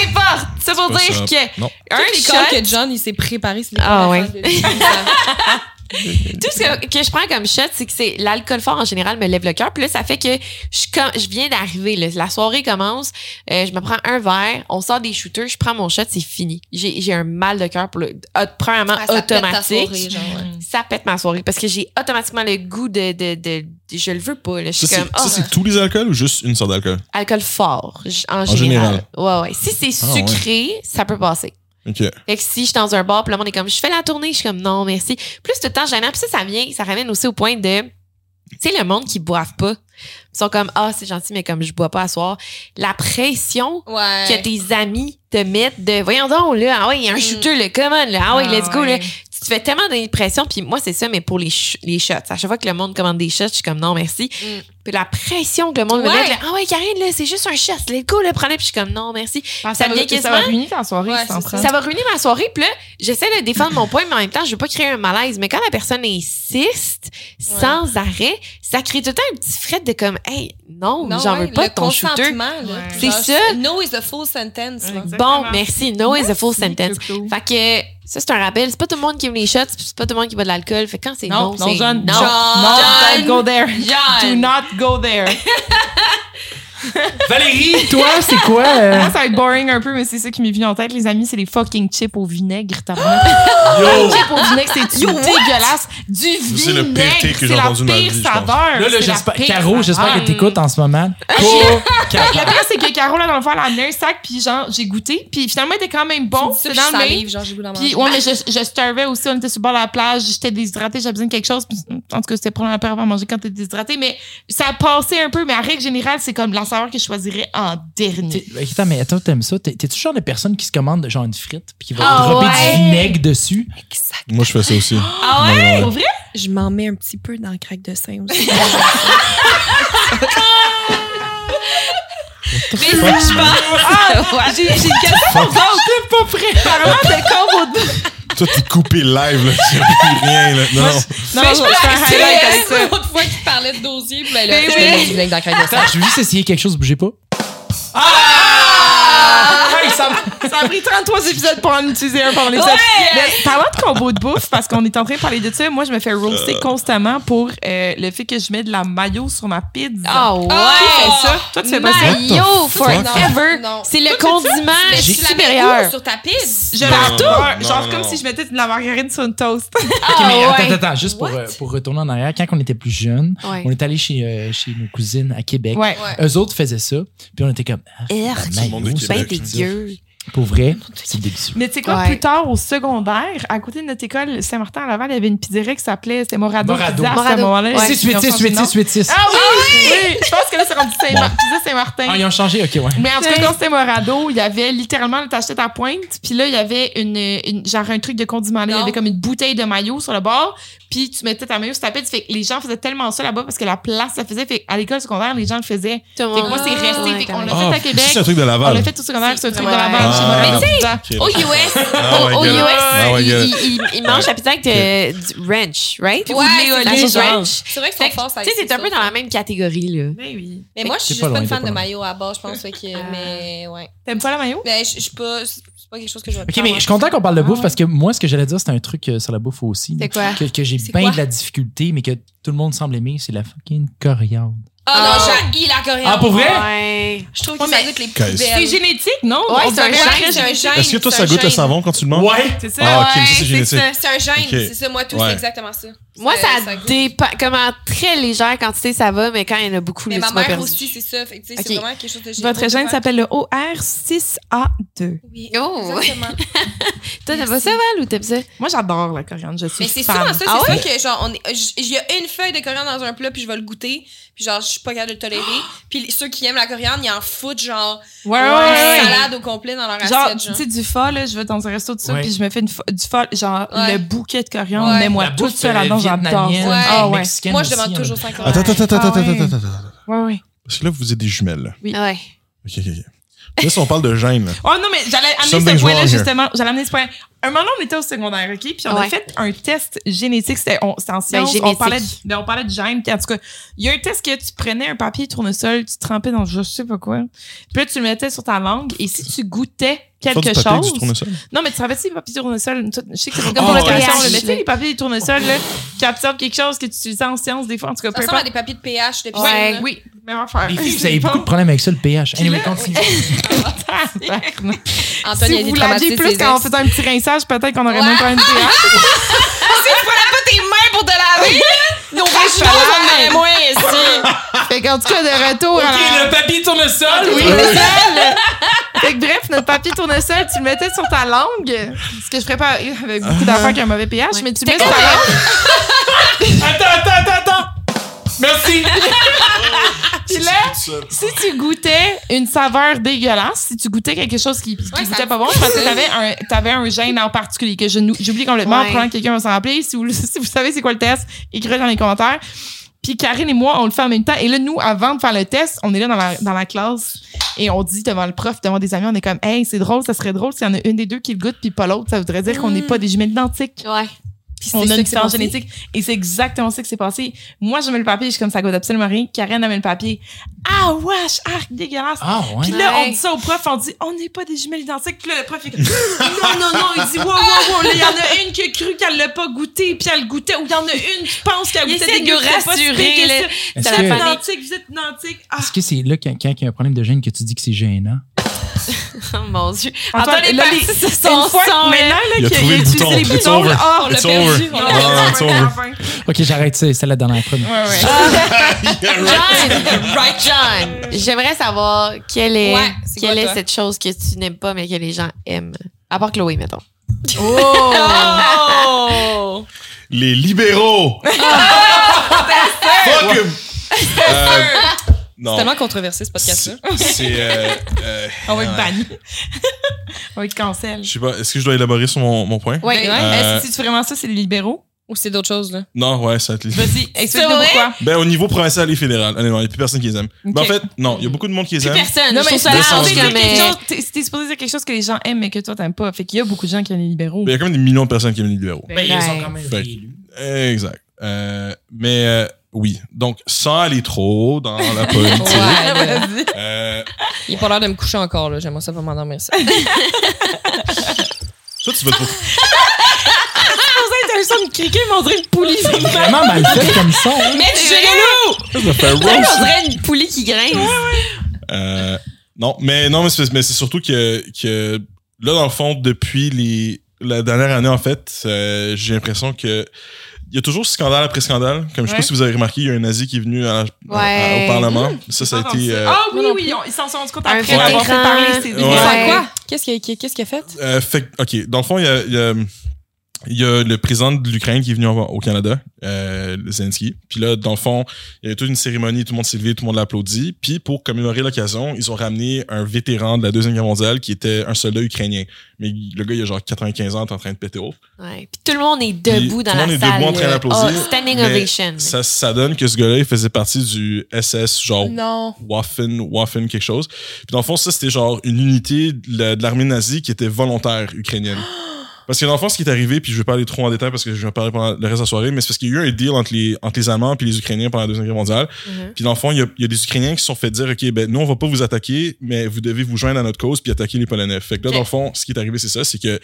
S5: importe. C'est pour
S3: Pas
S5: dire
S3: ça.
S5: que
S3: Non.
S5: un
S2: Toutes les
S5: shot,
S2: calls que John, il s'est préparé. c'est les
S5: Ah,
S2: premières
S5: ouais.
S2: fois que je l'ai vu, ça.
S5: tout ce que, que je prends comme shot, c'est que c'est l'alcool fort en général me lève le cœur. Puis là, ça fait que je, com- je viens d'arriver. là. La soirée commence, euh, je me prends un verre, on sort des shooters, je prends mon shot, c'est fini. J'ai j'ai un mal de cœur pour le ah, premièrement
S2: Ah, ça pète ta
S5: automatique.
S2: soirée, genre, ouais.
S5: ça pète ma soirée parce que j'ai automatiquement le goût de, de, de, de- je le veux pas. là. Je
S3: Ça,
S5: suis
S3: c'est-
S5: comme
S3: ça,
S5: oh,
S3: c'est tous les alcools ou juste une sorte d'alcool?
S5: alcool fort j- en,
S3: général.
S5: général. Ouais ouais. Si c'est
S3: Ah, ouais.
S5: sucré, ça peut passer.
S3: OK.
S5: Fait que si je suis dans un bar, puis le monde est comme, je fais la tournée, je suis comme, non, merci. Plus tout le temps gênant. Puis ça, ça vient, ça ramène aussi au point de, tu sais, le monde qui boivent pas. Ils sont comme, ah, c'est gentil, mais comme je bois pas à soir. La pression
S2: Ouais.
S5: que tes amis te mettent de, voyons donc, là, ah ouais, il y a un shooter, là, come on, là, ah ouais, let's go, là. Tu te fais tellement donner de pression. Puis moi, c'est ça, mais pour les, ch- les shots. À chaque fois que le monde commande des shots, je suis comme non, merci. Puis la pression que le monde me
S2: Ouais.
S5: met, là, ah ouais, Karine, là, c'est juste un shot. Let's go, le prenez. Puis je suis comme non, merci.
S1: Parce
S5: Ça
S1: que
S5: vient
S1: va- ça
S5: quasiment-
S1: va ruiner ta soirée
S2: Ouais,
S1: si t'en
S2: c'est
S1: prends.
S5: Ça va ruiner ma soirée. Puis là, j'essaie de défendre mon point, mais en même temps, je veux pas créer un malaise. Mais quand la personne insiste sans arrêt, ça crée tout le temps un petit fret de comme, hey, non,
S2: Non,
S5: j'en
S2: ouais,
S5: veux pas
S2: le
S5: de ton shooter.
S2: consentement, là.
S1: Ouais.
S2: Genre,
S5: C'est ça.
S2: No is a full sentence. là.
S5: Bon, merci. No is a full
S1: Merci,
S5: sentence.
S1: Coco.
S5: Fait que ça, c'est un rappel. C'est pas tout le monde qui aime les shots, puis c'est pas tout le monde qui boit de l'alcool. Fait que quand c'est
S1: Non,
S5: non,
S1: non,
S5: c'est
S1: John,
S5: non.
S1: John, non,
S5: John.
S1: don't go there. Do
S5: John.
S1: not go there.
S4: Valérie, toi, c'est quoi? euh?
S1: Moi, ça va être boring un peu, mais c'est ça qui m'est venu en tête, les amis, c'est les fucking chips au vinaigre. tabarnak. Les chips au vinaigre, c'est dégueulasse. Du vinaigre.
S3: C'est le pire take que j'ai
S1: c'est la
S3: entendu de ma
S1: pire
S3: vie, je pense.
S1: saveur.
S4: Là, là,
S1: Hein, C'est la
S4: j'espère,
S1: pire
S4: Caro, j'espère
S1: saveur.
S4: que t'écoutes en ce moment.
S1: Le pire, c'est que Caro, là, dans le fond, elle a amené un sac, puis genre, j'ai goûté, puis finalement, il était quand même bon.
S2: Ça,
S1: C'est
S2: puis
S1: dans
S2: je
S1: le même.
S2: salive, genre, j'ai goût d'en
S1: Puis,
S2: manger.
S1: ouais, mais je, je starvais aussi. On était sur le bord de la plage. J'étais déshydratée. J'avais besoin de quelque chose. Puis, en tout cas, c'était prendre un paire avant de manger quand t'es déshydratée. Mais ça passait un peu. Mais en règle générale, c'est comme la saveur que je choisirais en dernier.
S4: T'es- Attends, mais attends, t'aimes ça? T'es- T'es-tu le genre de personne qui se commande genre une frite puis qui va
S5: Ah
S4: dropper
S5: ouais.
S4: du vinaigre dessus?
S6: Exact.
S3: Moi, je fais ça aussi.
S5: Ah ouais?
S3: Mais, euh,
S6: Je m'en mets un petit peu dans le crack de sein aussi.
S5: Mais c'est- je pense. Ah, j'ai j'ai une question pour vous autres.
S1: Pas préparant de combo
S3: Toi, t'es coupé live, là. Tu n'as plus rien, là. Non, non.
S1: Non,
S5: Mais
S1: je
S5: je
S1: vais faire un
S5: m'arrête.
S1: highlight avec ça.
S2: L'autre fois qu'il parlait de dossier, puis ben là,
S5: Mais
S2: je
S5: oui.
S2: me mets du vinaigre dans le crack de sein.
S4: Attends, je veux juste essayer quelque chose, bougez pas.
S1: Ah! Hey, ça, Ah! ça a pris 33 épisodes pour en utiliser un pendant les
S5: Ouais!
S1: Mais parlant de combo de bouffe, parce qu'on est en train de parler de ça, moi, je me fais roaster constamment pour euh, le fait que je mets de la mayo sur ma pizza.
S5: Ah ouais!
S1: Qui fait ça? Toi, tu fais pas ça?
S5: Mayo
S3: What the fuck?
S5: forever!
S2: Non, non.
S5: C'est le condiment
S2: Mais tu la mets où
S5: supérieur.
S2: sur ta piste.
S1: Je
S3: Non,
S1: la beurre,
S3: non,
S1: genre
S3: non,
S1: comme
S3: non.
S1: si je mettais de la margarine sur une toast.
S4: Ok, mais
S5: Ah
S4: attends,
S5: ouais.
S4: attends, attends, juste pour,
S2: What?
S4: euh, pour retourner en arrière, quand on était plus jeunes,
S5: Ouais.
S4: on est allé chez, euh, chez nos cousines à Québec.
S1: Ouais.
S5: Euh,
S4: Eux autres faisaient ça, puis on était comme, ah,
S5: Erk,
S3: le monde de
S4: mayo,
S3: Québec.
S4: ça,
S5: ben
S3: Québec,
S5: dégueu.
S4: pour vrai, c'est délicieux.
S1: Mais tu sais quoi,
S5: Ouais.
S1: plus tard au secondaire, à côté de notre école, Saint-Martin à Laval, il y avait une pizzeria qui s'appelait c'était Morado,
S4: Morado.
S1: Pizza à ce
S5: Morado.
S1: moment-là.
S5: Ouais.
S4: 6, 8, 6, 8, 6, 8, 6.
S1: Ah oui! oui! Je pense que là, c'est rendu Saint-Mar- Pizza Saint-Martin.
S4: Ah, ils ont changé, ok, ouais.
S1: Mais en tout cas, quand c'était Morado, il y avait littéralement, t'achetais ta pointe, puis là, il y avait une, une- genre un truc de condiment. là. Il y
S2: Non.
S1: avait comme une bouteille de maillot sur le bord, puis tu mettais ta maillot sur ta pizza. Fait que les gens faisaient tellement ça là-bas parce que la place, ça faisait. Fait à l'école secondaire, les gens le faisaient. Fait que moi, c'est resté. fait qu'on l'a fait à
S3: Ah, ça, c'est un
S1: Québec.
S3: truc de
S1: On
S3: Laval.
S1: l'a fait au secondaire, c'est un truc de
S5: Ouais.
S1: la
S3: Ah.
S1: chez Morado.
S3: Mais
S1: Pizza.
S3: Ok.
S5: Au US,
S3: Ah ouais,
S5: au, au
S3: gueule.
S5: US,
S3: Ah ouais,
S5: il,
S3: gueule.
S5: il, il- il mange la pizza avec de- du ranch, right?
S2: Ouais, c'est
S5: de
S2: la
S5: la sauce
S2: sauce
S5: ranch.
S2: C'est vrai que
S5: Fait
S2: sont
S5: que,
S2: forts, ça
S5: Tu sais, c'est un peu dans la même catégorie, là.
S1: Mais Eh oui.
S2: Mais moi, je suis
S4: C'est pas
S2: juste pas
S4: loin,
S2: une
S4: c'est
S2: fan
S4: pas
S2: de
S4: loin.
S2: maillot à base, je pense. fait
S5: Ah.
S2: que- Mais ouais.
S1: T'aimes pas la maillot?
S2: Mais je je suis pas. C'est pas quelque chose que je vais
S4: Ok, mais je suis content qu'on parle de bouffe parce que moi, ce que j'allais dire, c'est un truc euh, sur la bouffe aussi.
S5: C'est quoi?
S4: Que, que j'ai
S2: C'est
S4: bien
S2: quoi?
S4: de la difficulté, mais que tout le monde semble aimer, c'est la fucking coriandre.
S2: Ah
S5: Ah.
S2: non, j'ai la coréenne.
S4: Ah, pour vrai?
S5: Ouais.
S2: Je trouve
S1: Ouais,
S2: que ça
S1: mais-
S2: goûte les plus
S3: Qu'est-ce-
S1: C'est
S2: belles.
S1: génétique, non?
S5: Ouais,
S1: On
S5: c'est un
S1: dirait
S5: gène,
S1: que
S2: c'est un gène.
S3: Est-ce que toi,
S2: c'est
S3: ça
S2: un
S3: goûte le
S2: gène.
S3: savon quand tu le manges?
S1: C'est ça.
S3: Ah, ok, mais ça, c'est
S2: Ouais,
S3: génétique.
S2: ça, c'est un gène.
S3: Ok.
S2: C'est ça, moi, tout,
S3: Ouais.
S2: c'est exactement ça.
S5: Moi, ça,
S2: goûte.
S5: dépend. Comme en très légère quantité, ça va, mais quand il y en a beaucoup,
S2: Mais
S5: là,
S2: ma
S5: tu m'as
S2: mère
S5: perdu.
S2: aussi, c'est ça. Fait que, tu sais, c'est
S5: Ok.
S2: vraiment quelque chose de génial.
S1: Votre gène s'appelle le OR6A2.
S2: Oui.
S5: Oh.
S2: Exactement.
S5: Toi, t'aimes pas ça, Val, ou t'aimes ça?
S1: Moi, j'adore la coriandre. Je suis
S2: Mais c'est
S1: fan.
S2: souvent ça, c'est
S5: Ah
S2: ça que genre on est- euh, j- il y a une feuille de coriandre dans un plat puis je vais le goûter, puis genre je suis pas capable de le tolérer. Puis ceux qui aiment la coriandre, ils en foutent genre
S1: Ouais, ouais,
S2: une
S1: ouais.
S2: salade au complet dans leur
S1: Genre,
S2: assiette.
S1: tu
S2: Genre.
S1: sais, du fol, là, je vais dans un resto de ça,
S4: Ouais.
S1: puis je me fais une fo- du fol, genre
S2: Ouais.
S1: le bouquet de coriandre,
S2: Ouais.
S1: mets-moi
S4: La
S1: tout
S4: bouffe,
S1: ça
S4: euh,
S1: là-dedans, j'adore
S4: vietnamienne,
S1: ça.
S2: Ouais.
S1: Ah ouais.
S4: mexicaine
S2: Moi je
S4: aussi,
S2: demande
S4: il y en a
S2: toujours 5
S3: Attends, attends, attends,
S1: Ah
S3: attends,
S1: ouais.
S3: attends, attends, attends.
S1: Ouais, ouais.
S3: Parce que là, vous êtes des jumelles.
S1: Oui.
S5: Ouais.
S3: Ok, ok, ok. Là, si on parle de gêne, là.
S1: Oh non, mais j'allais amener
S3: Something's
S1: ce point-là,
S3: wrong here.
S1: justement. J'allais amener ce point. Un moment, on était au secondaire, OK? Puis on
S5: Ouais.
S1: a fait un test génétique. C'était on- c'était en sciences. on,
S5: génétique.
S1: parlait de, de- on parlait de gènes. Puis en tout cas, il y a un test que tu prenais un papier tournesol, tu trempais dans je sais pas quoi. Puis là, tu le mettais sur ta langue. Et si tu goûtais
S3: Faire du
S1: quelque
S3: papier,
S1: chose...
S3: du tournesol.
S1: Non, mais tu traverses les papiers tournesol. tout- Je sais que c'est comme
S3: Oh,
S1: pour le
S3: ouais.
S1: pH, là,
S5: pH,
S1: mais tu
S5: là.
S1: sais, les papiers tournesol, là, qui absorbent quelque chose que tu utilisais en sciences, des fois, en tout cas,
S2: Ça
S1: peu
S2: ressemble à
S1: importe.
S2: des papiers de pH de piscine.
S5: Ouais.
S2: là.
S1: Oui, même affaire.
S4: Les filles, vous avez beaucoup de problèmes avec ça, le pH.
S1: Puis
S4: Anyway,
S1: là,
S4: continue.
S1: Tabarnak.
S2: Antoine il
S1: si
S2: a des
S1: vous l'aviez
S2: traumatismes.
S1: plus quand on faisait un petit rinçage, peut-être qu'on aurait même pas une pH.
S2: tes mains pour te laver. Nos vaches on avait moins ici.
S1: Fait qu'en tout cas, de retour à la-
S4: papier tournesol,
S1: Oui, tournesol. Fait que bref, notre papier tournesol, tu le mettais sur ta langue. Ce que je ferais pas avec beaucoup d'affaires qui a un mauvais pH, mais tu le mets sur ta langue.
S4: Attends, attends, attends, attends. Merci.
S1: Puis là,
S3: Ça, seul.
S1: si tu goûtais une saveur dégueulasse, si tu goûtais quelque chose qui, qui
S5: Ouais, ça-
S1: goûtait pas bon, parce que t'avais un, t'avais un gène en particulier que je nou- j'oublie complètement.
S5: Ouais.
S1: Probablement que quelqu'un va s'en rappeler. Si vous, si vous savez c'est quoi le test, écrivez dans les commentaires. Puis Karine et moi, on le fait en même temps. Et là, nous, avant de faire le test, on est là dans la, dans la classe et on dit devant le prof, devant des amis, on est comme, hey, c'est drôle, ça serait drôle s'il y en a une des deux qui le goûte puis pas l'autre. Ça voudrait
S5: Mm.
S1: dire qu'on n'est pas des jumelles identiques.
S5: Ouais.
S1: On a
S2: c'est ça
S1: une
S2: qui s'est
S1: différence
S2: passé?
S1: génétique. Et c'est exactement ça qui s'est passé. Moi, je mets le papier, je suis comme ça goûte absolument rien. Karen a mis le papier. Ah, wesh, arc, dégueulasse.
S4: Ah, ouais.
S1: Puis là,
S5: Ouais.
S1: on dit ça au prof, on dit, on n'est pas des jumelles identiques. Puis là, le prof, il est comme, non, non, non. Il dit, wow, wow, wow. Là, il y en a une qui a cru qu'elle l'a pas goûté, puis elle goûtait. Ou il y en a une qui pense qu'elle
S5: Il
S1: goûtait
S5: essaie
S1: des
S5: de nous
S1: goûts c'est pas si pire
S5: rassurer,
S1: que
S5: là.
S1: ça.
S4: Est-ce
S5: Ça
S1: Vous êtes
S5: va
S4: que,
S5: pas-
S1: identiques, vous êtes identiques. Ah.
S4: est-ce que c'est là quand, quand il y a un problème de gène que tu dis que c'est gênant?
S5: Oh mon dieu.
S1: Antoine,
S5: Antoine, les
S1: là,
S5: parties se
S1: C'est une
S5: sont
S1: fois,
S5: sans,
S1: maintenant, là,
S5: hein.
S3: Il a
S1: qu'il
S3: trouvé le
S1: utilisé
S3: bouton.
S1: les
S3: It's
S1: boutons,
S3: over.
S1: là, oh, on l'a
S3: It's
S1: perdu.
S3: over.
S1: On l'a
S3: Ah, it's
S1: perdu.
S3: over.
S4: Ok, j'arrête ça. C'est la dernière promis.
S1: Ouais, ouais.
S5: Ah. John, right John. J'aimerais savoir quelle est,
S2: Ouais, c'est
S5: quelle
S2: quoi,
S5: est
S2: toi?
S5: cette chose que tu n'aimes pas mais que les gens aiment. À part Chloé, mettons.
S2: Oh!
S3: Les libéraux! Fuck him! Euh,
S2: C'est
S3: Non.
S2: tellement controversé, ce podcast-là.
S3: C'est. c'est, euh, euh,
S1: On va être
S3: euh,
S1: banni. On va être cancel.
S3: Je sais pas, est-ce que je dois élaborer sur mon, mon point?
S5: Ouais,
S2: Ben,
S5: ouais.
S1: Euh,
S3: Euh,
S1: si tu fais vraiment ça, c'est les libéraux.
S2: Ou c'est d'autres choses, là?
S3: Non, ouais, ça va être les-
S1: Vas-y, explique-nous
S5: vrai?
S1: pourquoi.
S3: Ben, au niveau provincial et fédéral, honnêtement, il n'y a plus personne qui les aime. Ben, en
S1: Ok.
S3: fait, non, il y a beaucoup de monde qui les
S5: Plus
S3: aime.
S5: personne. je trouve ça
S1: t'es
S3: c'est
S5: large
S1: supposé
S3: des
S1: dire
S5: comme,
S1: quelque
S5: euh,
S1: chose- t'es- t'es supposé dire quelque chose que les gens aiment mais que toi t'aimes pas. Fait qu'il y a beaucoup de gens qui aiment les libéraux.
S3: Mais Il y a quand même des millions de personnes qui aiment les libéraux.
S5: Ben, ils ont quand
S4: même
S3: Ouais. Exact. Euh, mais euh, oui, donc sans aller trop dans la politique.
S2: Ouais, là.
S1: Vas-y.
S3: euh,
S2: Il a pas l'air de me coucher encore, là. J'aimerais ça vraiment m'endormir ça.
S3: toi, tu votes pour.
S1: T'as le son de criquer, mais on dirait une poulie.
S4: C'est vraiment mal fait comme son. hein.
S5: Mais
S2: C'est
S5: tu
S3: Je me fais
S5: on
S3: roast.
S5: dirait une poulie qui grince.
S3: Euh, non, mais non, mais c'est, mais c'est surtout que, que là, dans le fond, depuis les, la dernière année, en fait, euh, j'ai l'impression que il y a toujours scandale après scandale. Comme je sais
S1: Ouais.
S3: pas si vous avez remarqué, il y a un nazi qui est venu à la- à-
S5: Ouais.
S3: au Parlement. Ça, ça a été. euh,
S1: Ah oui,
S2: Moi non
S1: oui, on- ils s'en sont rendus compte
S5: Un
S1: après avoir fait
S5: vétéran.
S1: parler. C'est
S3: Ouais.
S2: Ça
S5: Ouais.
S2: quoi? Qu'est-ce qu'il a, qu'est-ce qu'il a fait?
S3: Euh, fait que- OK. Dans le fond, il y a, il y a- il y a le président de l'Ukraine qui est venu en- au Canada, euh, le Zelensky. Puis là, dans le fond, il y a eu toute une cérémonie, tout le monde s'est levé, tout le monde l'a applaudi. Puis pour commémorer l'occasion, ils ont ramené un vétéran de la Deuxième Guerre mondiale qui était un soldat ukrainien. Mais le gars, il a genre 95 ans, est en train de péter off.
S5: Ouais. Puis tout le monde est debout
S3: Puis
S5: dans
S3: tout le
S5: la
S3: monde est
S5: salle.
S3: debout en train
S5: là.
S3: d'applaudir,
S5: Oh, standing
S3: mais
S5: ovation.
S3: Ça, ça donne que ce gars-là, il faisait partie du SS, genre
S2: Non.
S3: Waffen, Waffen, quelque chose. Puis dans le fond, ça, c'était genre une unité de la- de l'armée nazie qui était volontaire ukrainienne. Parce que dans le fond, ce qui est arrivé, puis je vais pas aller trop en détail parce que je vais en parler pendant le reste de la soirée, mais c'est parce qu'il y a eu un deal entre les, entre les Allemands puis les Ukrainiens pendant la Deuxième Guerre mondiale.
S5: Mhm.
S3: Puis dans le fond, il y a, il y a des Ukrainiens qui se sont fait dire, OK, ben nous, on va pas vous attaquer, mais vous devez vous joindre à notre cause puis attaquer les Polonais. Fait que là,
S5: Ok.
S3: dans le fond, ce qui est arrivé, c'est ça, c'est que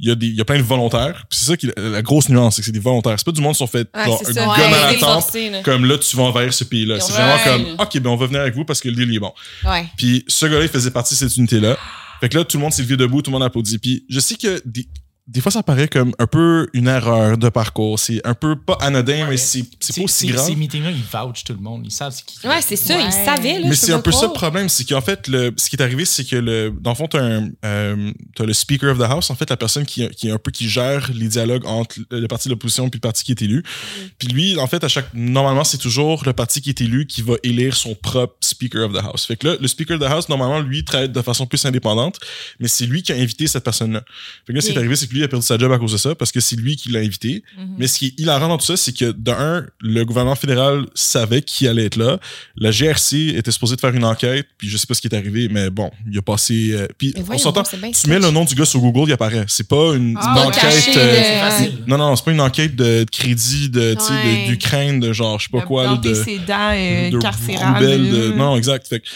S3: il y, a des, il y a plein de volontaires. Puis c'est ça qui est la- la grosse nuance, c'est que c'est des volontaires. C'est pas du monde qui se sont fait
S2: Ah,
S3: genre,
S2: c'est
S3: un
S2: ça.
S3: gun
S5: Ouais,
S3: à la
S2: c'est
S3: tempe
S2: forcé, là.
S3: comme là, tu vas envers ce pays-là. C'est
S2: Ouais.
S3: vraiment comme, OK, ben on va venir avec vous parce que le deal est bon.
S5: Ouais.
S3: Puis ce gars-là, il faisait partie de cette unité-là. Fait que là, tout le monde s'est levé debout, tout le monde applaudit. Puis je sais que des, des fois, ça paraît comme un peu une erreur de parcours. C'est un peu pas anodin, mais c'est c'est pas aussi
S4: Ces-
S3: grave.
S4: Ces meetings-là, ils vouchent tout le monde. Ils savent ce qu'ils
S2: Ouais, c'est ça.
S5: Ouais.
S2: Il savait, là.
S3: Mais
S2: je
S3: c'est
S2: peux
S3: un
S2: pas
S3: peu ça le
S2: croire.
S3: problème, c'est qu'en fait, le, ce qui est arrivé, c'est que le, dans le fond, t'as un, euh, t'as le Speaker of the House, en fait, la personne qui, qui est un peu qui gère les dialogues entre le parti de l'opposition puis le parti qui est élu.
S2: Mm.
S3: Puis lui, en fait, à chaque, normalement, c'est toujours le parti qui est élu qui va élire son propre Speaker of the House. Fait que là, le Speaker of the House, normalement, lui, traite de façon plus indépendante, mais c'est lui qui a invité cette personne-là. Fait que là, ce qui est
S5: Ok.
S3: arrivé, c'est que lui a perdu sa job à cause de ça parce que c'est lui qui l'a invité.
S2: Mhm.
S3: Mais ce qui est hilarant dans tout ça, c'est que d'un, le gouvernement fédéral savait qui allait être là. La GRC était supposée de faire une enquête, puis je sais pas ce qui est arrivé, mais bon, il a passé. euh, puis
S2: Mais
S3: on
S2: voyons
S3: s'entend.
S2: donc, c'est bien
S3: Tu mets le nom du gars sur Google, il apparaît. C'est pas une,
S1: Ah,
S3: une
S1: ouais.
S3: enquête.
S2: caché,
S3: euh,
S2: là.
S4: C'est facile.
S3: non, non, c'est pas une enquête de crédit, de, tu sais, de-
S5: Ouais.
S3: d'Ukraine, de genre, je sais pas quoi, là, de
S1: D'antécédents euh,
S3: de
S1: carcérales.
S3: rebelles, de-
S1: euh,
S3: Non, exact. Fait que,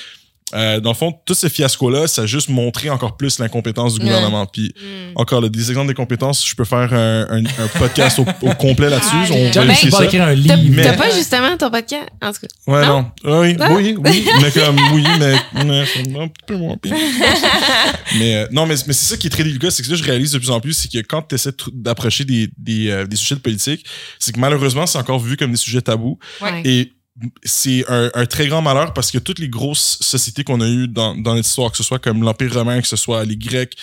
S3: euh, dans le fond, tout ce fiasco-là, ça a juste montré encore plus l'incompétence du
S2: Ouais.
S3: gouvernement. Puis
S5: Mm.
S3: encore là, des exemples des compétences, je peux faire un, un- un podcast au, au complet là-dessus.
S5: Ah,
S3: on
S5: j'ai-
S3: va
S4: J'aimerais
S5: Ben,
S4: qu'il
S3: laisser
S4: va
S3: ça.
S4: écrire un
S5: T'as
S4: livre.
S3: Mais-
S5: t'as pas justement ton podcast? En tout cas.
S3: Ouais, non. Oui,
S5: Ah.
S3: oui, oui. Mais comme, oui, mais, mais c'est un peu moins pire. mais euh, non, mais, mais c'est ça qui est très délicat. C'est que ça, je réalise de plus en plus, c'est que quand tu essaies d'approcher des, des, euh, des sujets de politique, c'est que malheureusement, c'est encore vu comme des sujets tabous.
S5: Ouais.
S3: Et c'est un, un très grand malheur parce que toutes les grosses sociétés qu'on a eues dans, dans notre histoire, que ce soit comme l'Empire romain, que ce soit les Grecs,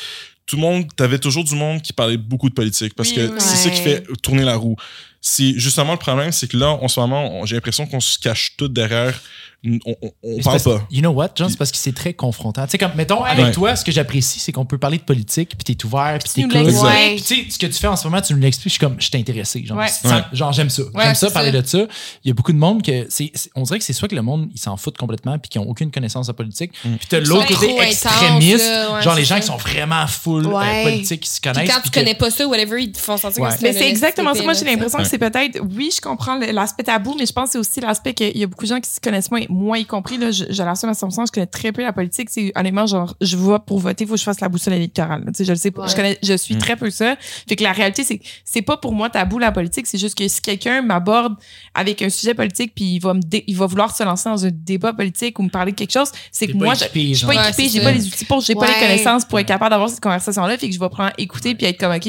S3: tout le monde, t'avais toujours du monde qui parlait beaucoup de politique parce
S5: Oui,
S3: que
S5: oui.
S3: c'est ça qui
S5: Ouais.
S3: fait tourner la roue. c'est justement le problème, c'est que là, en ce moment, on- j'ai l'impression qu'on se cache tout derrière. On, on, on
S4: Mais c'est
S3: parle
S4: parce-
S3: pas.
S4: You know what, John? C'est parce que c'est très confrontant. Tu sais, comme, mettons, avec
S3: Ouais.
S4: toi, ce que j'apprécie, c'est qu'on peut parler de politique, puis t'es ouvert, puis
S5: tu nous
S4: t'écoutes.
S5: l'expliques. Ouais.
S4: Puis tu sais, ce que tu fais en ce moment, tu me l'expliques, je suis comme, je suis intéressé. Genre,
S1: Ouais.
S4: ça-
S3: Ouais.
S4: genre, j'aime ça.
S1: Ouais,
S4: j'aime ça,
S1: c'est
S4: parler de ça. Il y a beaucoup de monde que, c'est, c'est- on dirait que c'est soit que le monde, ils s'en foutent complètement, puis qui ont aucune connaissance de la politique.
S3: Mm.
S4: Puis t'as
S2: sont
S4: l'autre côté
S2: trop intenses,
S4: extrémiste,
S2: là, ouais,
S4: genre les
S2: c'est
S4: gens
S2: ça.
S4: qui sont vraiment full euh,
S5: Ouais.
S4: politique, qui se connaissent.
S2: Puis quand
S4: puis
S2: tu
S4: que-
S2: connais pas ça, whatever, ils te font sentir
S4: Ouais.
S2: comme si
S1: Mais
S2: t'avais
S1: c'est exactement ça. Moi, j'ai
S2: laissé
S1: l'impression que
S3: Ouais.
S1: c'est peut-être, oui, je comprends le- l'aspect tabou, mais je pense que c'est aussi l'aspect qu'il y a beaucoup de gens qui se connaissent moins, moi y compris. Là, je, je l'assume à 100%, je connais très peu la politique. C'est honnêtement, genre, je vois pour voter, il faut que je fasse la boussole électorale. Tu sais, je le sais, pas.
S5: Ouais.
S1: je connais, je
S4: Hmm.
S1: suis
S3: Mm.
S1: très peu ça. Fait que la réalité, c'est que c'est pas pour moi tabou la politique. C'est juste que si quelqu'un m'aborde avec un sujet politique, puis il va me, dé- il va vouloir se lancer dans un débat politique ou me parler de quelque chose, c'est
S4: t'es
S1: que moi, je,
S4: équipé,
S1: je suis
S4: genre.
S1: pas
S2: Ouais,
S1: équipée,
S2: c'est
S1: j'ai
S2: ça.
S1: pas les outils pour, j'ai pas les
S5: Ouais.
S1: connaissances pour être capable d'avoir cette conversation-là, fait que je vais prendre écouter puis être comme, OK,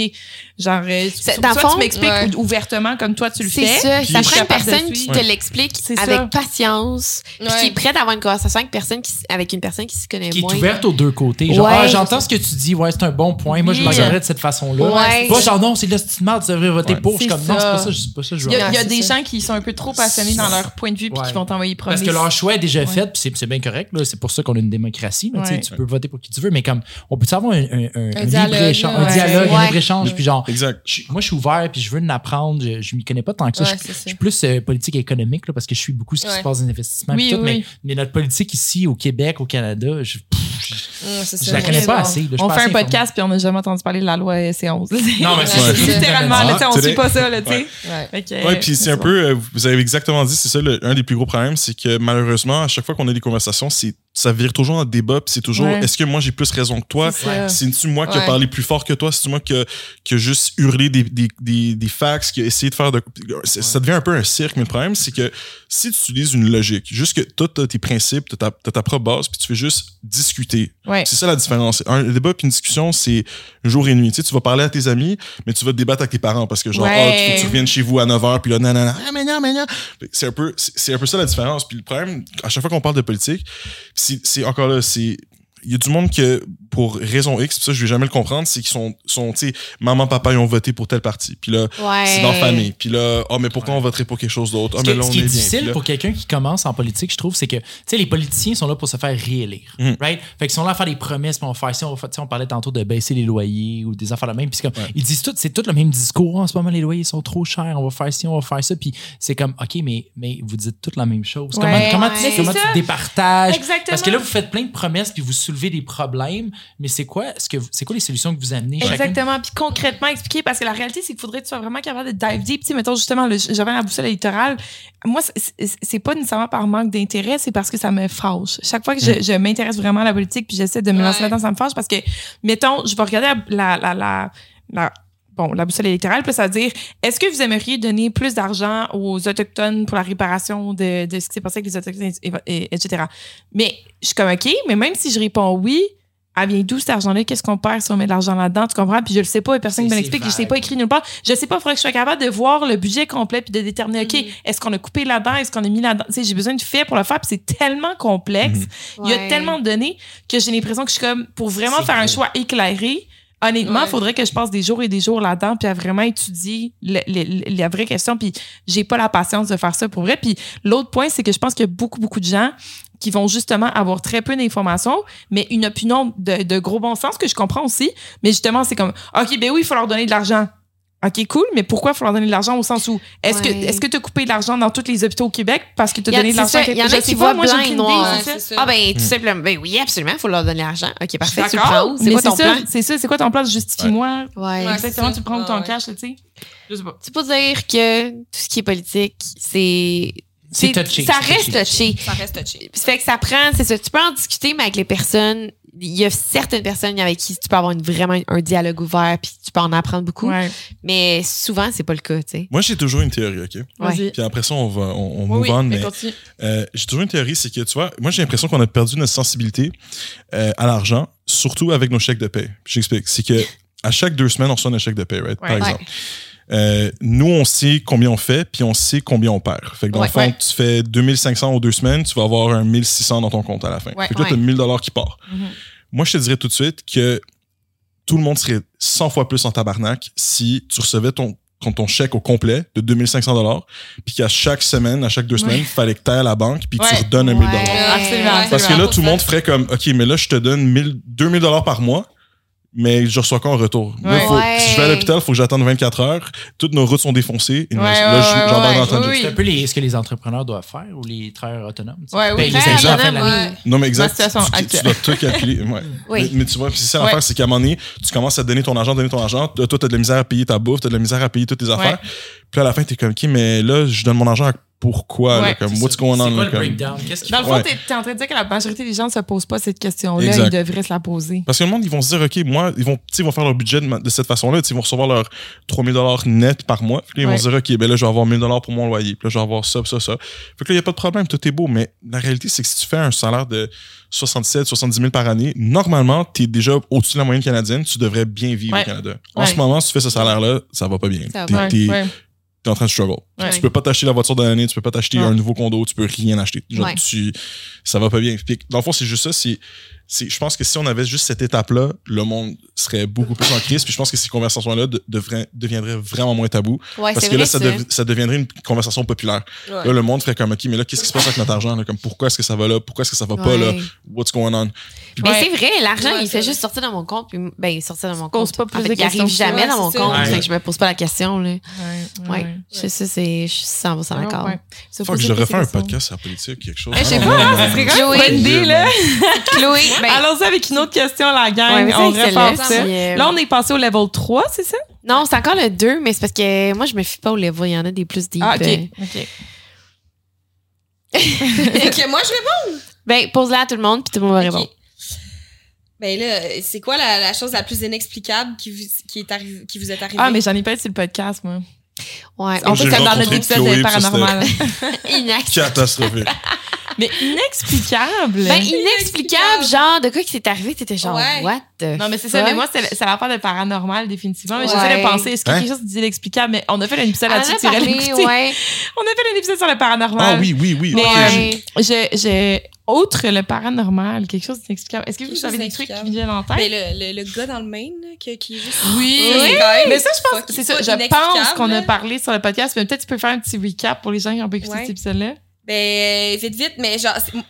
S1: genre, euh,
S5: C'est-
S1: so-
S5: dans le
S1: soit
S5: fond,
S1: tu m'expliques
S2: ouais.
S1: ou- ouvertement comme toi tu le
S5: C'est
S1: fais.
S5: ça.
S3: puis
S5: Ça
S3: je suis
S5: prend une
S1: capable de
S5: personne qui
S1: suivre.
S5: te l'explique
S1: C'est
S5: avec
S1: ça.
S5: patience, puis
S2: Ouais.
S5: qui est prête à avoir une conversation avec, personne qui, s- avec une personne qui se connaît
S4: qui est
S5: moins.
S4: ouverte aux deux côtés. Genre,
S5: Ouais.
S4: ah, j'entends ce que tu dis, ouais, c'est un bon point. Moi, je
S1: Oui.
S4: le regarderais de cette façon-là.
S5: Ouais.
S4: Pas genre, non, c'est de la petite merde, tu devrais voter
S3: Ouais.
S4: pour. Je suis
S1: C'est
S4: comme, non, c'est
S1: ça.
S4: pas ça, c'est pas ça, je
S1: Il y
S4: veux.
S1: a, il y a
S2: Ouais, c'est
S1: des
S2: ça.
S1: gens qui sont un peu trop passionnés dans leur point de vue puis
S4: Ouais.
S1: qui vont t'envoyer promener.
S4: Parce que leur choix est déjà fait, puis c'est- c'est bien correct. là. C'est pour ça qu'on a une démocratie. là, tu sais,
S1: Ouais.
S4: Tu peux voter pour qui tu veux, mais comme on peut avoir un, un- un- un
S2: dialogue,
S4: libre échange, un
S2: ouais.
S4: dialogue, un
S5: Ouais.
S4: libre échange, puis genre,
S3: Exact.
S4: je- moi, je suis ouvert, puis je veux en apprendre. Je, je m'y connais pas tant que ça.
S2: Ouais,
S4: je,
S2: c'est ça.
S4: je suis plus euh, politique économique là, parce que je suis beaucoup ce qui
S2: Ouais.
S4: se passe dans les investissements, puis
S1: Oui,
S4: tout,
S1: oui,
S4: mais-
S1: oui.
S4: Mais, notre politique ici, au Québec, au Canada, je, je la
S1: vrai.
S4: connais pas
S1: Bon.
S4: assez. là. Je suis
S1: On
S4: pas
S1: fait un
S4: assez informé.
S1: podcast puis on n'a jamais entendu parler de la loi C11.
S4: Non, mais
S2: Ouais.
S4: c'est
S1: Littéralement, là, tu sais, on
S3: Ah,
S1: suit pas ça, là, tu sais.
S3: Ouais.
S2: Ouais.
S1: Fait que,
S3: Ouais,
S1: euh,
S3: puis c'est un peu, euh, vous avez exactement dit, c'est ça le- un des plus gros problèmes, c'est que malheureusement, à chaque fois qu'on a des conversations, c'est ça vire toujours dans le débat, puis c'est toujours
S1: Ouais.
S3: est-ce que moi j'ai plus raison que toi
S1: C'est ça.
S3: C'est-tu moi qui a
S2: Ouais.
S3: parlé plus fort que toi C'est-tu moi qui a, qui a juste hurlé des, des, des, des facts, qui a essayé de faire de. c'est- Ça devient un peu un cirque, mais le problème, c'est que si tu utilises une logique, juste que toi, t'as tes principes, t'as ta, t'as ta propre base, puis tu fais juste discuter.
S1: Ouais.
S3: C'est ça la différence. Un débat puis une discussion, c'est jour et nuit. Tu, sais, tu vas parler à tes amis, mais tu vas te débattre avec tes parents parce que genre,
S1: Ouais.
S3: Ah, tu, faut que tu reviennes chez vous à 9h, puis là, nanana, ah, mais non, mais non. Fait que C'est un, peu, c'est c'est un peu ça la différence. Puis le problème, à chaque fois qu'on parle de politique, c'est c'est encore là, c'est. Il y a du monde que, pour raison X, puis ça, je vais jamais le comprendre, c'est qu'ils sont, sont tu sais, maman, papa, ils ont voté pour tel parti. Puis là,
S5: Ouais.
S3: c'est dans la famille. Puis là, oh, mais pourquoi on voterait pour quelque chose d'autre? Ah,
S4: Ce,
S3: mais
S4: que-
S3: là,
S4: ce
S3: on
S4: qui est
S3: bien.
S4: difficile
S3: Puis là-
S4: pour quelqu'un qui commence en politique, je trouve, c'est que tu sais, les politiciens sont là pour se faire réélire.
S3: Mm.
S4: Right? Fait qu'ils sont là à faire des promesses, puis on va faire ça, on, va faire- tu sais, on parlait tantôt de baisser les loyers ou des affaires de même. Puis c'est comme, ils disent tout, c'est tout le même discours. En ce moment, les loyers sont trop chers, on va faire ci, on va faire ça. Puis c'est comme, OK, mais, mais vous dites toute la même chose. Comment,
S1: Ouais.
S4: comment,
S5: Mais
S4: tu,
S5: c'est
S4: comment tu
S1: ça.
S4: départages?
S1: Exactement.
S4: Parce que là, vous faites plein de promesses, puis vous soulevez des problèmes, mais c'est quoi, ce que vous- c'est quoi les solutions que vous amenez chacun?
S1: Exactement. Puis concrètement expliquer, parce que la réalité, c'est qu'il faudrait que tu sois vraiment capable de dive deep. Tu sais, mettons justement, le- j'avais la boussole électorale. Moi, c'est- c'est c'est pas nécessairement par manque d'intérêt, c'est parce que ça me fâche. Chaque fois que je, je m'intéresse vraiment à la politique, puis j'essaie de me lancer
S2: Ouais.
S1: là-dedans, ça me fâche parce que, mettons, je vais regarder la. la, la, la- la- Bon, la boussole électorale, puis ça veut dire, est-ce que vous aimeriez donner plus d'argent aux Autochtones pour la réparation de, de ce qui s'est passé avec les Autochtones, et- et- etc. Mais je suis comme, OK, mais même si je réponds oui, elle vient d'où cet argent-là? Qu'est-ce qu'on perd si on met de l'argent là-dedans? Tu comprends? Puis je le sais pas, et personne ne
S4: C'est-
S1: me
S4: c'est
S1: l'explique, je sais
S4: vague.
S1: pas écrit nulle part. Je sais pas, il faudrait que je sois capable de voir le budget complet puis de déterminer, OK,
S4: Mm.
S5: Mhm.
S1: est-ce qu'on a coupé là-dedans? Est-ce qu'on a mis là-dedans? Tu sais, j'ai besoin de faits pour le faire, puis c'est tellement complexe. Il y a
S5: Ouais.
S1: tellement de données que j'ai l'impression que je suis comme, pour vraiment
S4: C'est
S1: faire un
S4: gros.
S1: choix éclairé, honnêtement, il
S2: Ouais.
S1: faudrait que je passe des jours et des jours là-dedans, puis à vraiment étudier le- le- le- la vraie question, puis j'ai pas la patience de faire ça pour vrai. Puis l'autre point, c'est que je pense qu'il y a beaucoup, beaucoup de gens qui vont justement avoir très peu d'informations, mais une opinion de, de gros bon sens que je comprends aussi. Mais justement, c'est comme, OK, ben oui, il faut leur donner de l'argent. OK, cool, mais pourquoi il faut leur donner de l'argent au sens où est-ce que
S5: Ouais.
S1: est-ce que tu as coupé de l'argent dans tous les hôpitaux au Québec parce que tu as
S5: Y a-
S1: donné de
S5: c'est
S1: l'argent
S5: ça,
S1: à quelqu'un?
S5: y en a
S1: Je
S5: qui
S1: sais
S5: voient
S1: pas, moi, j'ai
S5: blanc et
S1: aucune idée,
S5: noir,
S1: c'est ça.
S5: Ah ben, tout
S3: Hmm.
S5: simplement. Ben oui, absolument, faut leur donner l'argent.
S1: Je
S5: OK,
S1: suis
S5: parfait, tu le
S1: d'accord,
S5: prends où? C'est
S1: mais
S5: quoi ton
S1: ça,
S5: plan?
S1: C'est ça, c'est quoi ton plan? Justifie-moi.
S5: Ouais.
S2: Ouais.
S1: Exactement,
S2: c'est
S1: tu
S2: ça.
S1: prends où
S2: Ah,
S1: ton
S2: ouais.
S1: cash, là, tu sais. Je sais pas.
S5: Tu peux dire que tout ce qui est politique, c'est...
S4: C'est
S5: c'est-
S4: touché.
S5: Ça
S4: c'est
S5: reste touché.
S2: Ça reste touché.
S5: Puis fait que ça prend, c'est ça. Tu peux en discuter, mais avec les personnes, il y a certaines personnes avec qui tu peux avoir une- vraiment un dialogue ouvert, puis tu peux en apprendre beaucoup.
S1: Ouais.
S5: Mais souvent, c'est pas le cas, tu sais.
S3: Moi, j'ai toujours une théorie, OK?
S5: Ouais.
S1: Vas-y.
S3: Puis après ça, on va on, on
S1: Oui,
S3: move
S1: oui,
S3: on,
S1: mais
S3: mais
S1: continue.
S3: euh, j'ai toujours une théorie, c'est que, tu vois, moi, j'ai l'impression qu'on a perdu notre sensibilité euh, à l'argent, surtout avec nos chèques de paie. Puis J'explique. C'est que à chaque deux semaines, on reçoit un chèque de paie, right?
S1: Ouais.
S3: Par exemple. Euh, nous, on sait combien on fait, puis on sait combien on perd. Fait que dans
S5: Ouais.
S3: le fond,
S1: Ouais.
S3: tu fais 2500 aux deux semaines, tu vas avoir un 1600 dans ton compte à la fin.
S5: Ouais.
S3: fait que là, tu
S5: Ouais.
S3: as 1000 dollars qui part.
S1: Mhm.
S3: Moi, je te dirais tout de suite que tout le monde serait 100 fois plus en tabarnak si tu recevais ton, contre ton chèque au complet de 2500 dollars, puis qu'à chaque semaine, à chaque deux semaines, fallait que t'ailles à la banque puis que
S1: Ouais.
S3: tu redonnes un 1000 dollars.
S1: Absolument,
S5: Ouais.
S3: Parce que là,
S5: 100%.
S3: tout le monde ferait comme, OK, mais là, je te donne 1000, 2000 dollars par mois, mais je reçois quoi en retour? Là,
S1: Ouais.
S3: faut-
S5: Ouais.
S3: Si je vais à l'hôpital, faut que j'attende 24 heures. Toutes nos routes sont défoncées. Et
S1: Ouais,
S3: là,
S1: ouais,
S3: je-
S1: ouais,
S3: j'en
S1: ouais.
S3: parle dans le temps.
S5: Oui.
S4: C'est un peu les- ce que les entrepreneurs doivent faire ou les travailleurs autonomes. tu sais.
S1: Ouais, oui,
S4: Payer
S1: les
S4: les
S1: travailleurs
S4: gens à la fin de
S5: autonomes,
S4: l'année.
S5: ouais.
S3: Non, mais exact.
S1: Ma situation
S3: tu, tu- tu dois tout calculer. Ouais.
S5: Oui.
S3: Mais, mais tu vois, puis c'est ça
S1: Ouais.
S3: l'affaire, c'est qu'à un moment donné, tu commences à donner ton argent, donner ton argent. Toi, t'as de la misère à payer ta bouffe, t'as de la misère à payer toutes tes affaires. Puis à la fin, t'es comme, OK, mais là, je donne mon argent à pourquoi? là,
S1: Ouais,
S3: comme,
S4: C'est
S3: what's
S4: ça.
S3: going
S4: C'est
S3: on?
S4: quoi
S3: là,
S4: le
S3: comme-
S4: breakdown? Qu'est-ce qu'il
S1: Dans le fond,
S3: Ouais.
S1: t'es t'es en train de dire que la majorité des gens ne se posent pas cette question-là.
S3: Exact.
S1: Ils devraient se la poser.
S3: Parce que le monde, ils vont se dire, OK, moi, ils vont, tu sais, ils vont faire leur budget de, ma- de cette façon-là. Tu sais, Ils vont recevoir leur 3000 net par mois. Puis là, ils
S1: Ouais.
S3: vont se dire, OK, ben là, je vais avoir 1000 pour mon loyer. Puis là, je vais avoir ça, ça, ça. Fait que là, il n'y a pas de problème, tout est beau. Mais la réalité, c'est que si tu fais un salaire de 67, 70 000 par année, normalement, tu es déjà au-dessus de la moyenne canadienne. Tu devrais bien vivre
S1: Ouais.
S3: au Canada. En
S1: Ouais.
S3: ce moment, si tu fais ce salaire-là, ça va pas bien.
S5: Ça va
S3: T'es-
S5: pas.
S3: T'es
S1: Ouais.
S3: t'es en train de struggle.
S1: Ouais.
S3: Tu peux pas t'acheter la voiture de l'année, tu peux pas t'acheter
S1: Non.
S3: un nouveau condo, tu peux rien acheter. Genre,
S5: Ouais.
S3: tu- ça va pas bien. Puis, dans le fond, c'est juste ça. C'est, c'est- je pense que si on avait juste cette étape-là, le monde serait beaucoup plus en crise. Puis je pense que ces conversations-là de- devraient- deviendraient vraiment moins tabou.
S5: Ouais,
S3: parce
S5: c'est
S3: que là,
S5: vrai.
S3: ça,
S5: Ça
S3: dev- ça deviendrait une conversation populaire.
S5: Ouais.
S3: Là, le monde ferait comme, OK, mais là, qu'est-ce qui se passe avec notre argent? là? Comme, pourquoi est-ce que ça va là? Pourquoi est-ce que ça va pas là?
S5: Ouais.
S3: What's going on?
S5: Mais
S1: Ouais.
S5: c'est vrai, l'argent,
S2: Ouais,
S5: il
S2: c'est
S5: fait
S2: vrai.
S5: juste sortir dans mon compte. Puis, ben, sortir dans mon
S1: pose
S5: compte.
S1: pas plus
S5: En fait,
S1: de
S5: il arrive
S1: questions que ça.
S5: jamais
S2: Ouais,
S5: dans mon
S2: c'est
S5: compte.
S4: ça.
S5: Fait que je me pose pas la question. Là.
S1: Ouais.
S5: Ouais. Je sais, c'est, je suis 100% d'accord.
S1: Ouais.
S5: Sauf
S3: Faut que
S5: c'est
S3: je
S5: pas
S3: refais un
S5: question.
S3: podcast sur la politique, quelque chose.
S1: Eh, je sais
S3: Ah, non,
S1: pas,
S3: non,
S1: hein,
S3: non,
S1: ça
S3: non.
S1: serait quand même
S5: Joey.
S1: une bonne idée, là.
S5: Chloé, ben,
S1: Allons-y avec une autre question, la
S5: ouais,
S1: gang.
S5: mais ça,
S1: on
S5: c'est
S1: repart
S5: le-
S1: ça.
S5: puis, euh,
S1: Là, on est passé au level 3, c'est ça?
S5: Non, c'est encore le 2, mais c'est parce que moi, je me fie pas au level. Il y en a des plus deep.
S1: Ah, OK.
S5: euh.
S1: OK.
S2: que moi, je
S5: Ben, pose-la à tout le monde, puis tout le monde va répondre.
S2: Ok. Ben là, c'est quoi la, la chose la plus inexplicable qui vous, qui est arri- qui vous est arrivée?
S1: Ah, mais j'en ai pas sur le podcast, moi.
S5: Ouais.
S1: On
S3: J'ai
S1: fait comme dans notre
S3: rencontré
S1: épisode
S3: Chloé,
S1: de
S3: puis ça, c'était-
S1: Paranormal.
S5: Inaccessible.
S3: Catastrophique.
S1: Mais inexplicable.
S5: Ben, inexplicable, genre, de quoi qui s'est arrivé, t'étais genre,
S2: Ouais.
S5: what the
S1: non, mais c'est ça.
S5: fuck?
S1: Mais moi, c'est c'est l'affaire de paranormal, définitivement. Mais
S5: Ouais.
S1: j'essaie de penser, est-ce qu'il y a
S3: Hein?
S1: quelque chose d'inexplicable? Mais on a fait un épisode
S5: Elle en
S1: là-dessus, tu
S5: a
S1: irais
S5: parlé,
S1: l'écouter.
S5: ouais.
S1: On a fait un épisode sur le paranormal.
S3: Ah oui, oui, oui.
S1: Mais,
S3: ok,
S1: euh,
S3: j'ai-
S1: J'ai, j'ai- autre le paranormal, quelque chose d'inexplicable. Est-ce que
S2: Quelque
S1: vous avez
S2: chose
S1: des trucs qui me viennent
S2: d'inexplicable.
S1: en tête?
S2: Ben, le, le, le gars dans le Maine, là, qui, qui est juste.
S1: Oui.
S2: C'est quand même
S1: Mais ça, je pense,
S2: fucking
S1: c'est ça,
S2: pas
S1: je pense
S2: inexplicable,
S1: qu'on a
S2: là.
S1: parlé sur le podcast, mais peut-être tu peux faire un petit recap pour les gens qui ont pas écouté
S2: Ouais.
S1: cet épisode-là.
S2: Ben, euh, vite, vite, mais genre. c'est- ouais.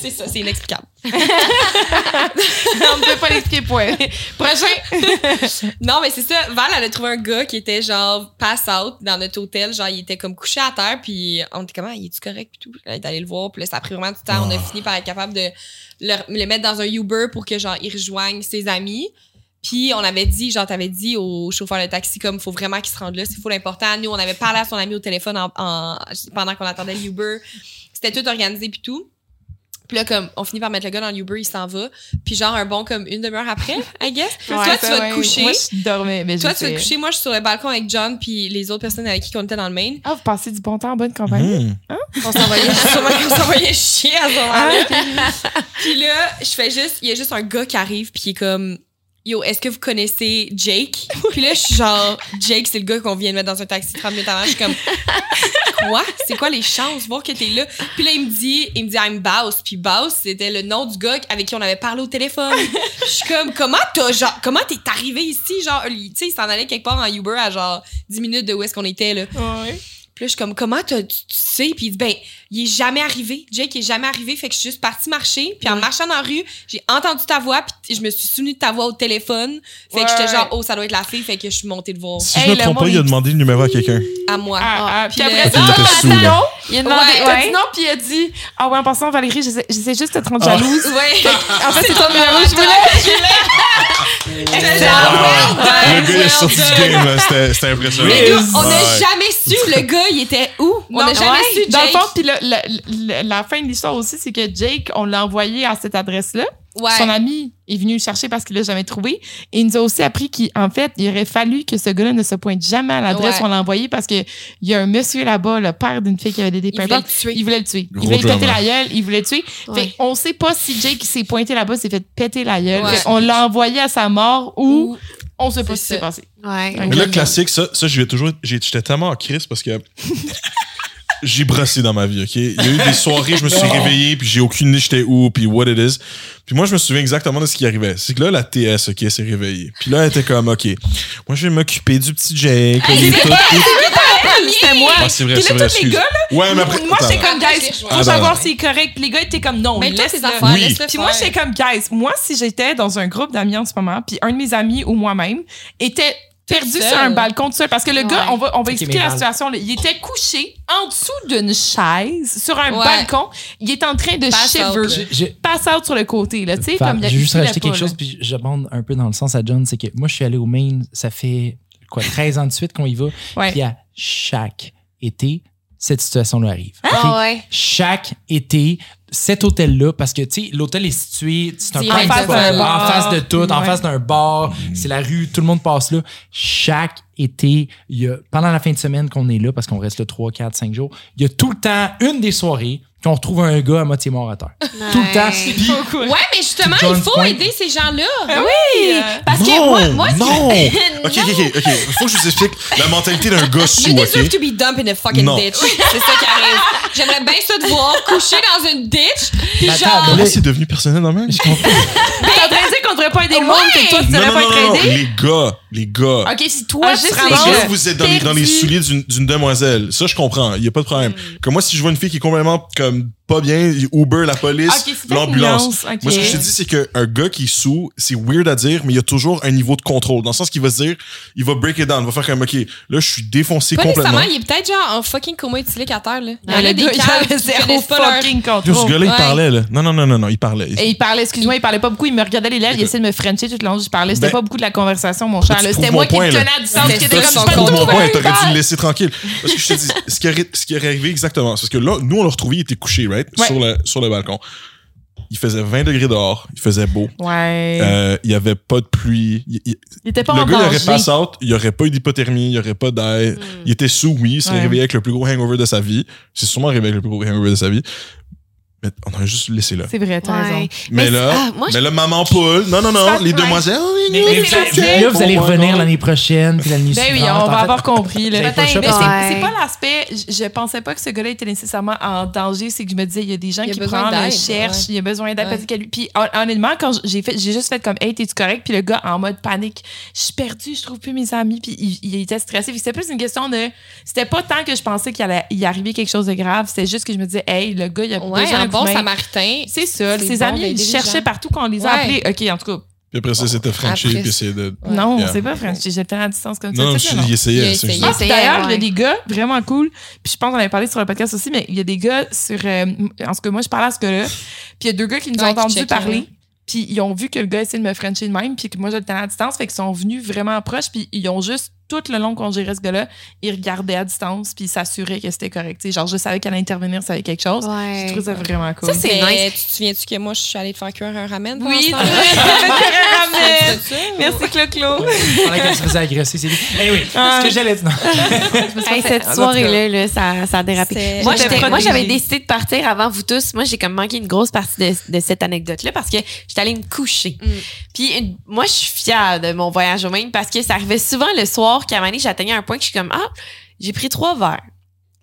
S2: C'est ça, c'est inexplicable.
S1: on ne peut pas l'expliquer, point. Prochain.
S2: Non, mais c'est ça. Val, elle a trouvé un gars qui était genre pass out dans notre hôtel. Genre, il était comme couché à terre, puis on était comme, ah, il est-tu correct, puis tout. Puis là, Elle est allée le voir, puis là, ça a pris vraiment du temps. On a fini par être capable de le, le mettre dans un Uber pour que, genre, il rejoigne ses amis. Puis on avait dit, genre, t'avais dit au chauffeur de taxi, comme, faut vraiment qu'il se rende là, c'est fou l'important. Nous, on avait parlé à son ami au téléphone en- en- pendant qu'on attendait l'Uber. C'était tout organisé, puis tout. Puis là, comme, on finit par mettre le gars dans l'Uber, il s'en va. Puis genre, un bon, comme, une demi-heure après, I guess. toi, tu vas te coucher.
S1: Moi, je dormais. Mais
S2: Toi,
S1: je
S2: tu vas te
S1: sais.
S2: coucher. Moi, je suis sur le balcon avec John puis les autres personnes avec qui on était dans le Maine.
S1: Ah, vous passez du bon temps en bonne compagnie.
S3: Hmm.
S2: On s'envoyait sûrement qu'on s'envoyait chier à ce
S1: Ah,
S2: moment-là.
S1: ok.
S2: Puis là, je fais juste... Il y a juste un gars qui arrive puis il est comme... Yo, est-ce que vous connaissez Jake? Puis là, je suis genre... Jake, c'est le gars qu'on vient de mettre dans un taxi 30 minutes avant. Je suis comme... Quoi? C'est quoi les chances? Voir que t'es là. Puis là, il me dit... Il me dit I'm Baus. Puis Baus, c'était le nom du gars avec qui on avait parlé au téléphone. Je suis comme... Comment t'as... Genre... Comment t'es arrivé ici? Genre... Tu sais, il s'en allait quelque part en Uber à genre 10 minutes de où est-ce qu'on était, là.
S1: Ouais.
S2: Puis là, je suis comme, comment t'as- tu, tu sais? Puis il dit, ben, il est jamais arrivé. Jake, il est jamais arrivé. Fait que je suis juste partie marcher. Puis en marchant dans la rue, j'ai entendu ta voix. Puis je me suis souvenu de ta voix au téléphone. Fait
S1: Ouais,
S2: que j'étais genre,
S1: ouais.
S2: oh, ça doit être la fille. Fait que je suis montée le voir
S3: Si
S1: Hey,
S3: je me
S1: le
S3: trompe pas,
S1: monde
S3: il a
S1: est
S3: demandé le numéro à quelqu'un.
S2: à moi.
S1: Ah, ah,
S2: Puis
S1: puis
S2: là-
S1: après ça,
S3: Il était
S1: t'as
S3: saoul.
S1: dit non.
S5: Il a demandé,
S2: Ouais,
S1: T'as dit
S5: ouais.
S1: non, puis il a dit Ah ouais, en passant, Valérie, j'essaie j'essaie juste de te rendre
S3: Ah.
S1: jalouse.
S2: Ouais.
S1: En fait, c'est ton numéro, je voulais.
S2: J'étais
S3: Ah,
S2: genre, well
S3: ouais. le gars,
S2: done,
S3: il est
S2: well
S3: sorti
S2: done.
S3: du game, là. C'était c'était impressionnant.
S2: Mais nous, on n'a
S3: Ouais.
S2: jamais su le gars, il était où? On n'a
S1: Non,
S2: jamais
S1: ouais.
S2: su
S1: Dans le
S2: Jake.
S1: fond, puis le- le- le- la fin de l'histoire aussi, c'est que Jake, on l'a envoyé à cette adresse-là. Son ami est venu le chercher parce qu'il l'a jamais trouvé. Et il nous a aussi appris qu'en fait, il aurait fallu que ce gars-là ne se pointe jamais à l'adresse
S2: Ouais.
S1: où on l'a envoyé parce qu'il y a un monsieur là-bas, le père d'une fille qui avait des
S2: il voulait
S1: dépeintes.
S2: le tuer.
S1: Il voulait le tuer. Il
S3: Gros
S1: voulait lui péter
S3: drama.
S1: la gueule. Il voulait le tuer.
S5: Ouais.
S1: Fait on sait pas si Jake qui s'est pointé là-bas s'est fait péter la gueule.
S2: Ouais.
S1: Fait on l'a envoyé à sa mort ou
S2: Ou-
S1: on sait pas
S2: C'est
S1: ce qui s'est
S2: ça.
S1: passé.
S5: Ouais.
S3: Mais là, classique, ça, ça je vais toujours. j'ai- J'étais tellement en crise parce que. j'ai brassé dans ma vie, OK? Il y a eu des soirées, je me suis réveillé, puis j'ai aucune idée j'étais où, puis what it is. Puis moi, je me souviens exactement de ce qui arrivait. C'est que là, la TS, OK, elle s'est réveillée. Puis là, elle était comme, OK, moi, je vais m'occuper du petit Jake. il est tout-
S1: C'était moi.
S3: Ah, c'est vrai,
S1: Puis
S3: c'est
S1: là,
S3: vrai,
S1: tous les
S3: excuse.
S1: gars,
S3: Ouais, mais après...
S1: Moi,
S3: attends.
S1: j'étais comme,
S2: Attends,
S1: guys,
S2: je
S1: faut
S3: vois.
S1: savoir s'il est correct. Les gars étaient comme, non,
S2: Mais Ben, toi,
S1: laisse
S2: tes affaires,
S3: Oui.
S2: laisse-le
S1: Puis moi,
S2: faire.
S1: j'étais comme, guys, moi, si j'étais dans un groupe d'amis en ce moment, puis un de mes amis ou moi-même était perdu
S2: Seul.
S1: sur un balcon tout seul, parce que le
S2: Ouais.
S1: gars, on va, on va
S4: Ok,
S1: expliquer
S4: mais
S1: la
S4: mal.
S1: situation, là. il était couché en dessous d'une chaise, sur un
S2: Ouais.
S1: balcon, il est en train de
S2: Pass out,
S1: shiver.
S2: là.
S4: J'ai-
S1: Passe out sur le côté, là, tu sais,
S4: Fab,
S1: comme... il-
S4: J'ai juste
S1: il
S4: rajouté
S1: l'a pas,
S4: quelque chose,
S1: là.
S4: puis j'abonde un peu dans le sens à John, c'est que moi, je suis allé au Maine, ça fait quoi, 13 ans de suite qu'on y va,
S1: Ouais.
S4: puis à chaque été, cette situation-là arrive.
S1: Ah
S4: OK?
S5: Ah, ouais.
S4: Chaque été, cet hôtel-là, parce que, tu sais, l'hôtel est situé, c'est un
S2: C'est
S4: peu
S2: en
S4: une
S2: face
S4: fois,
S2: d'un
S4: en
S1: bar.
S4: face de tout, en
S1: Ouais.
S4: face d'un bar, c'est la rue, tout le monde passe là. Chaque été, il y a, pendant la fin de semaine qu'on est là, parce qu'on reste là 3, 4, 5 jours, il y a tout le temps une des soirées qu'on retrouve un gars à moitié mort à terre. Tout le temps,
S5: Nice.
S4: puis
S2: Ouais, mais justement,
S4: John
S2: il faut
S4: Point.
S2: aider ces gens-là.
S1: Puis, euh,
S5: Parce que
S3: non,
S5: moi, moi,
S3: non.
S5: Non.
S3: Ok, ok, ok, ok. Faut que je vous explique la mentalité d'un gars
S2: You
S3: sous,
S2: deserve
S3: ok?
S2: to be dumped in a fucking
S3: Non.
S2: ditch. C'est ça qui arrive. J'aimerais bien ça te voir couché dans une ditch. Puis
S4: Attends,
S2: genre,
S3: Mais Là, c'est devenu personnel, non, même?
S4: je comprends.
S1: t'es en train de dire qu'on devrait pas aider le
S2: Ouais.
S1: monde, que toi, tu
S3: Non,
S1: devrais
S3: non,
S1: pas
S3: non, non, Ah,
S1: être
S3: non,
S1: aidé?
S3: les gars, les gars.
S1: OK, si toi,
S5: juste
S1: tu te
S5: les
S1: ramasses-
S5: gars.
S3: Là, vous êtes dans, les, dans
S1: perdu.
S3: les
S1: Hmm.
S3: souliers d'une d'une demoiselle. Ça, je comprends. Il n'y a pas de problème. Que moi, si je vois une fille qui est complètement comme pas bien, Uber, la police,
S1: Ok, c'est
S3: l'ambulance.
S1: une nuance, ok.
S3: Moi, ce que je te dis, c'est qu'un gars qui est sous, c'est weird à dire, mais il y a toujours un niveau de contrôle. Dans le sens qu'il va se dire, il va break it down, il va faire comme, OK, là, je suis défoncé
S2: pas
S3: complètement.
S2: nécessairement, il est peut-être genre en fucking coma éthylique à terre. Là. Il y en
S1: Ah,
S2: a
S1: le
S2: des
S1: gars, il
S2: caves
S1: avait
S2: qui
S1: zéro
S2: connaissent pas leur-
S1: fucking
S3: Yo, ce
S1: contrôle.
S3: gars-là,
S2: Ouais.
S3: il parlait, là. Non, non, non, non, non, il parlait.
S1: Et il parlait, excuse-moi, il parlait pas beaucoup, il me regardait les lèvres, il essayait de me frencher tout le long, je parlais, c'était
S3: Ben,
S1: pas beaucoup de la conversation, mon cher,
S3: tu
S1: là.
S3: prouves
S1: c'était
S3: mon
S1: moi qui
S3: point,
S1: le
S3: là.
S1: tenais à distance, qui était comme,
S3: Là, tu
S1: je
S2: son
S1: parle
S3: prouves
S1: tout
S3: mon
S1: le
S3: point,
S1: temps.
S3: t'aurais dû le laisser tranquille. Parce que je te dis, ce qui, arri- ce qui est arrivé exactement, c'est parce que là, nous, on l'a retrouvé, il était couché, right?
S1: Ouais.
S3: Sur, le, sur le balcon. Il faisait 20 degrés dehors, il faisait beau.
S1: Ouais.
S3: Euh, il y avait pas de pluie. Il- il-
S1: il était pas
S3: le
S1: en
S3: gars, il
S1: danger.
S3: aurait pass out, il aurait pas eu d'hypothermie, il aurait pas d'air. Il était sous, oui, il s'est
S1: Ouais.
S3: réveillé avec le plus gros hangover de sa vie. C'est sûrement réveillé avec le plus gros hangover de sa vie. Mais on aurait juste laissé là.
S1: C'est vrai, t'as raison.
S5: Ouais.
S3: Mais,
S5: Mais
S3: là,
S5: c'est- ah, moi,
S3: mais là, maman poule. Non, non, non,
S5: Ça,
S3: les
S5: ouais.
S3: demoiselles. oui,
S4: Mais,
S3: oui,
S4: mais
S5: c'est
S4: vous-
S5: la tienne.
S4: là, vous allez
S3: Bon,
S4: revenir
S3: bon.
S4: l'année prochaine, puis l'année
S1: Ben
S4: suivante.
S1: oui, on
S4: en
S1: va
S4: fait.
S1: avoir compris.
S4: Vous
S1: Là.
S4: avez pas le choix,
S1: Ben, Mais
S4: parce que-
S5: Ouais.
S1: c'est c'est pas l'aspect, je, je pensais pas que ce gars-là était nécessairement en danger, c'est que je me disais, il y a des gens
S2: Il a
S1: qui
S2: besoin
S1: prennent,
S2: d'aide,
S1: cherchent,
S2: ouais.
S1: il y a besoin d'aide.
S2: Ouais.
S1: parce que lui- Puis hon- honnêtement, quand j'ai fait, j'ai juste fait comme, hey, t'es-tu correct? Puis le gars en mode panique, je suis perdu, je trouve plus mes amis, puis il, il était stressé. Fait que C'était plus une question de, c'était pas tant que je pensais qu'il allait y arriver quelque chose de grave, c'était juste que je me disais, hey, le gars, il a
S2: Ouais,
S1: besoin
S2: un bon
S1: d'humains.
S2: samaritain.
S1: C'est ça,
S2: C'est
S1: ses
S2: bon
S1: amis,
S2: d'aider
S1: ils
S2: les
S1: cherchaient
S2: gens.
S1: partout quand on les a
S2: Ouais.
S1: appelés. OK, en tout cas,
S3: Puis après ça, c'était Frenchie,
S2: Après,
S3: puis c'est de.
S2: Ouais.
S1: non,
S3: Yeah.
S1: c'est pas French, j'étais à distance comme ça.
S3: Non,
S1: Tu
S3: je
S1: sais, non.
S3: il essayait.
S2: Il
S3: c'est-
S2: essayait.
S1: Ah,
S5: Essayez,
S1: D'ailleurs, il y
S5: ouais.
S1: a des gars vraiment cool. Puis je pense qu'on avait parlé sur le podcast aussi, mais il y a des gars sur. euh, en ce que moi, je parlais à ce gars-là. Puis il y a deux gars qui nous ont
S2: Ouais, qui
S1: entendu
S2: checkaient,
S1: parler.
S2: ouais.
S1: Puis ils ont vu que le gars essayait de me frencher de même, puis que moi, je le tenais à distance. Fait qu'ils sont venus vraiment proches, puis ils ont juste, tout le long qu'on gérait ce gars-là, ils regardaient à distance, puis ils s'assuraient que c'était correct. Tu sais, genre, je savais qu'elle allait intervenir, ça savait quelque chose. Je trouve ça vraiment cool.
S5: Ça, c'est-
S2: Mais
S5: nice.
S2: Tu te souviens-tu que moi, je suis allée te faire cuire un ramen? pendant
S1: Oui,
S2: ce temps-là?
S1: Ramen.
S2: Tu te souviens de ça?
S1: Merci, Clo-Clo.
S4: Pendant qu'elle se faisait agresser, c'est lui. Eh oui, ce que j'allais dire. Non.
S5: Hey, cette soirée-là, là, ça, ça a dérapé.
S2: C'est-
S5: Moi,
S1: J'étais
S5: j'étais- moi,
S1: protégée.
S5: j'avais décidé de partir avant vous tous. Moi, j'ai comme manqué une grosse partie de, de cette anecdote-là parce que j'étais allée me coucher.
S2: Mm.
S5: Puis, une- moi, je suis fière de mon voyage au Maine parce que ça arrivait souvent le soir qu'à un moment donné, j'atteignais un point que je suis comme, ah, j'ai pris trois verres.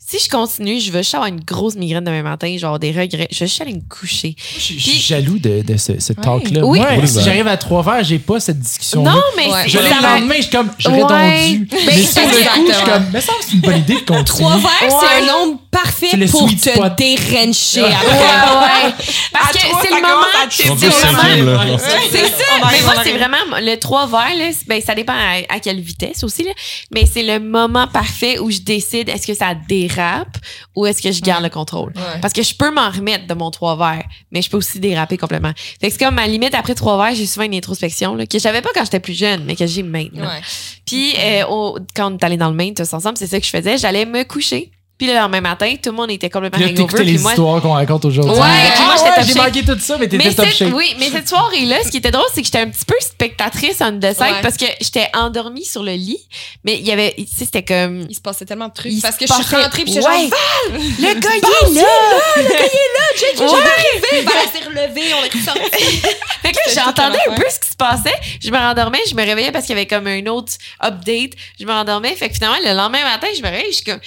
S5: Si je continue, je vais juste avoir une grosse migraine demain matin, genre des regrets. Je vais juste aller me coucher.
S4: Je suis je
S5: Puis-
S4: suis jaloux de, de ce, ce talk-là.
S5: Oui.
S4: Moi,
S3: Oui,
S4: si
S3: ben.
S4: j'arrive à trois verres, j'ai pas cette discussion-là.
S5: Non, mais
S2: Ouais.
S5: c'est-
S4: Je l'ai
S5: ça
S4: le
S5: va-
S4: lendemain, je suis comme, j'aurais
S5: Ouais.
S4: donc dû.
S5: Ben,
S4: Mais sur le coup, je suis
S2: exactement.
S4: comme, mais ça, c'est une bonne idée de continuer.
S2: Trois verres, c'est
S5: Ouais.
S2: un nombre
S4: C'est
S2: parfait
S4: le
S2: pour
S4: sweet spot.
S2: te Ah, dérencher
S5: Ouais,
S2: après.
S5: ouais. Parce
S1: À
S5: que
S1: trois,
S5: c'est
S1: ça
S5: le moment.
S1: commence à
S3: Je suis rendu
S5: c'est
S3: au
S5: le moment-
S3: cinquième, là. Non.
S5: C'est
S1: On va
S5: ça. Mais
S1: arriver,
S5: moi,
S1: on va
S5: c'est
S1: arriver.
S5: vraiment le trois verres, là, c'est- ben, ça dépend à, à quelle vitesse aussi, là. Mais c'est le moment parfait où je décide est-ce que ça dérape ou est-ce que je garde le contrôle. Parce que je peux m'en remettre de mon trois verres, mais je peux aussi déraper complètement. Fait que c'est comme ma limite après trois verres, j'ai souvent une introspection, là, que j'avais pas quand j'étais plus jeune, mais que j'ai maintenant.
S2: Ouais.
S5: Puis euh, au- quand on est allé dans le Maine tous ensemble, c'est ça que je faisais. J'allais me coucher. Puis le lendemain matin, tout le monde était complètement
S4: Puis là,
S5: hangover.
S4: t'écoutais les
S5: Puis moi,
S4: histoires qu'on raconte aujourd'hui.
S5: Ouais, puis moi, j'étais
S4: Ah
S5: top
S4: j'ai
S5: shape.
S4: manqué tout ça, mais
S5: mais
S4: t'étais top
S5: cette-
S4: shape.
S5: Oui, mais cette soirée-là, ce qui était drôle, c'est que j'étais un petit peu spectatrice on the side
S2: Ouais.
S5: parce que j'étais endormie sur le lit. Mais il y avait, tu sais, c'était comme.
S2: Il se passait tellement de
S5: Il
S2: trucs.
S5: se
S2: Parce que je suis
S5: passait-
S2: rentrée puis j'étais
S5: Ouais.
S2: genre,
S5: Le gars, il est là! Le gars, il est là! Ouais.
S2: Val, Val s'est relevée, on est sortis.
S5: Fait que là,
S2: C'était
S5: j'entendais
S2: toute
S5: un
S2: une
S5: peu ce qui se passait. Je me rendormais, je me réveillais parce qu'il y avait comme un autre update. Je me rendormais. Fait que finalement, le lendemain matin, je me réveille, je suis comme.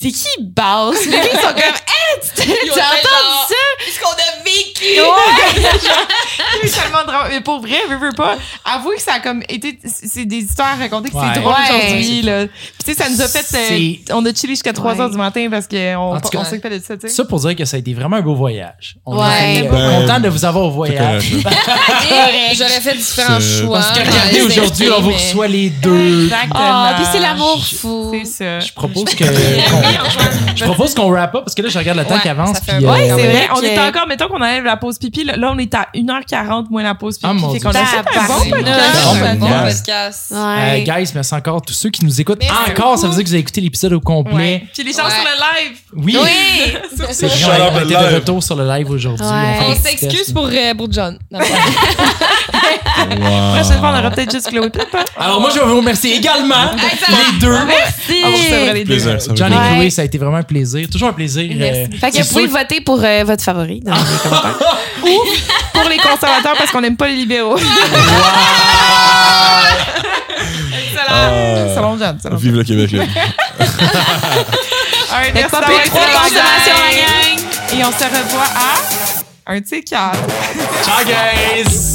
S5: c'est qui Bass? Puis les filles sont comme, hey, tu t'es-
S2: Yo,
S5: t'as
S2: ben,
S5: entendu
S2: genre,
S5: ça?
S2: Ce qu'on a vécu!
S1: C'est tellement drôle. Mais pour vrai, veux, veux pas. Avouez que ça a comme été. C'est des histoires racontées que
S4: Ouais.
S1: c'est drôle
S5: Ouais.
S1: aujourd'hui, là. Puis, tu sais, ça nous a fait. euh,
S4: C'est-
S1: on a chillé jusqu'à 3
S5: Ouais.
S1: h du matin parce qu'on
S4: En tout cas,
S1: on s'occupait de ça, tu sais.
S4: Ça pour dire que ça a été vraiment un beau voyage. On
S5: Ouais.
S4: est
S3: Ben,
S4: content de vous avoir au voyage.
S3: C'est correct,
S2: J'aurais fait différents
S3: C'est-
S2: choix.
S4: Parce que regardez aujourd'hui, on vous reçoit les deux.
S1: Exactement.
S5: Ah, puis c'est l'amour fou.
S1: C'est ça.
S4: Je propose que. qu'on- je propose qu'on wrap up parce que là, je regarde le temps
S2: Ouais,
S4: qui avance.
S2: ça fait un
S4: puis, euh,
S2: bon
S1: Ouais,
S2: Ah
S1: c'est
S2: ouais.
S1: vrai. On
S5: Ok.
S1: était encore, mettons qu'on enlève la pause pipi. Là, là, on est à 1h40 moins la pause pipi.
S4: Ah, mon
S1: fait
S4: Dieu. Ah,
S1: qu'on a fait un bon
S4: Tabarnak.
S1: podcast.
S3: C'est un bon
S2: podcast.
S5: Ah,
S4: euh,
S5: Ouais.
S4: guys, merci encore tous ceux qui nous écoutent.
S2: Merci
S4: encore, ça veut dire que vous avez écouté l'épisode au complet.
S1: Ouais. Puis les gens
S2: Ouais.
S1: sur le live.
S4: Oui.
S5: Oui!
S4: C'est
S3: Shout
S4: vrai,
S3: out
S4: on
S3: le
S4: était de
S3: live.
S4: retour sur le live aujourd'hui.
S5: Ouais.
S4: fait
S2: On
S4: des petits
S2: s'excuse
S4: tests.
S2: pour, euh, pour John. Non, non.
S3: Wow.
S4: Ah.
S1: Prochaine fois, on aura peut-être juste Chloé. Peut-être pas.
S4: Alors, moi, je vais vous remercier également. les deux.
S5: Merci!
S1: Ah, bon, c'est vrai, les deux.
S3: Plaisir, ça veut
S4: John
S3: dire.
S4: et Chloé,
S5: Ouais.
S4: ça a été vraiment un plaisir. Toujours un plaisir. euh,
S5: Fait que
S4: c'est
S5: vous pouvez
S4: sûr-
S5: voter pour euh, votre favori
S1: Ah,
S5: dans les commentaires.
S1: Pour les conservateurs, parce qu'on n'aime pas les libéraux. Excellent.
S3: Ah.
S1: Selon John. Selon John.
S3: Vive le Québec, là.
S1: All right, merci
S5: Fait que
S1: d'avoir
S5: pas
S1: été
S5: pour trois
S1: là,
S5: consommations,
S1: guys.
S5: la gang!
S1: Et on se revoit à un T4.
S4: Ciao, guys!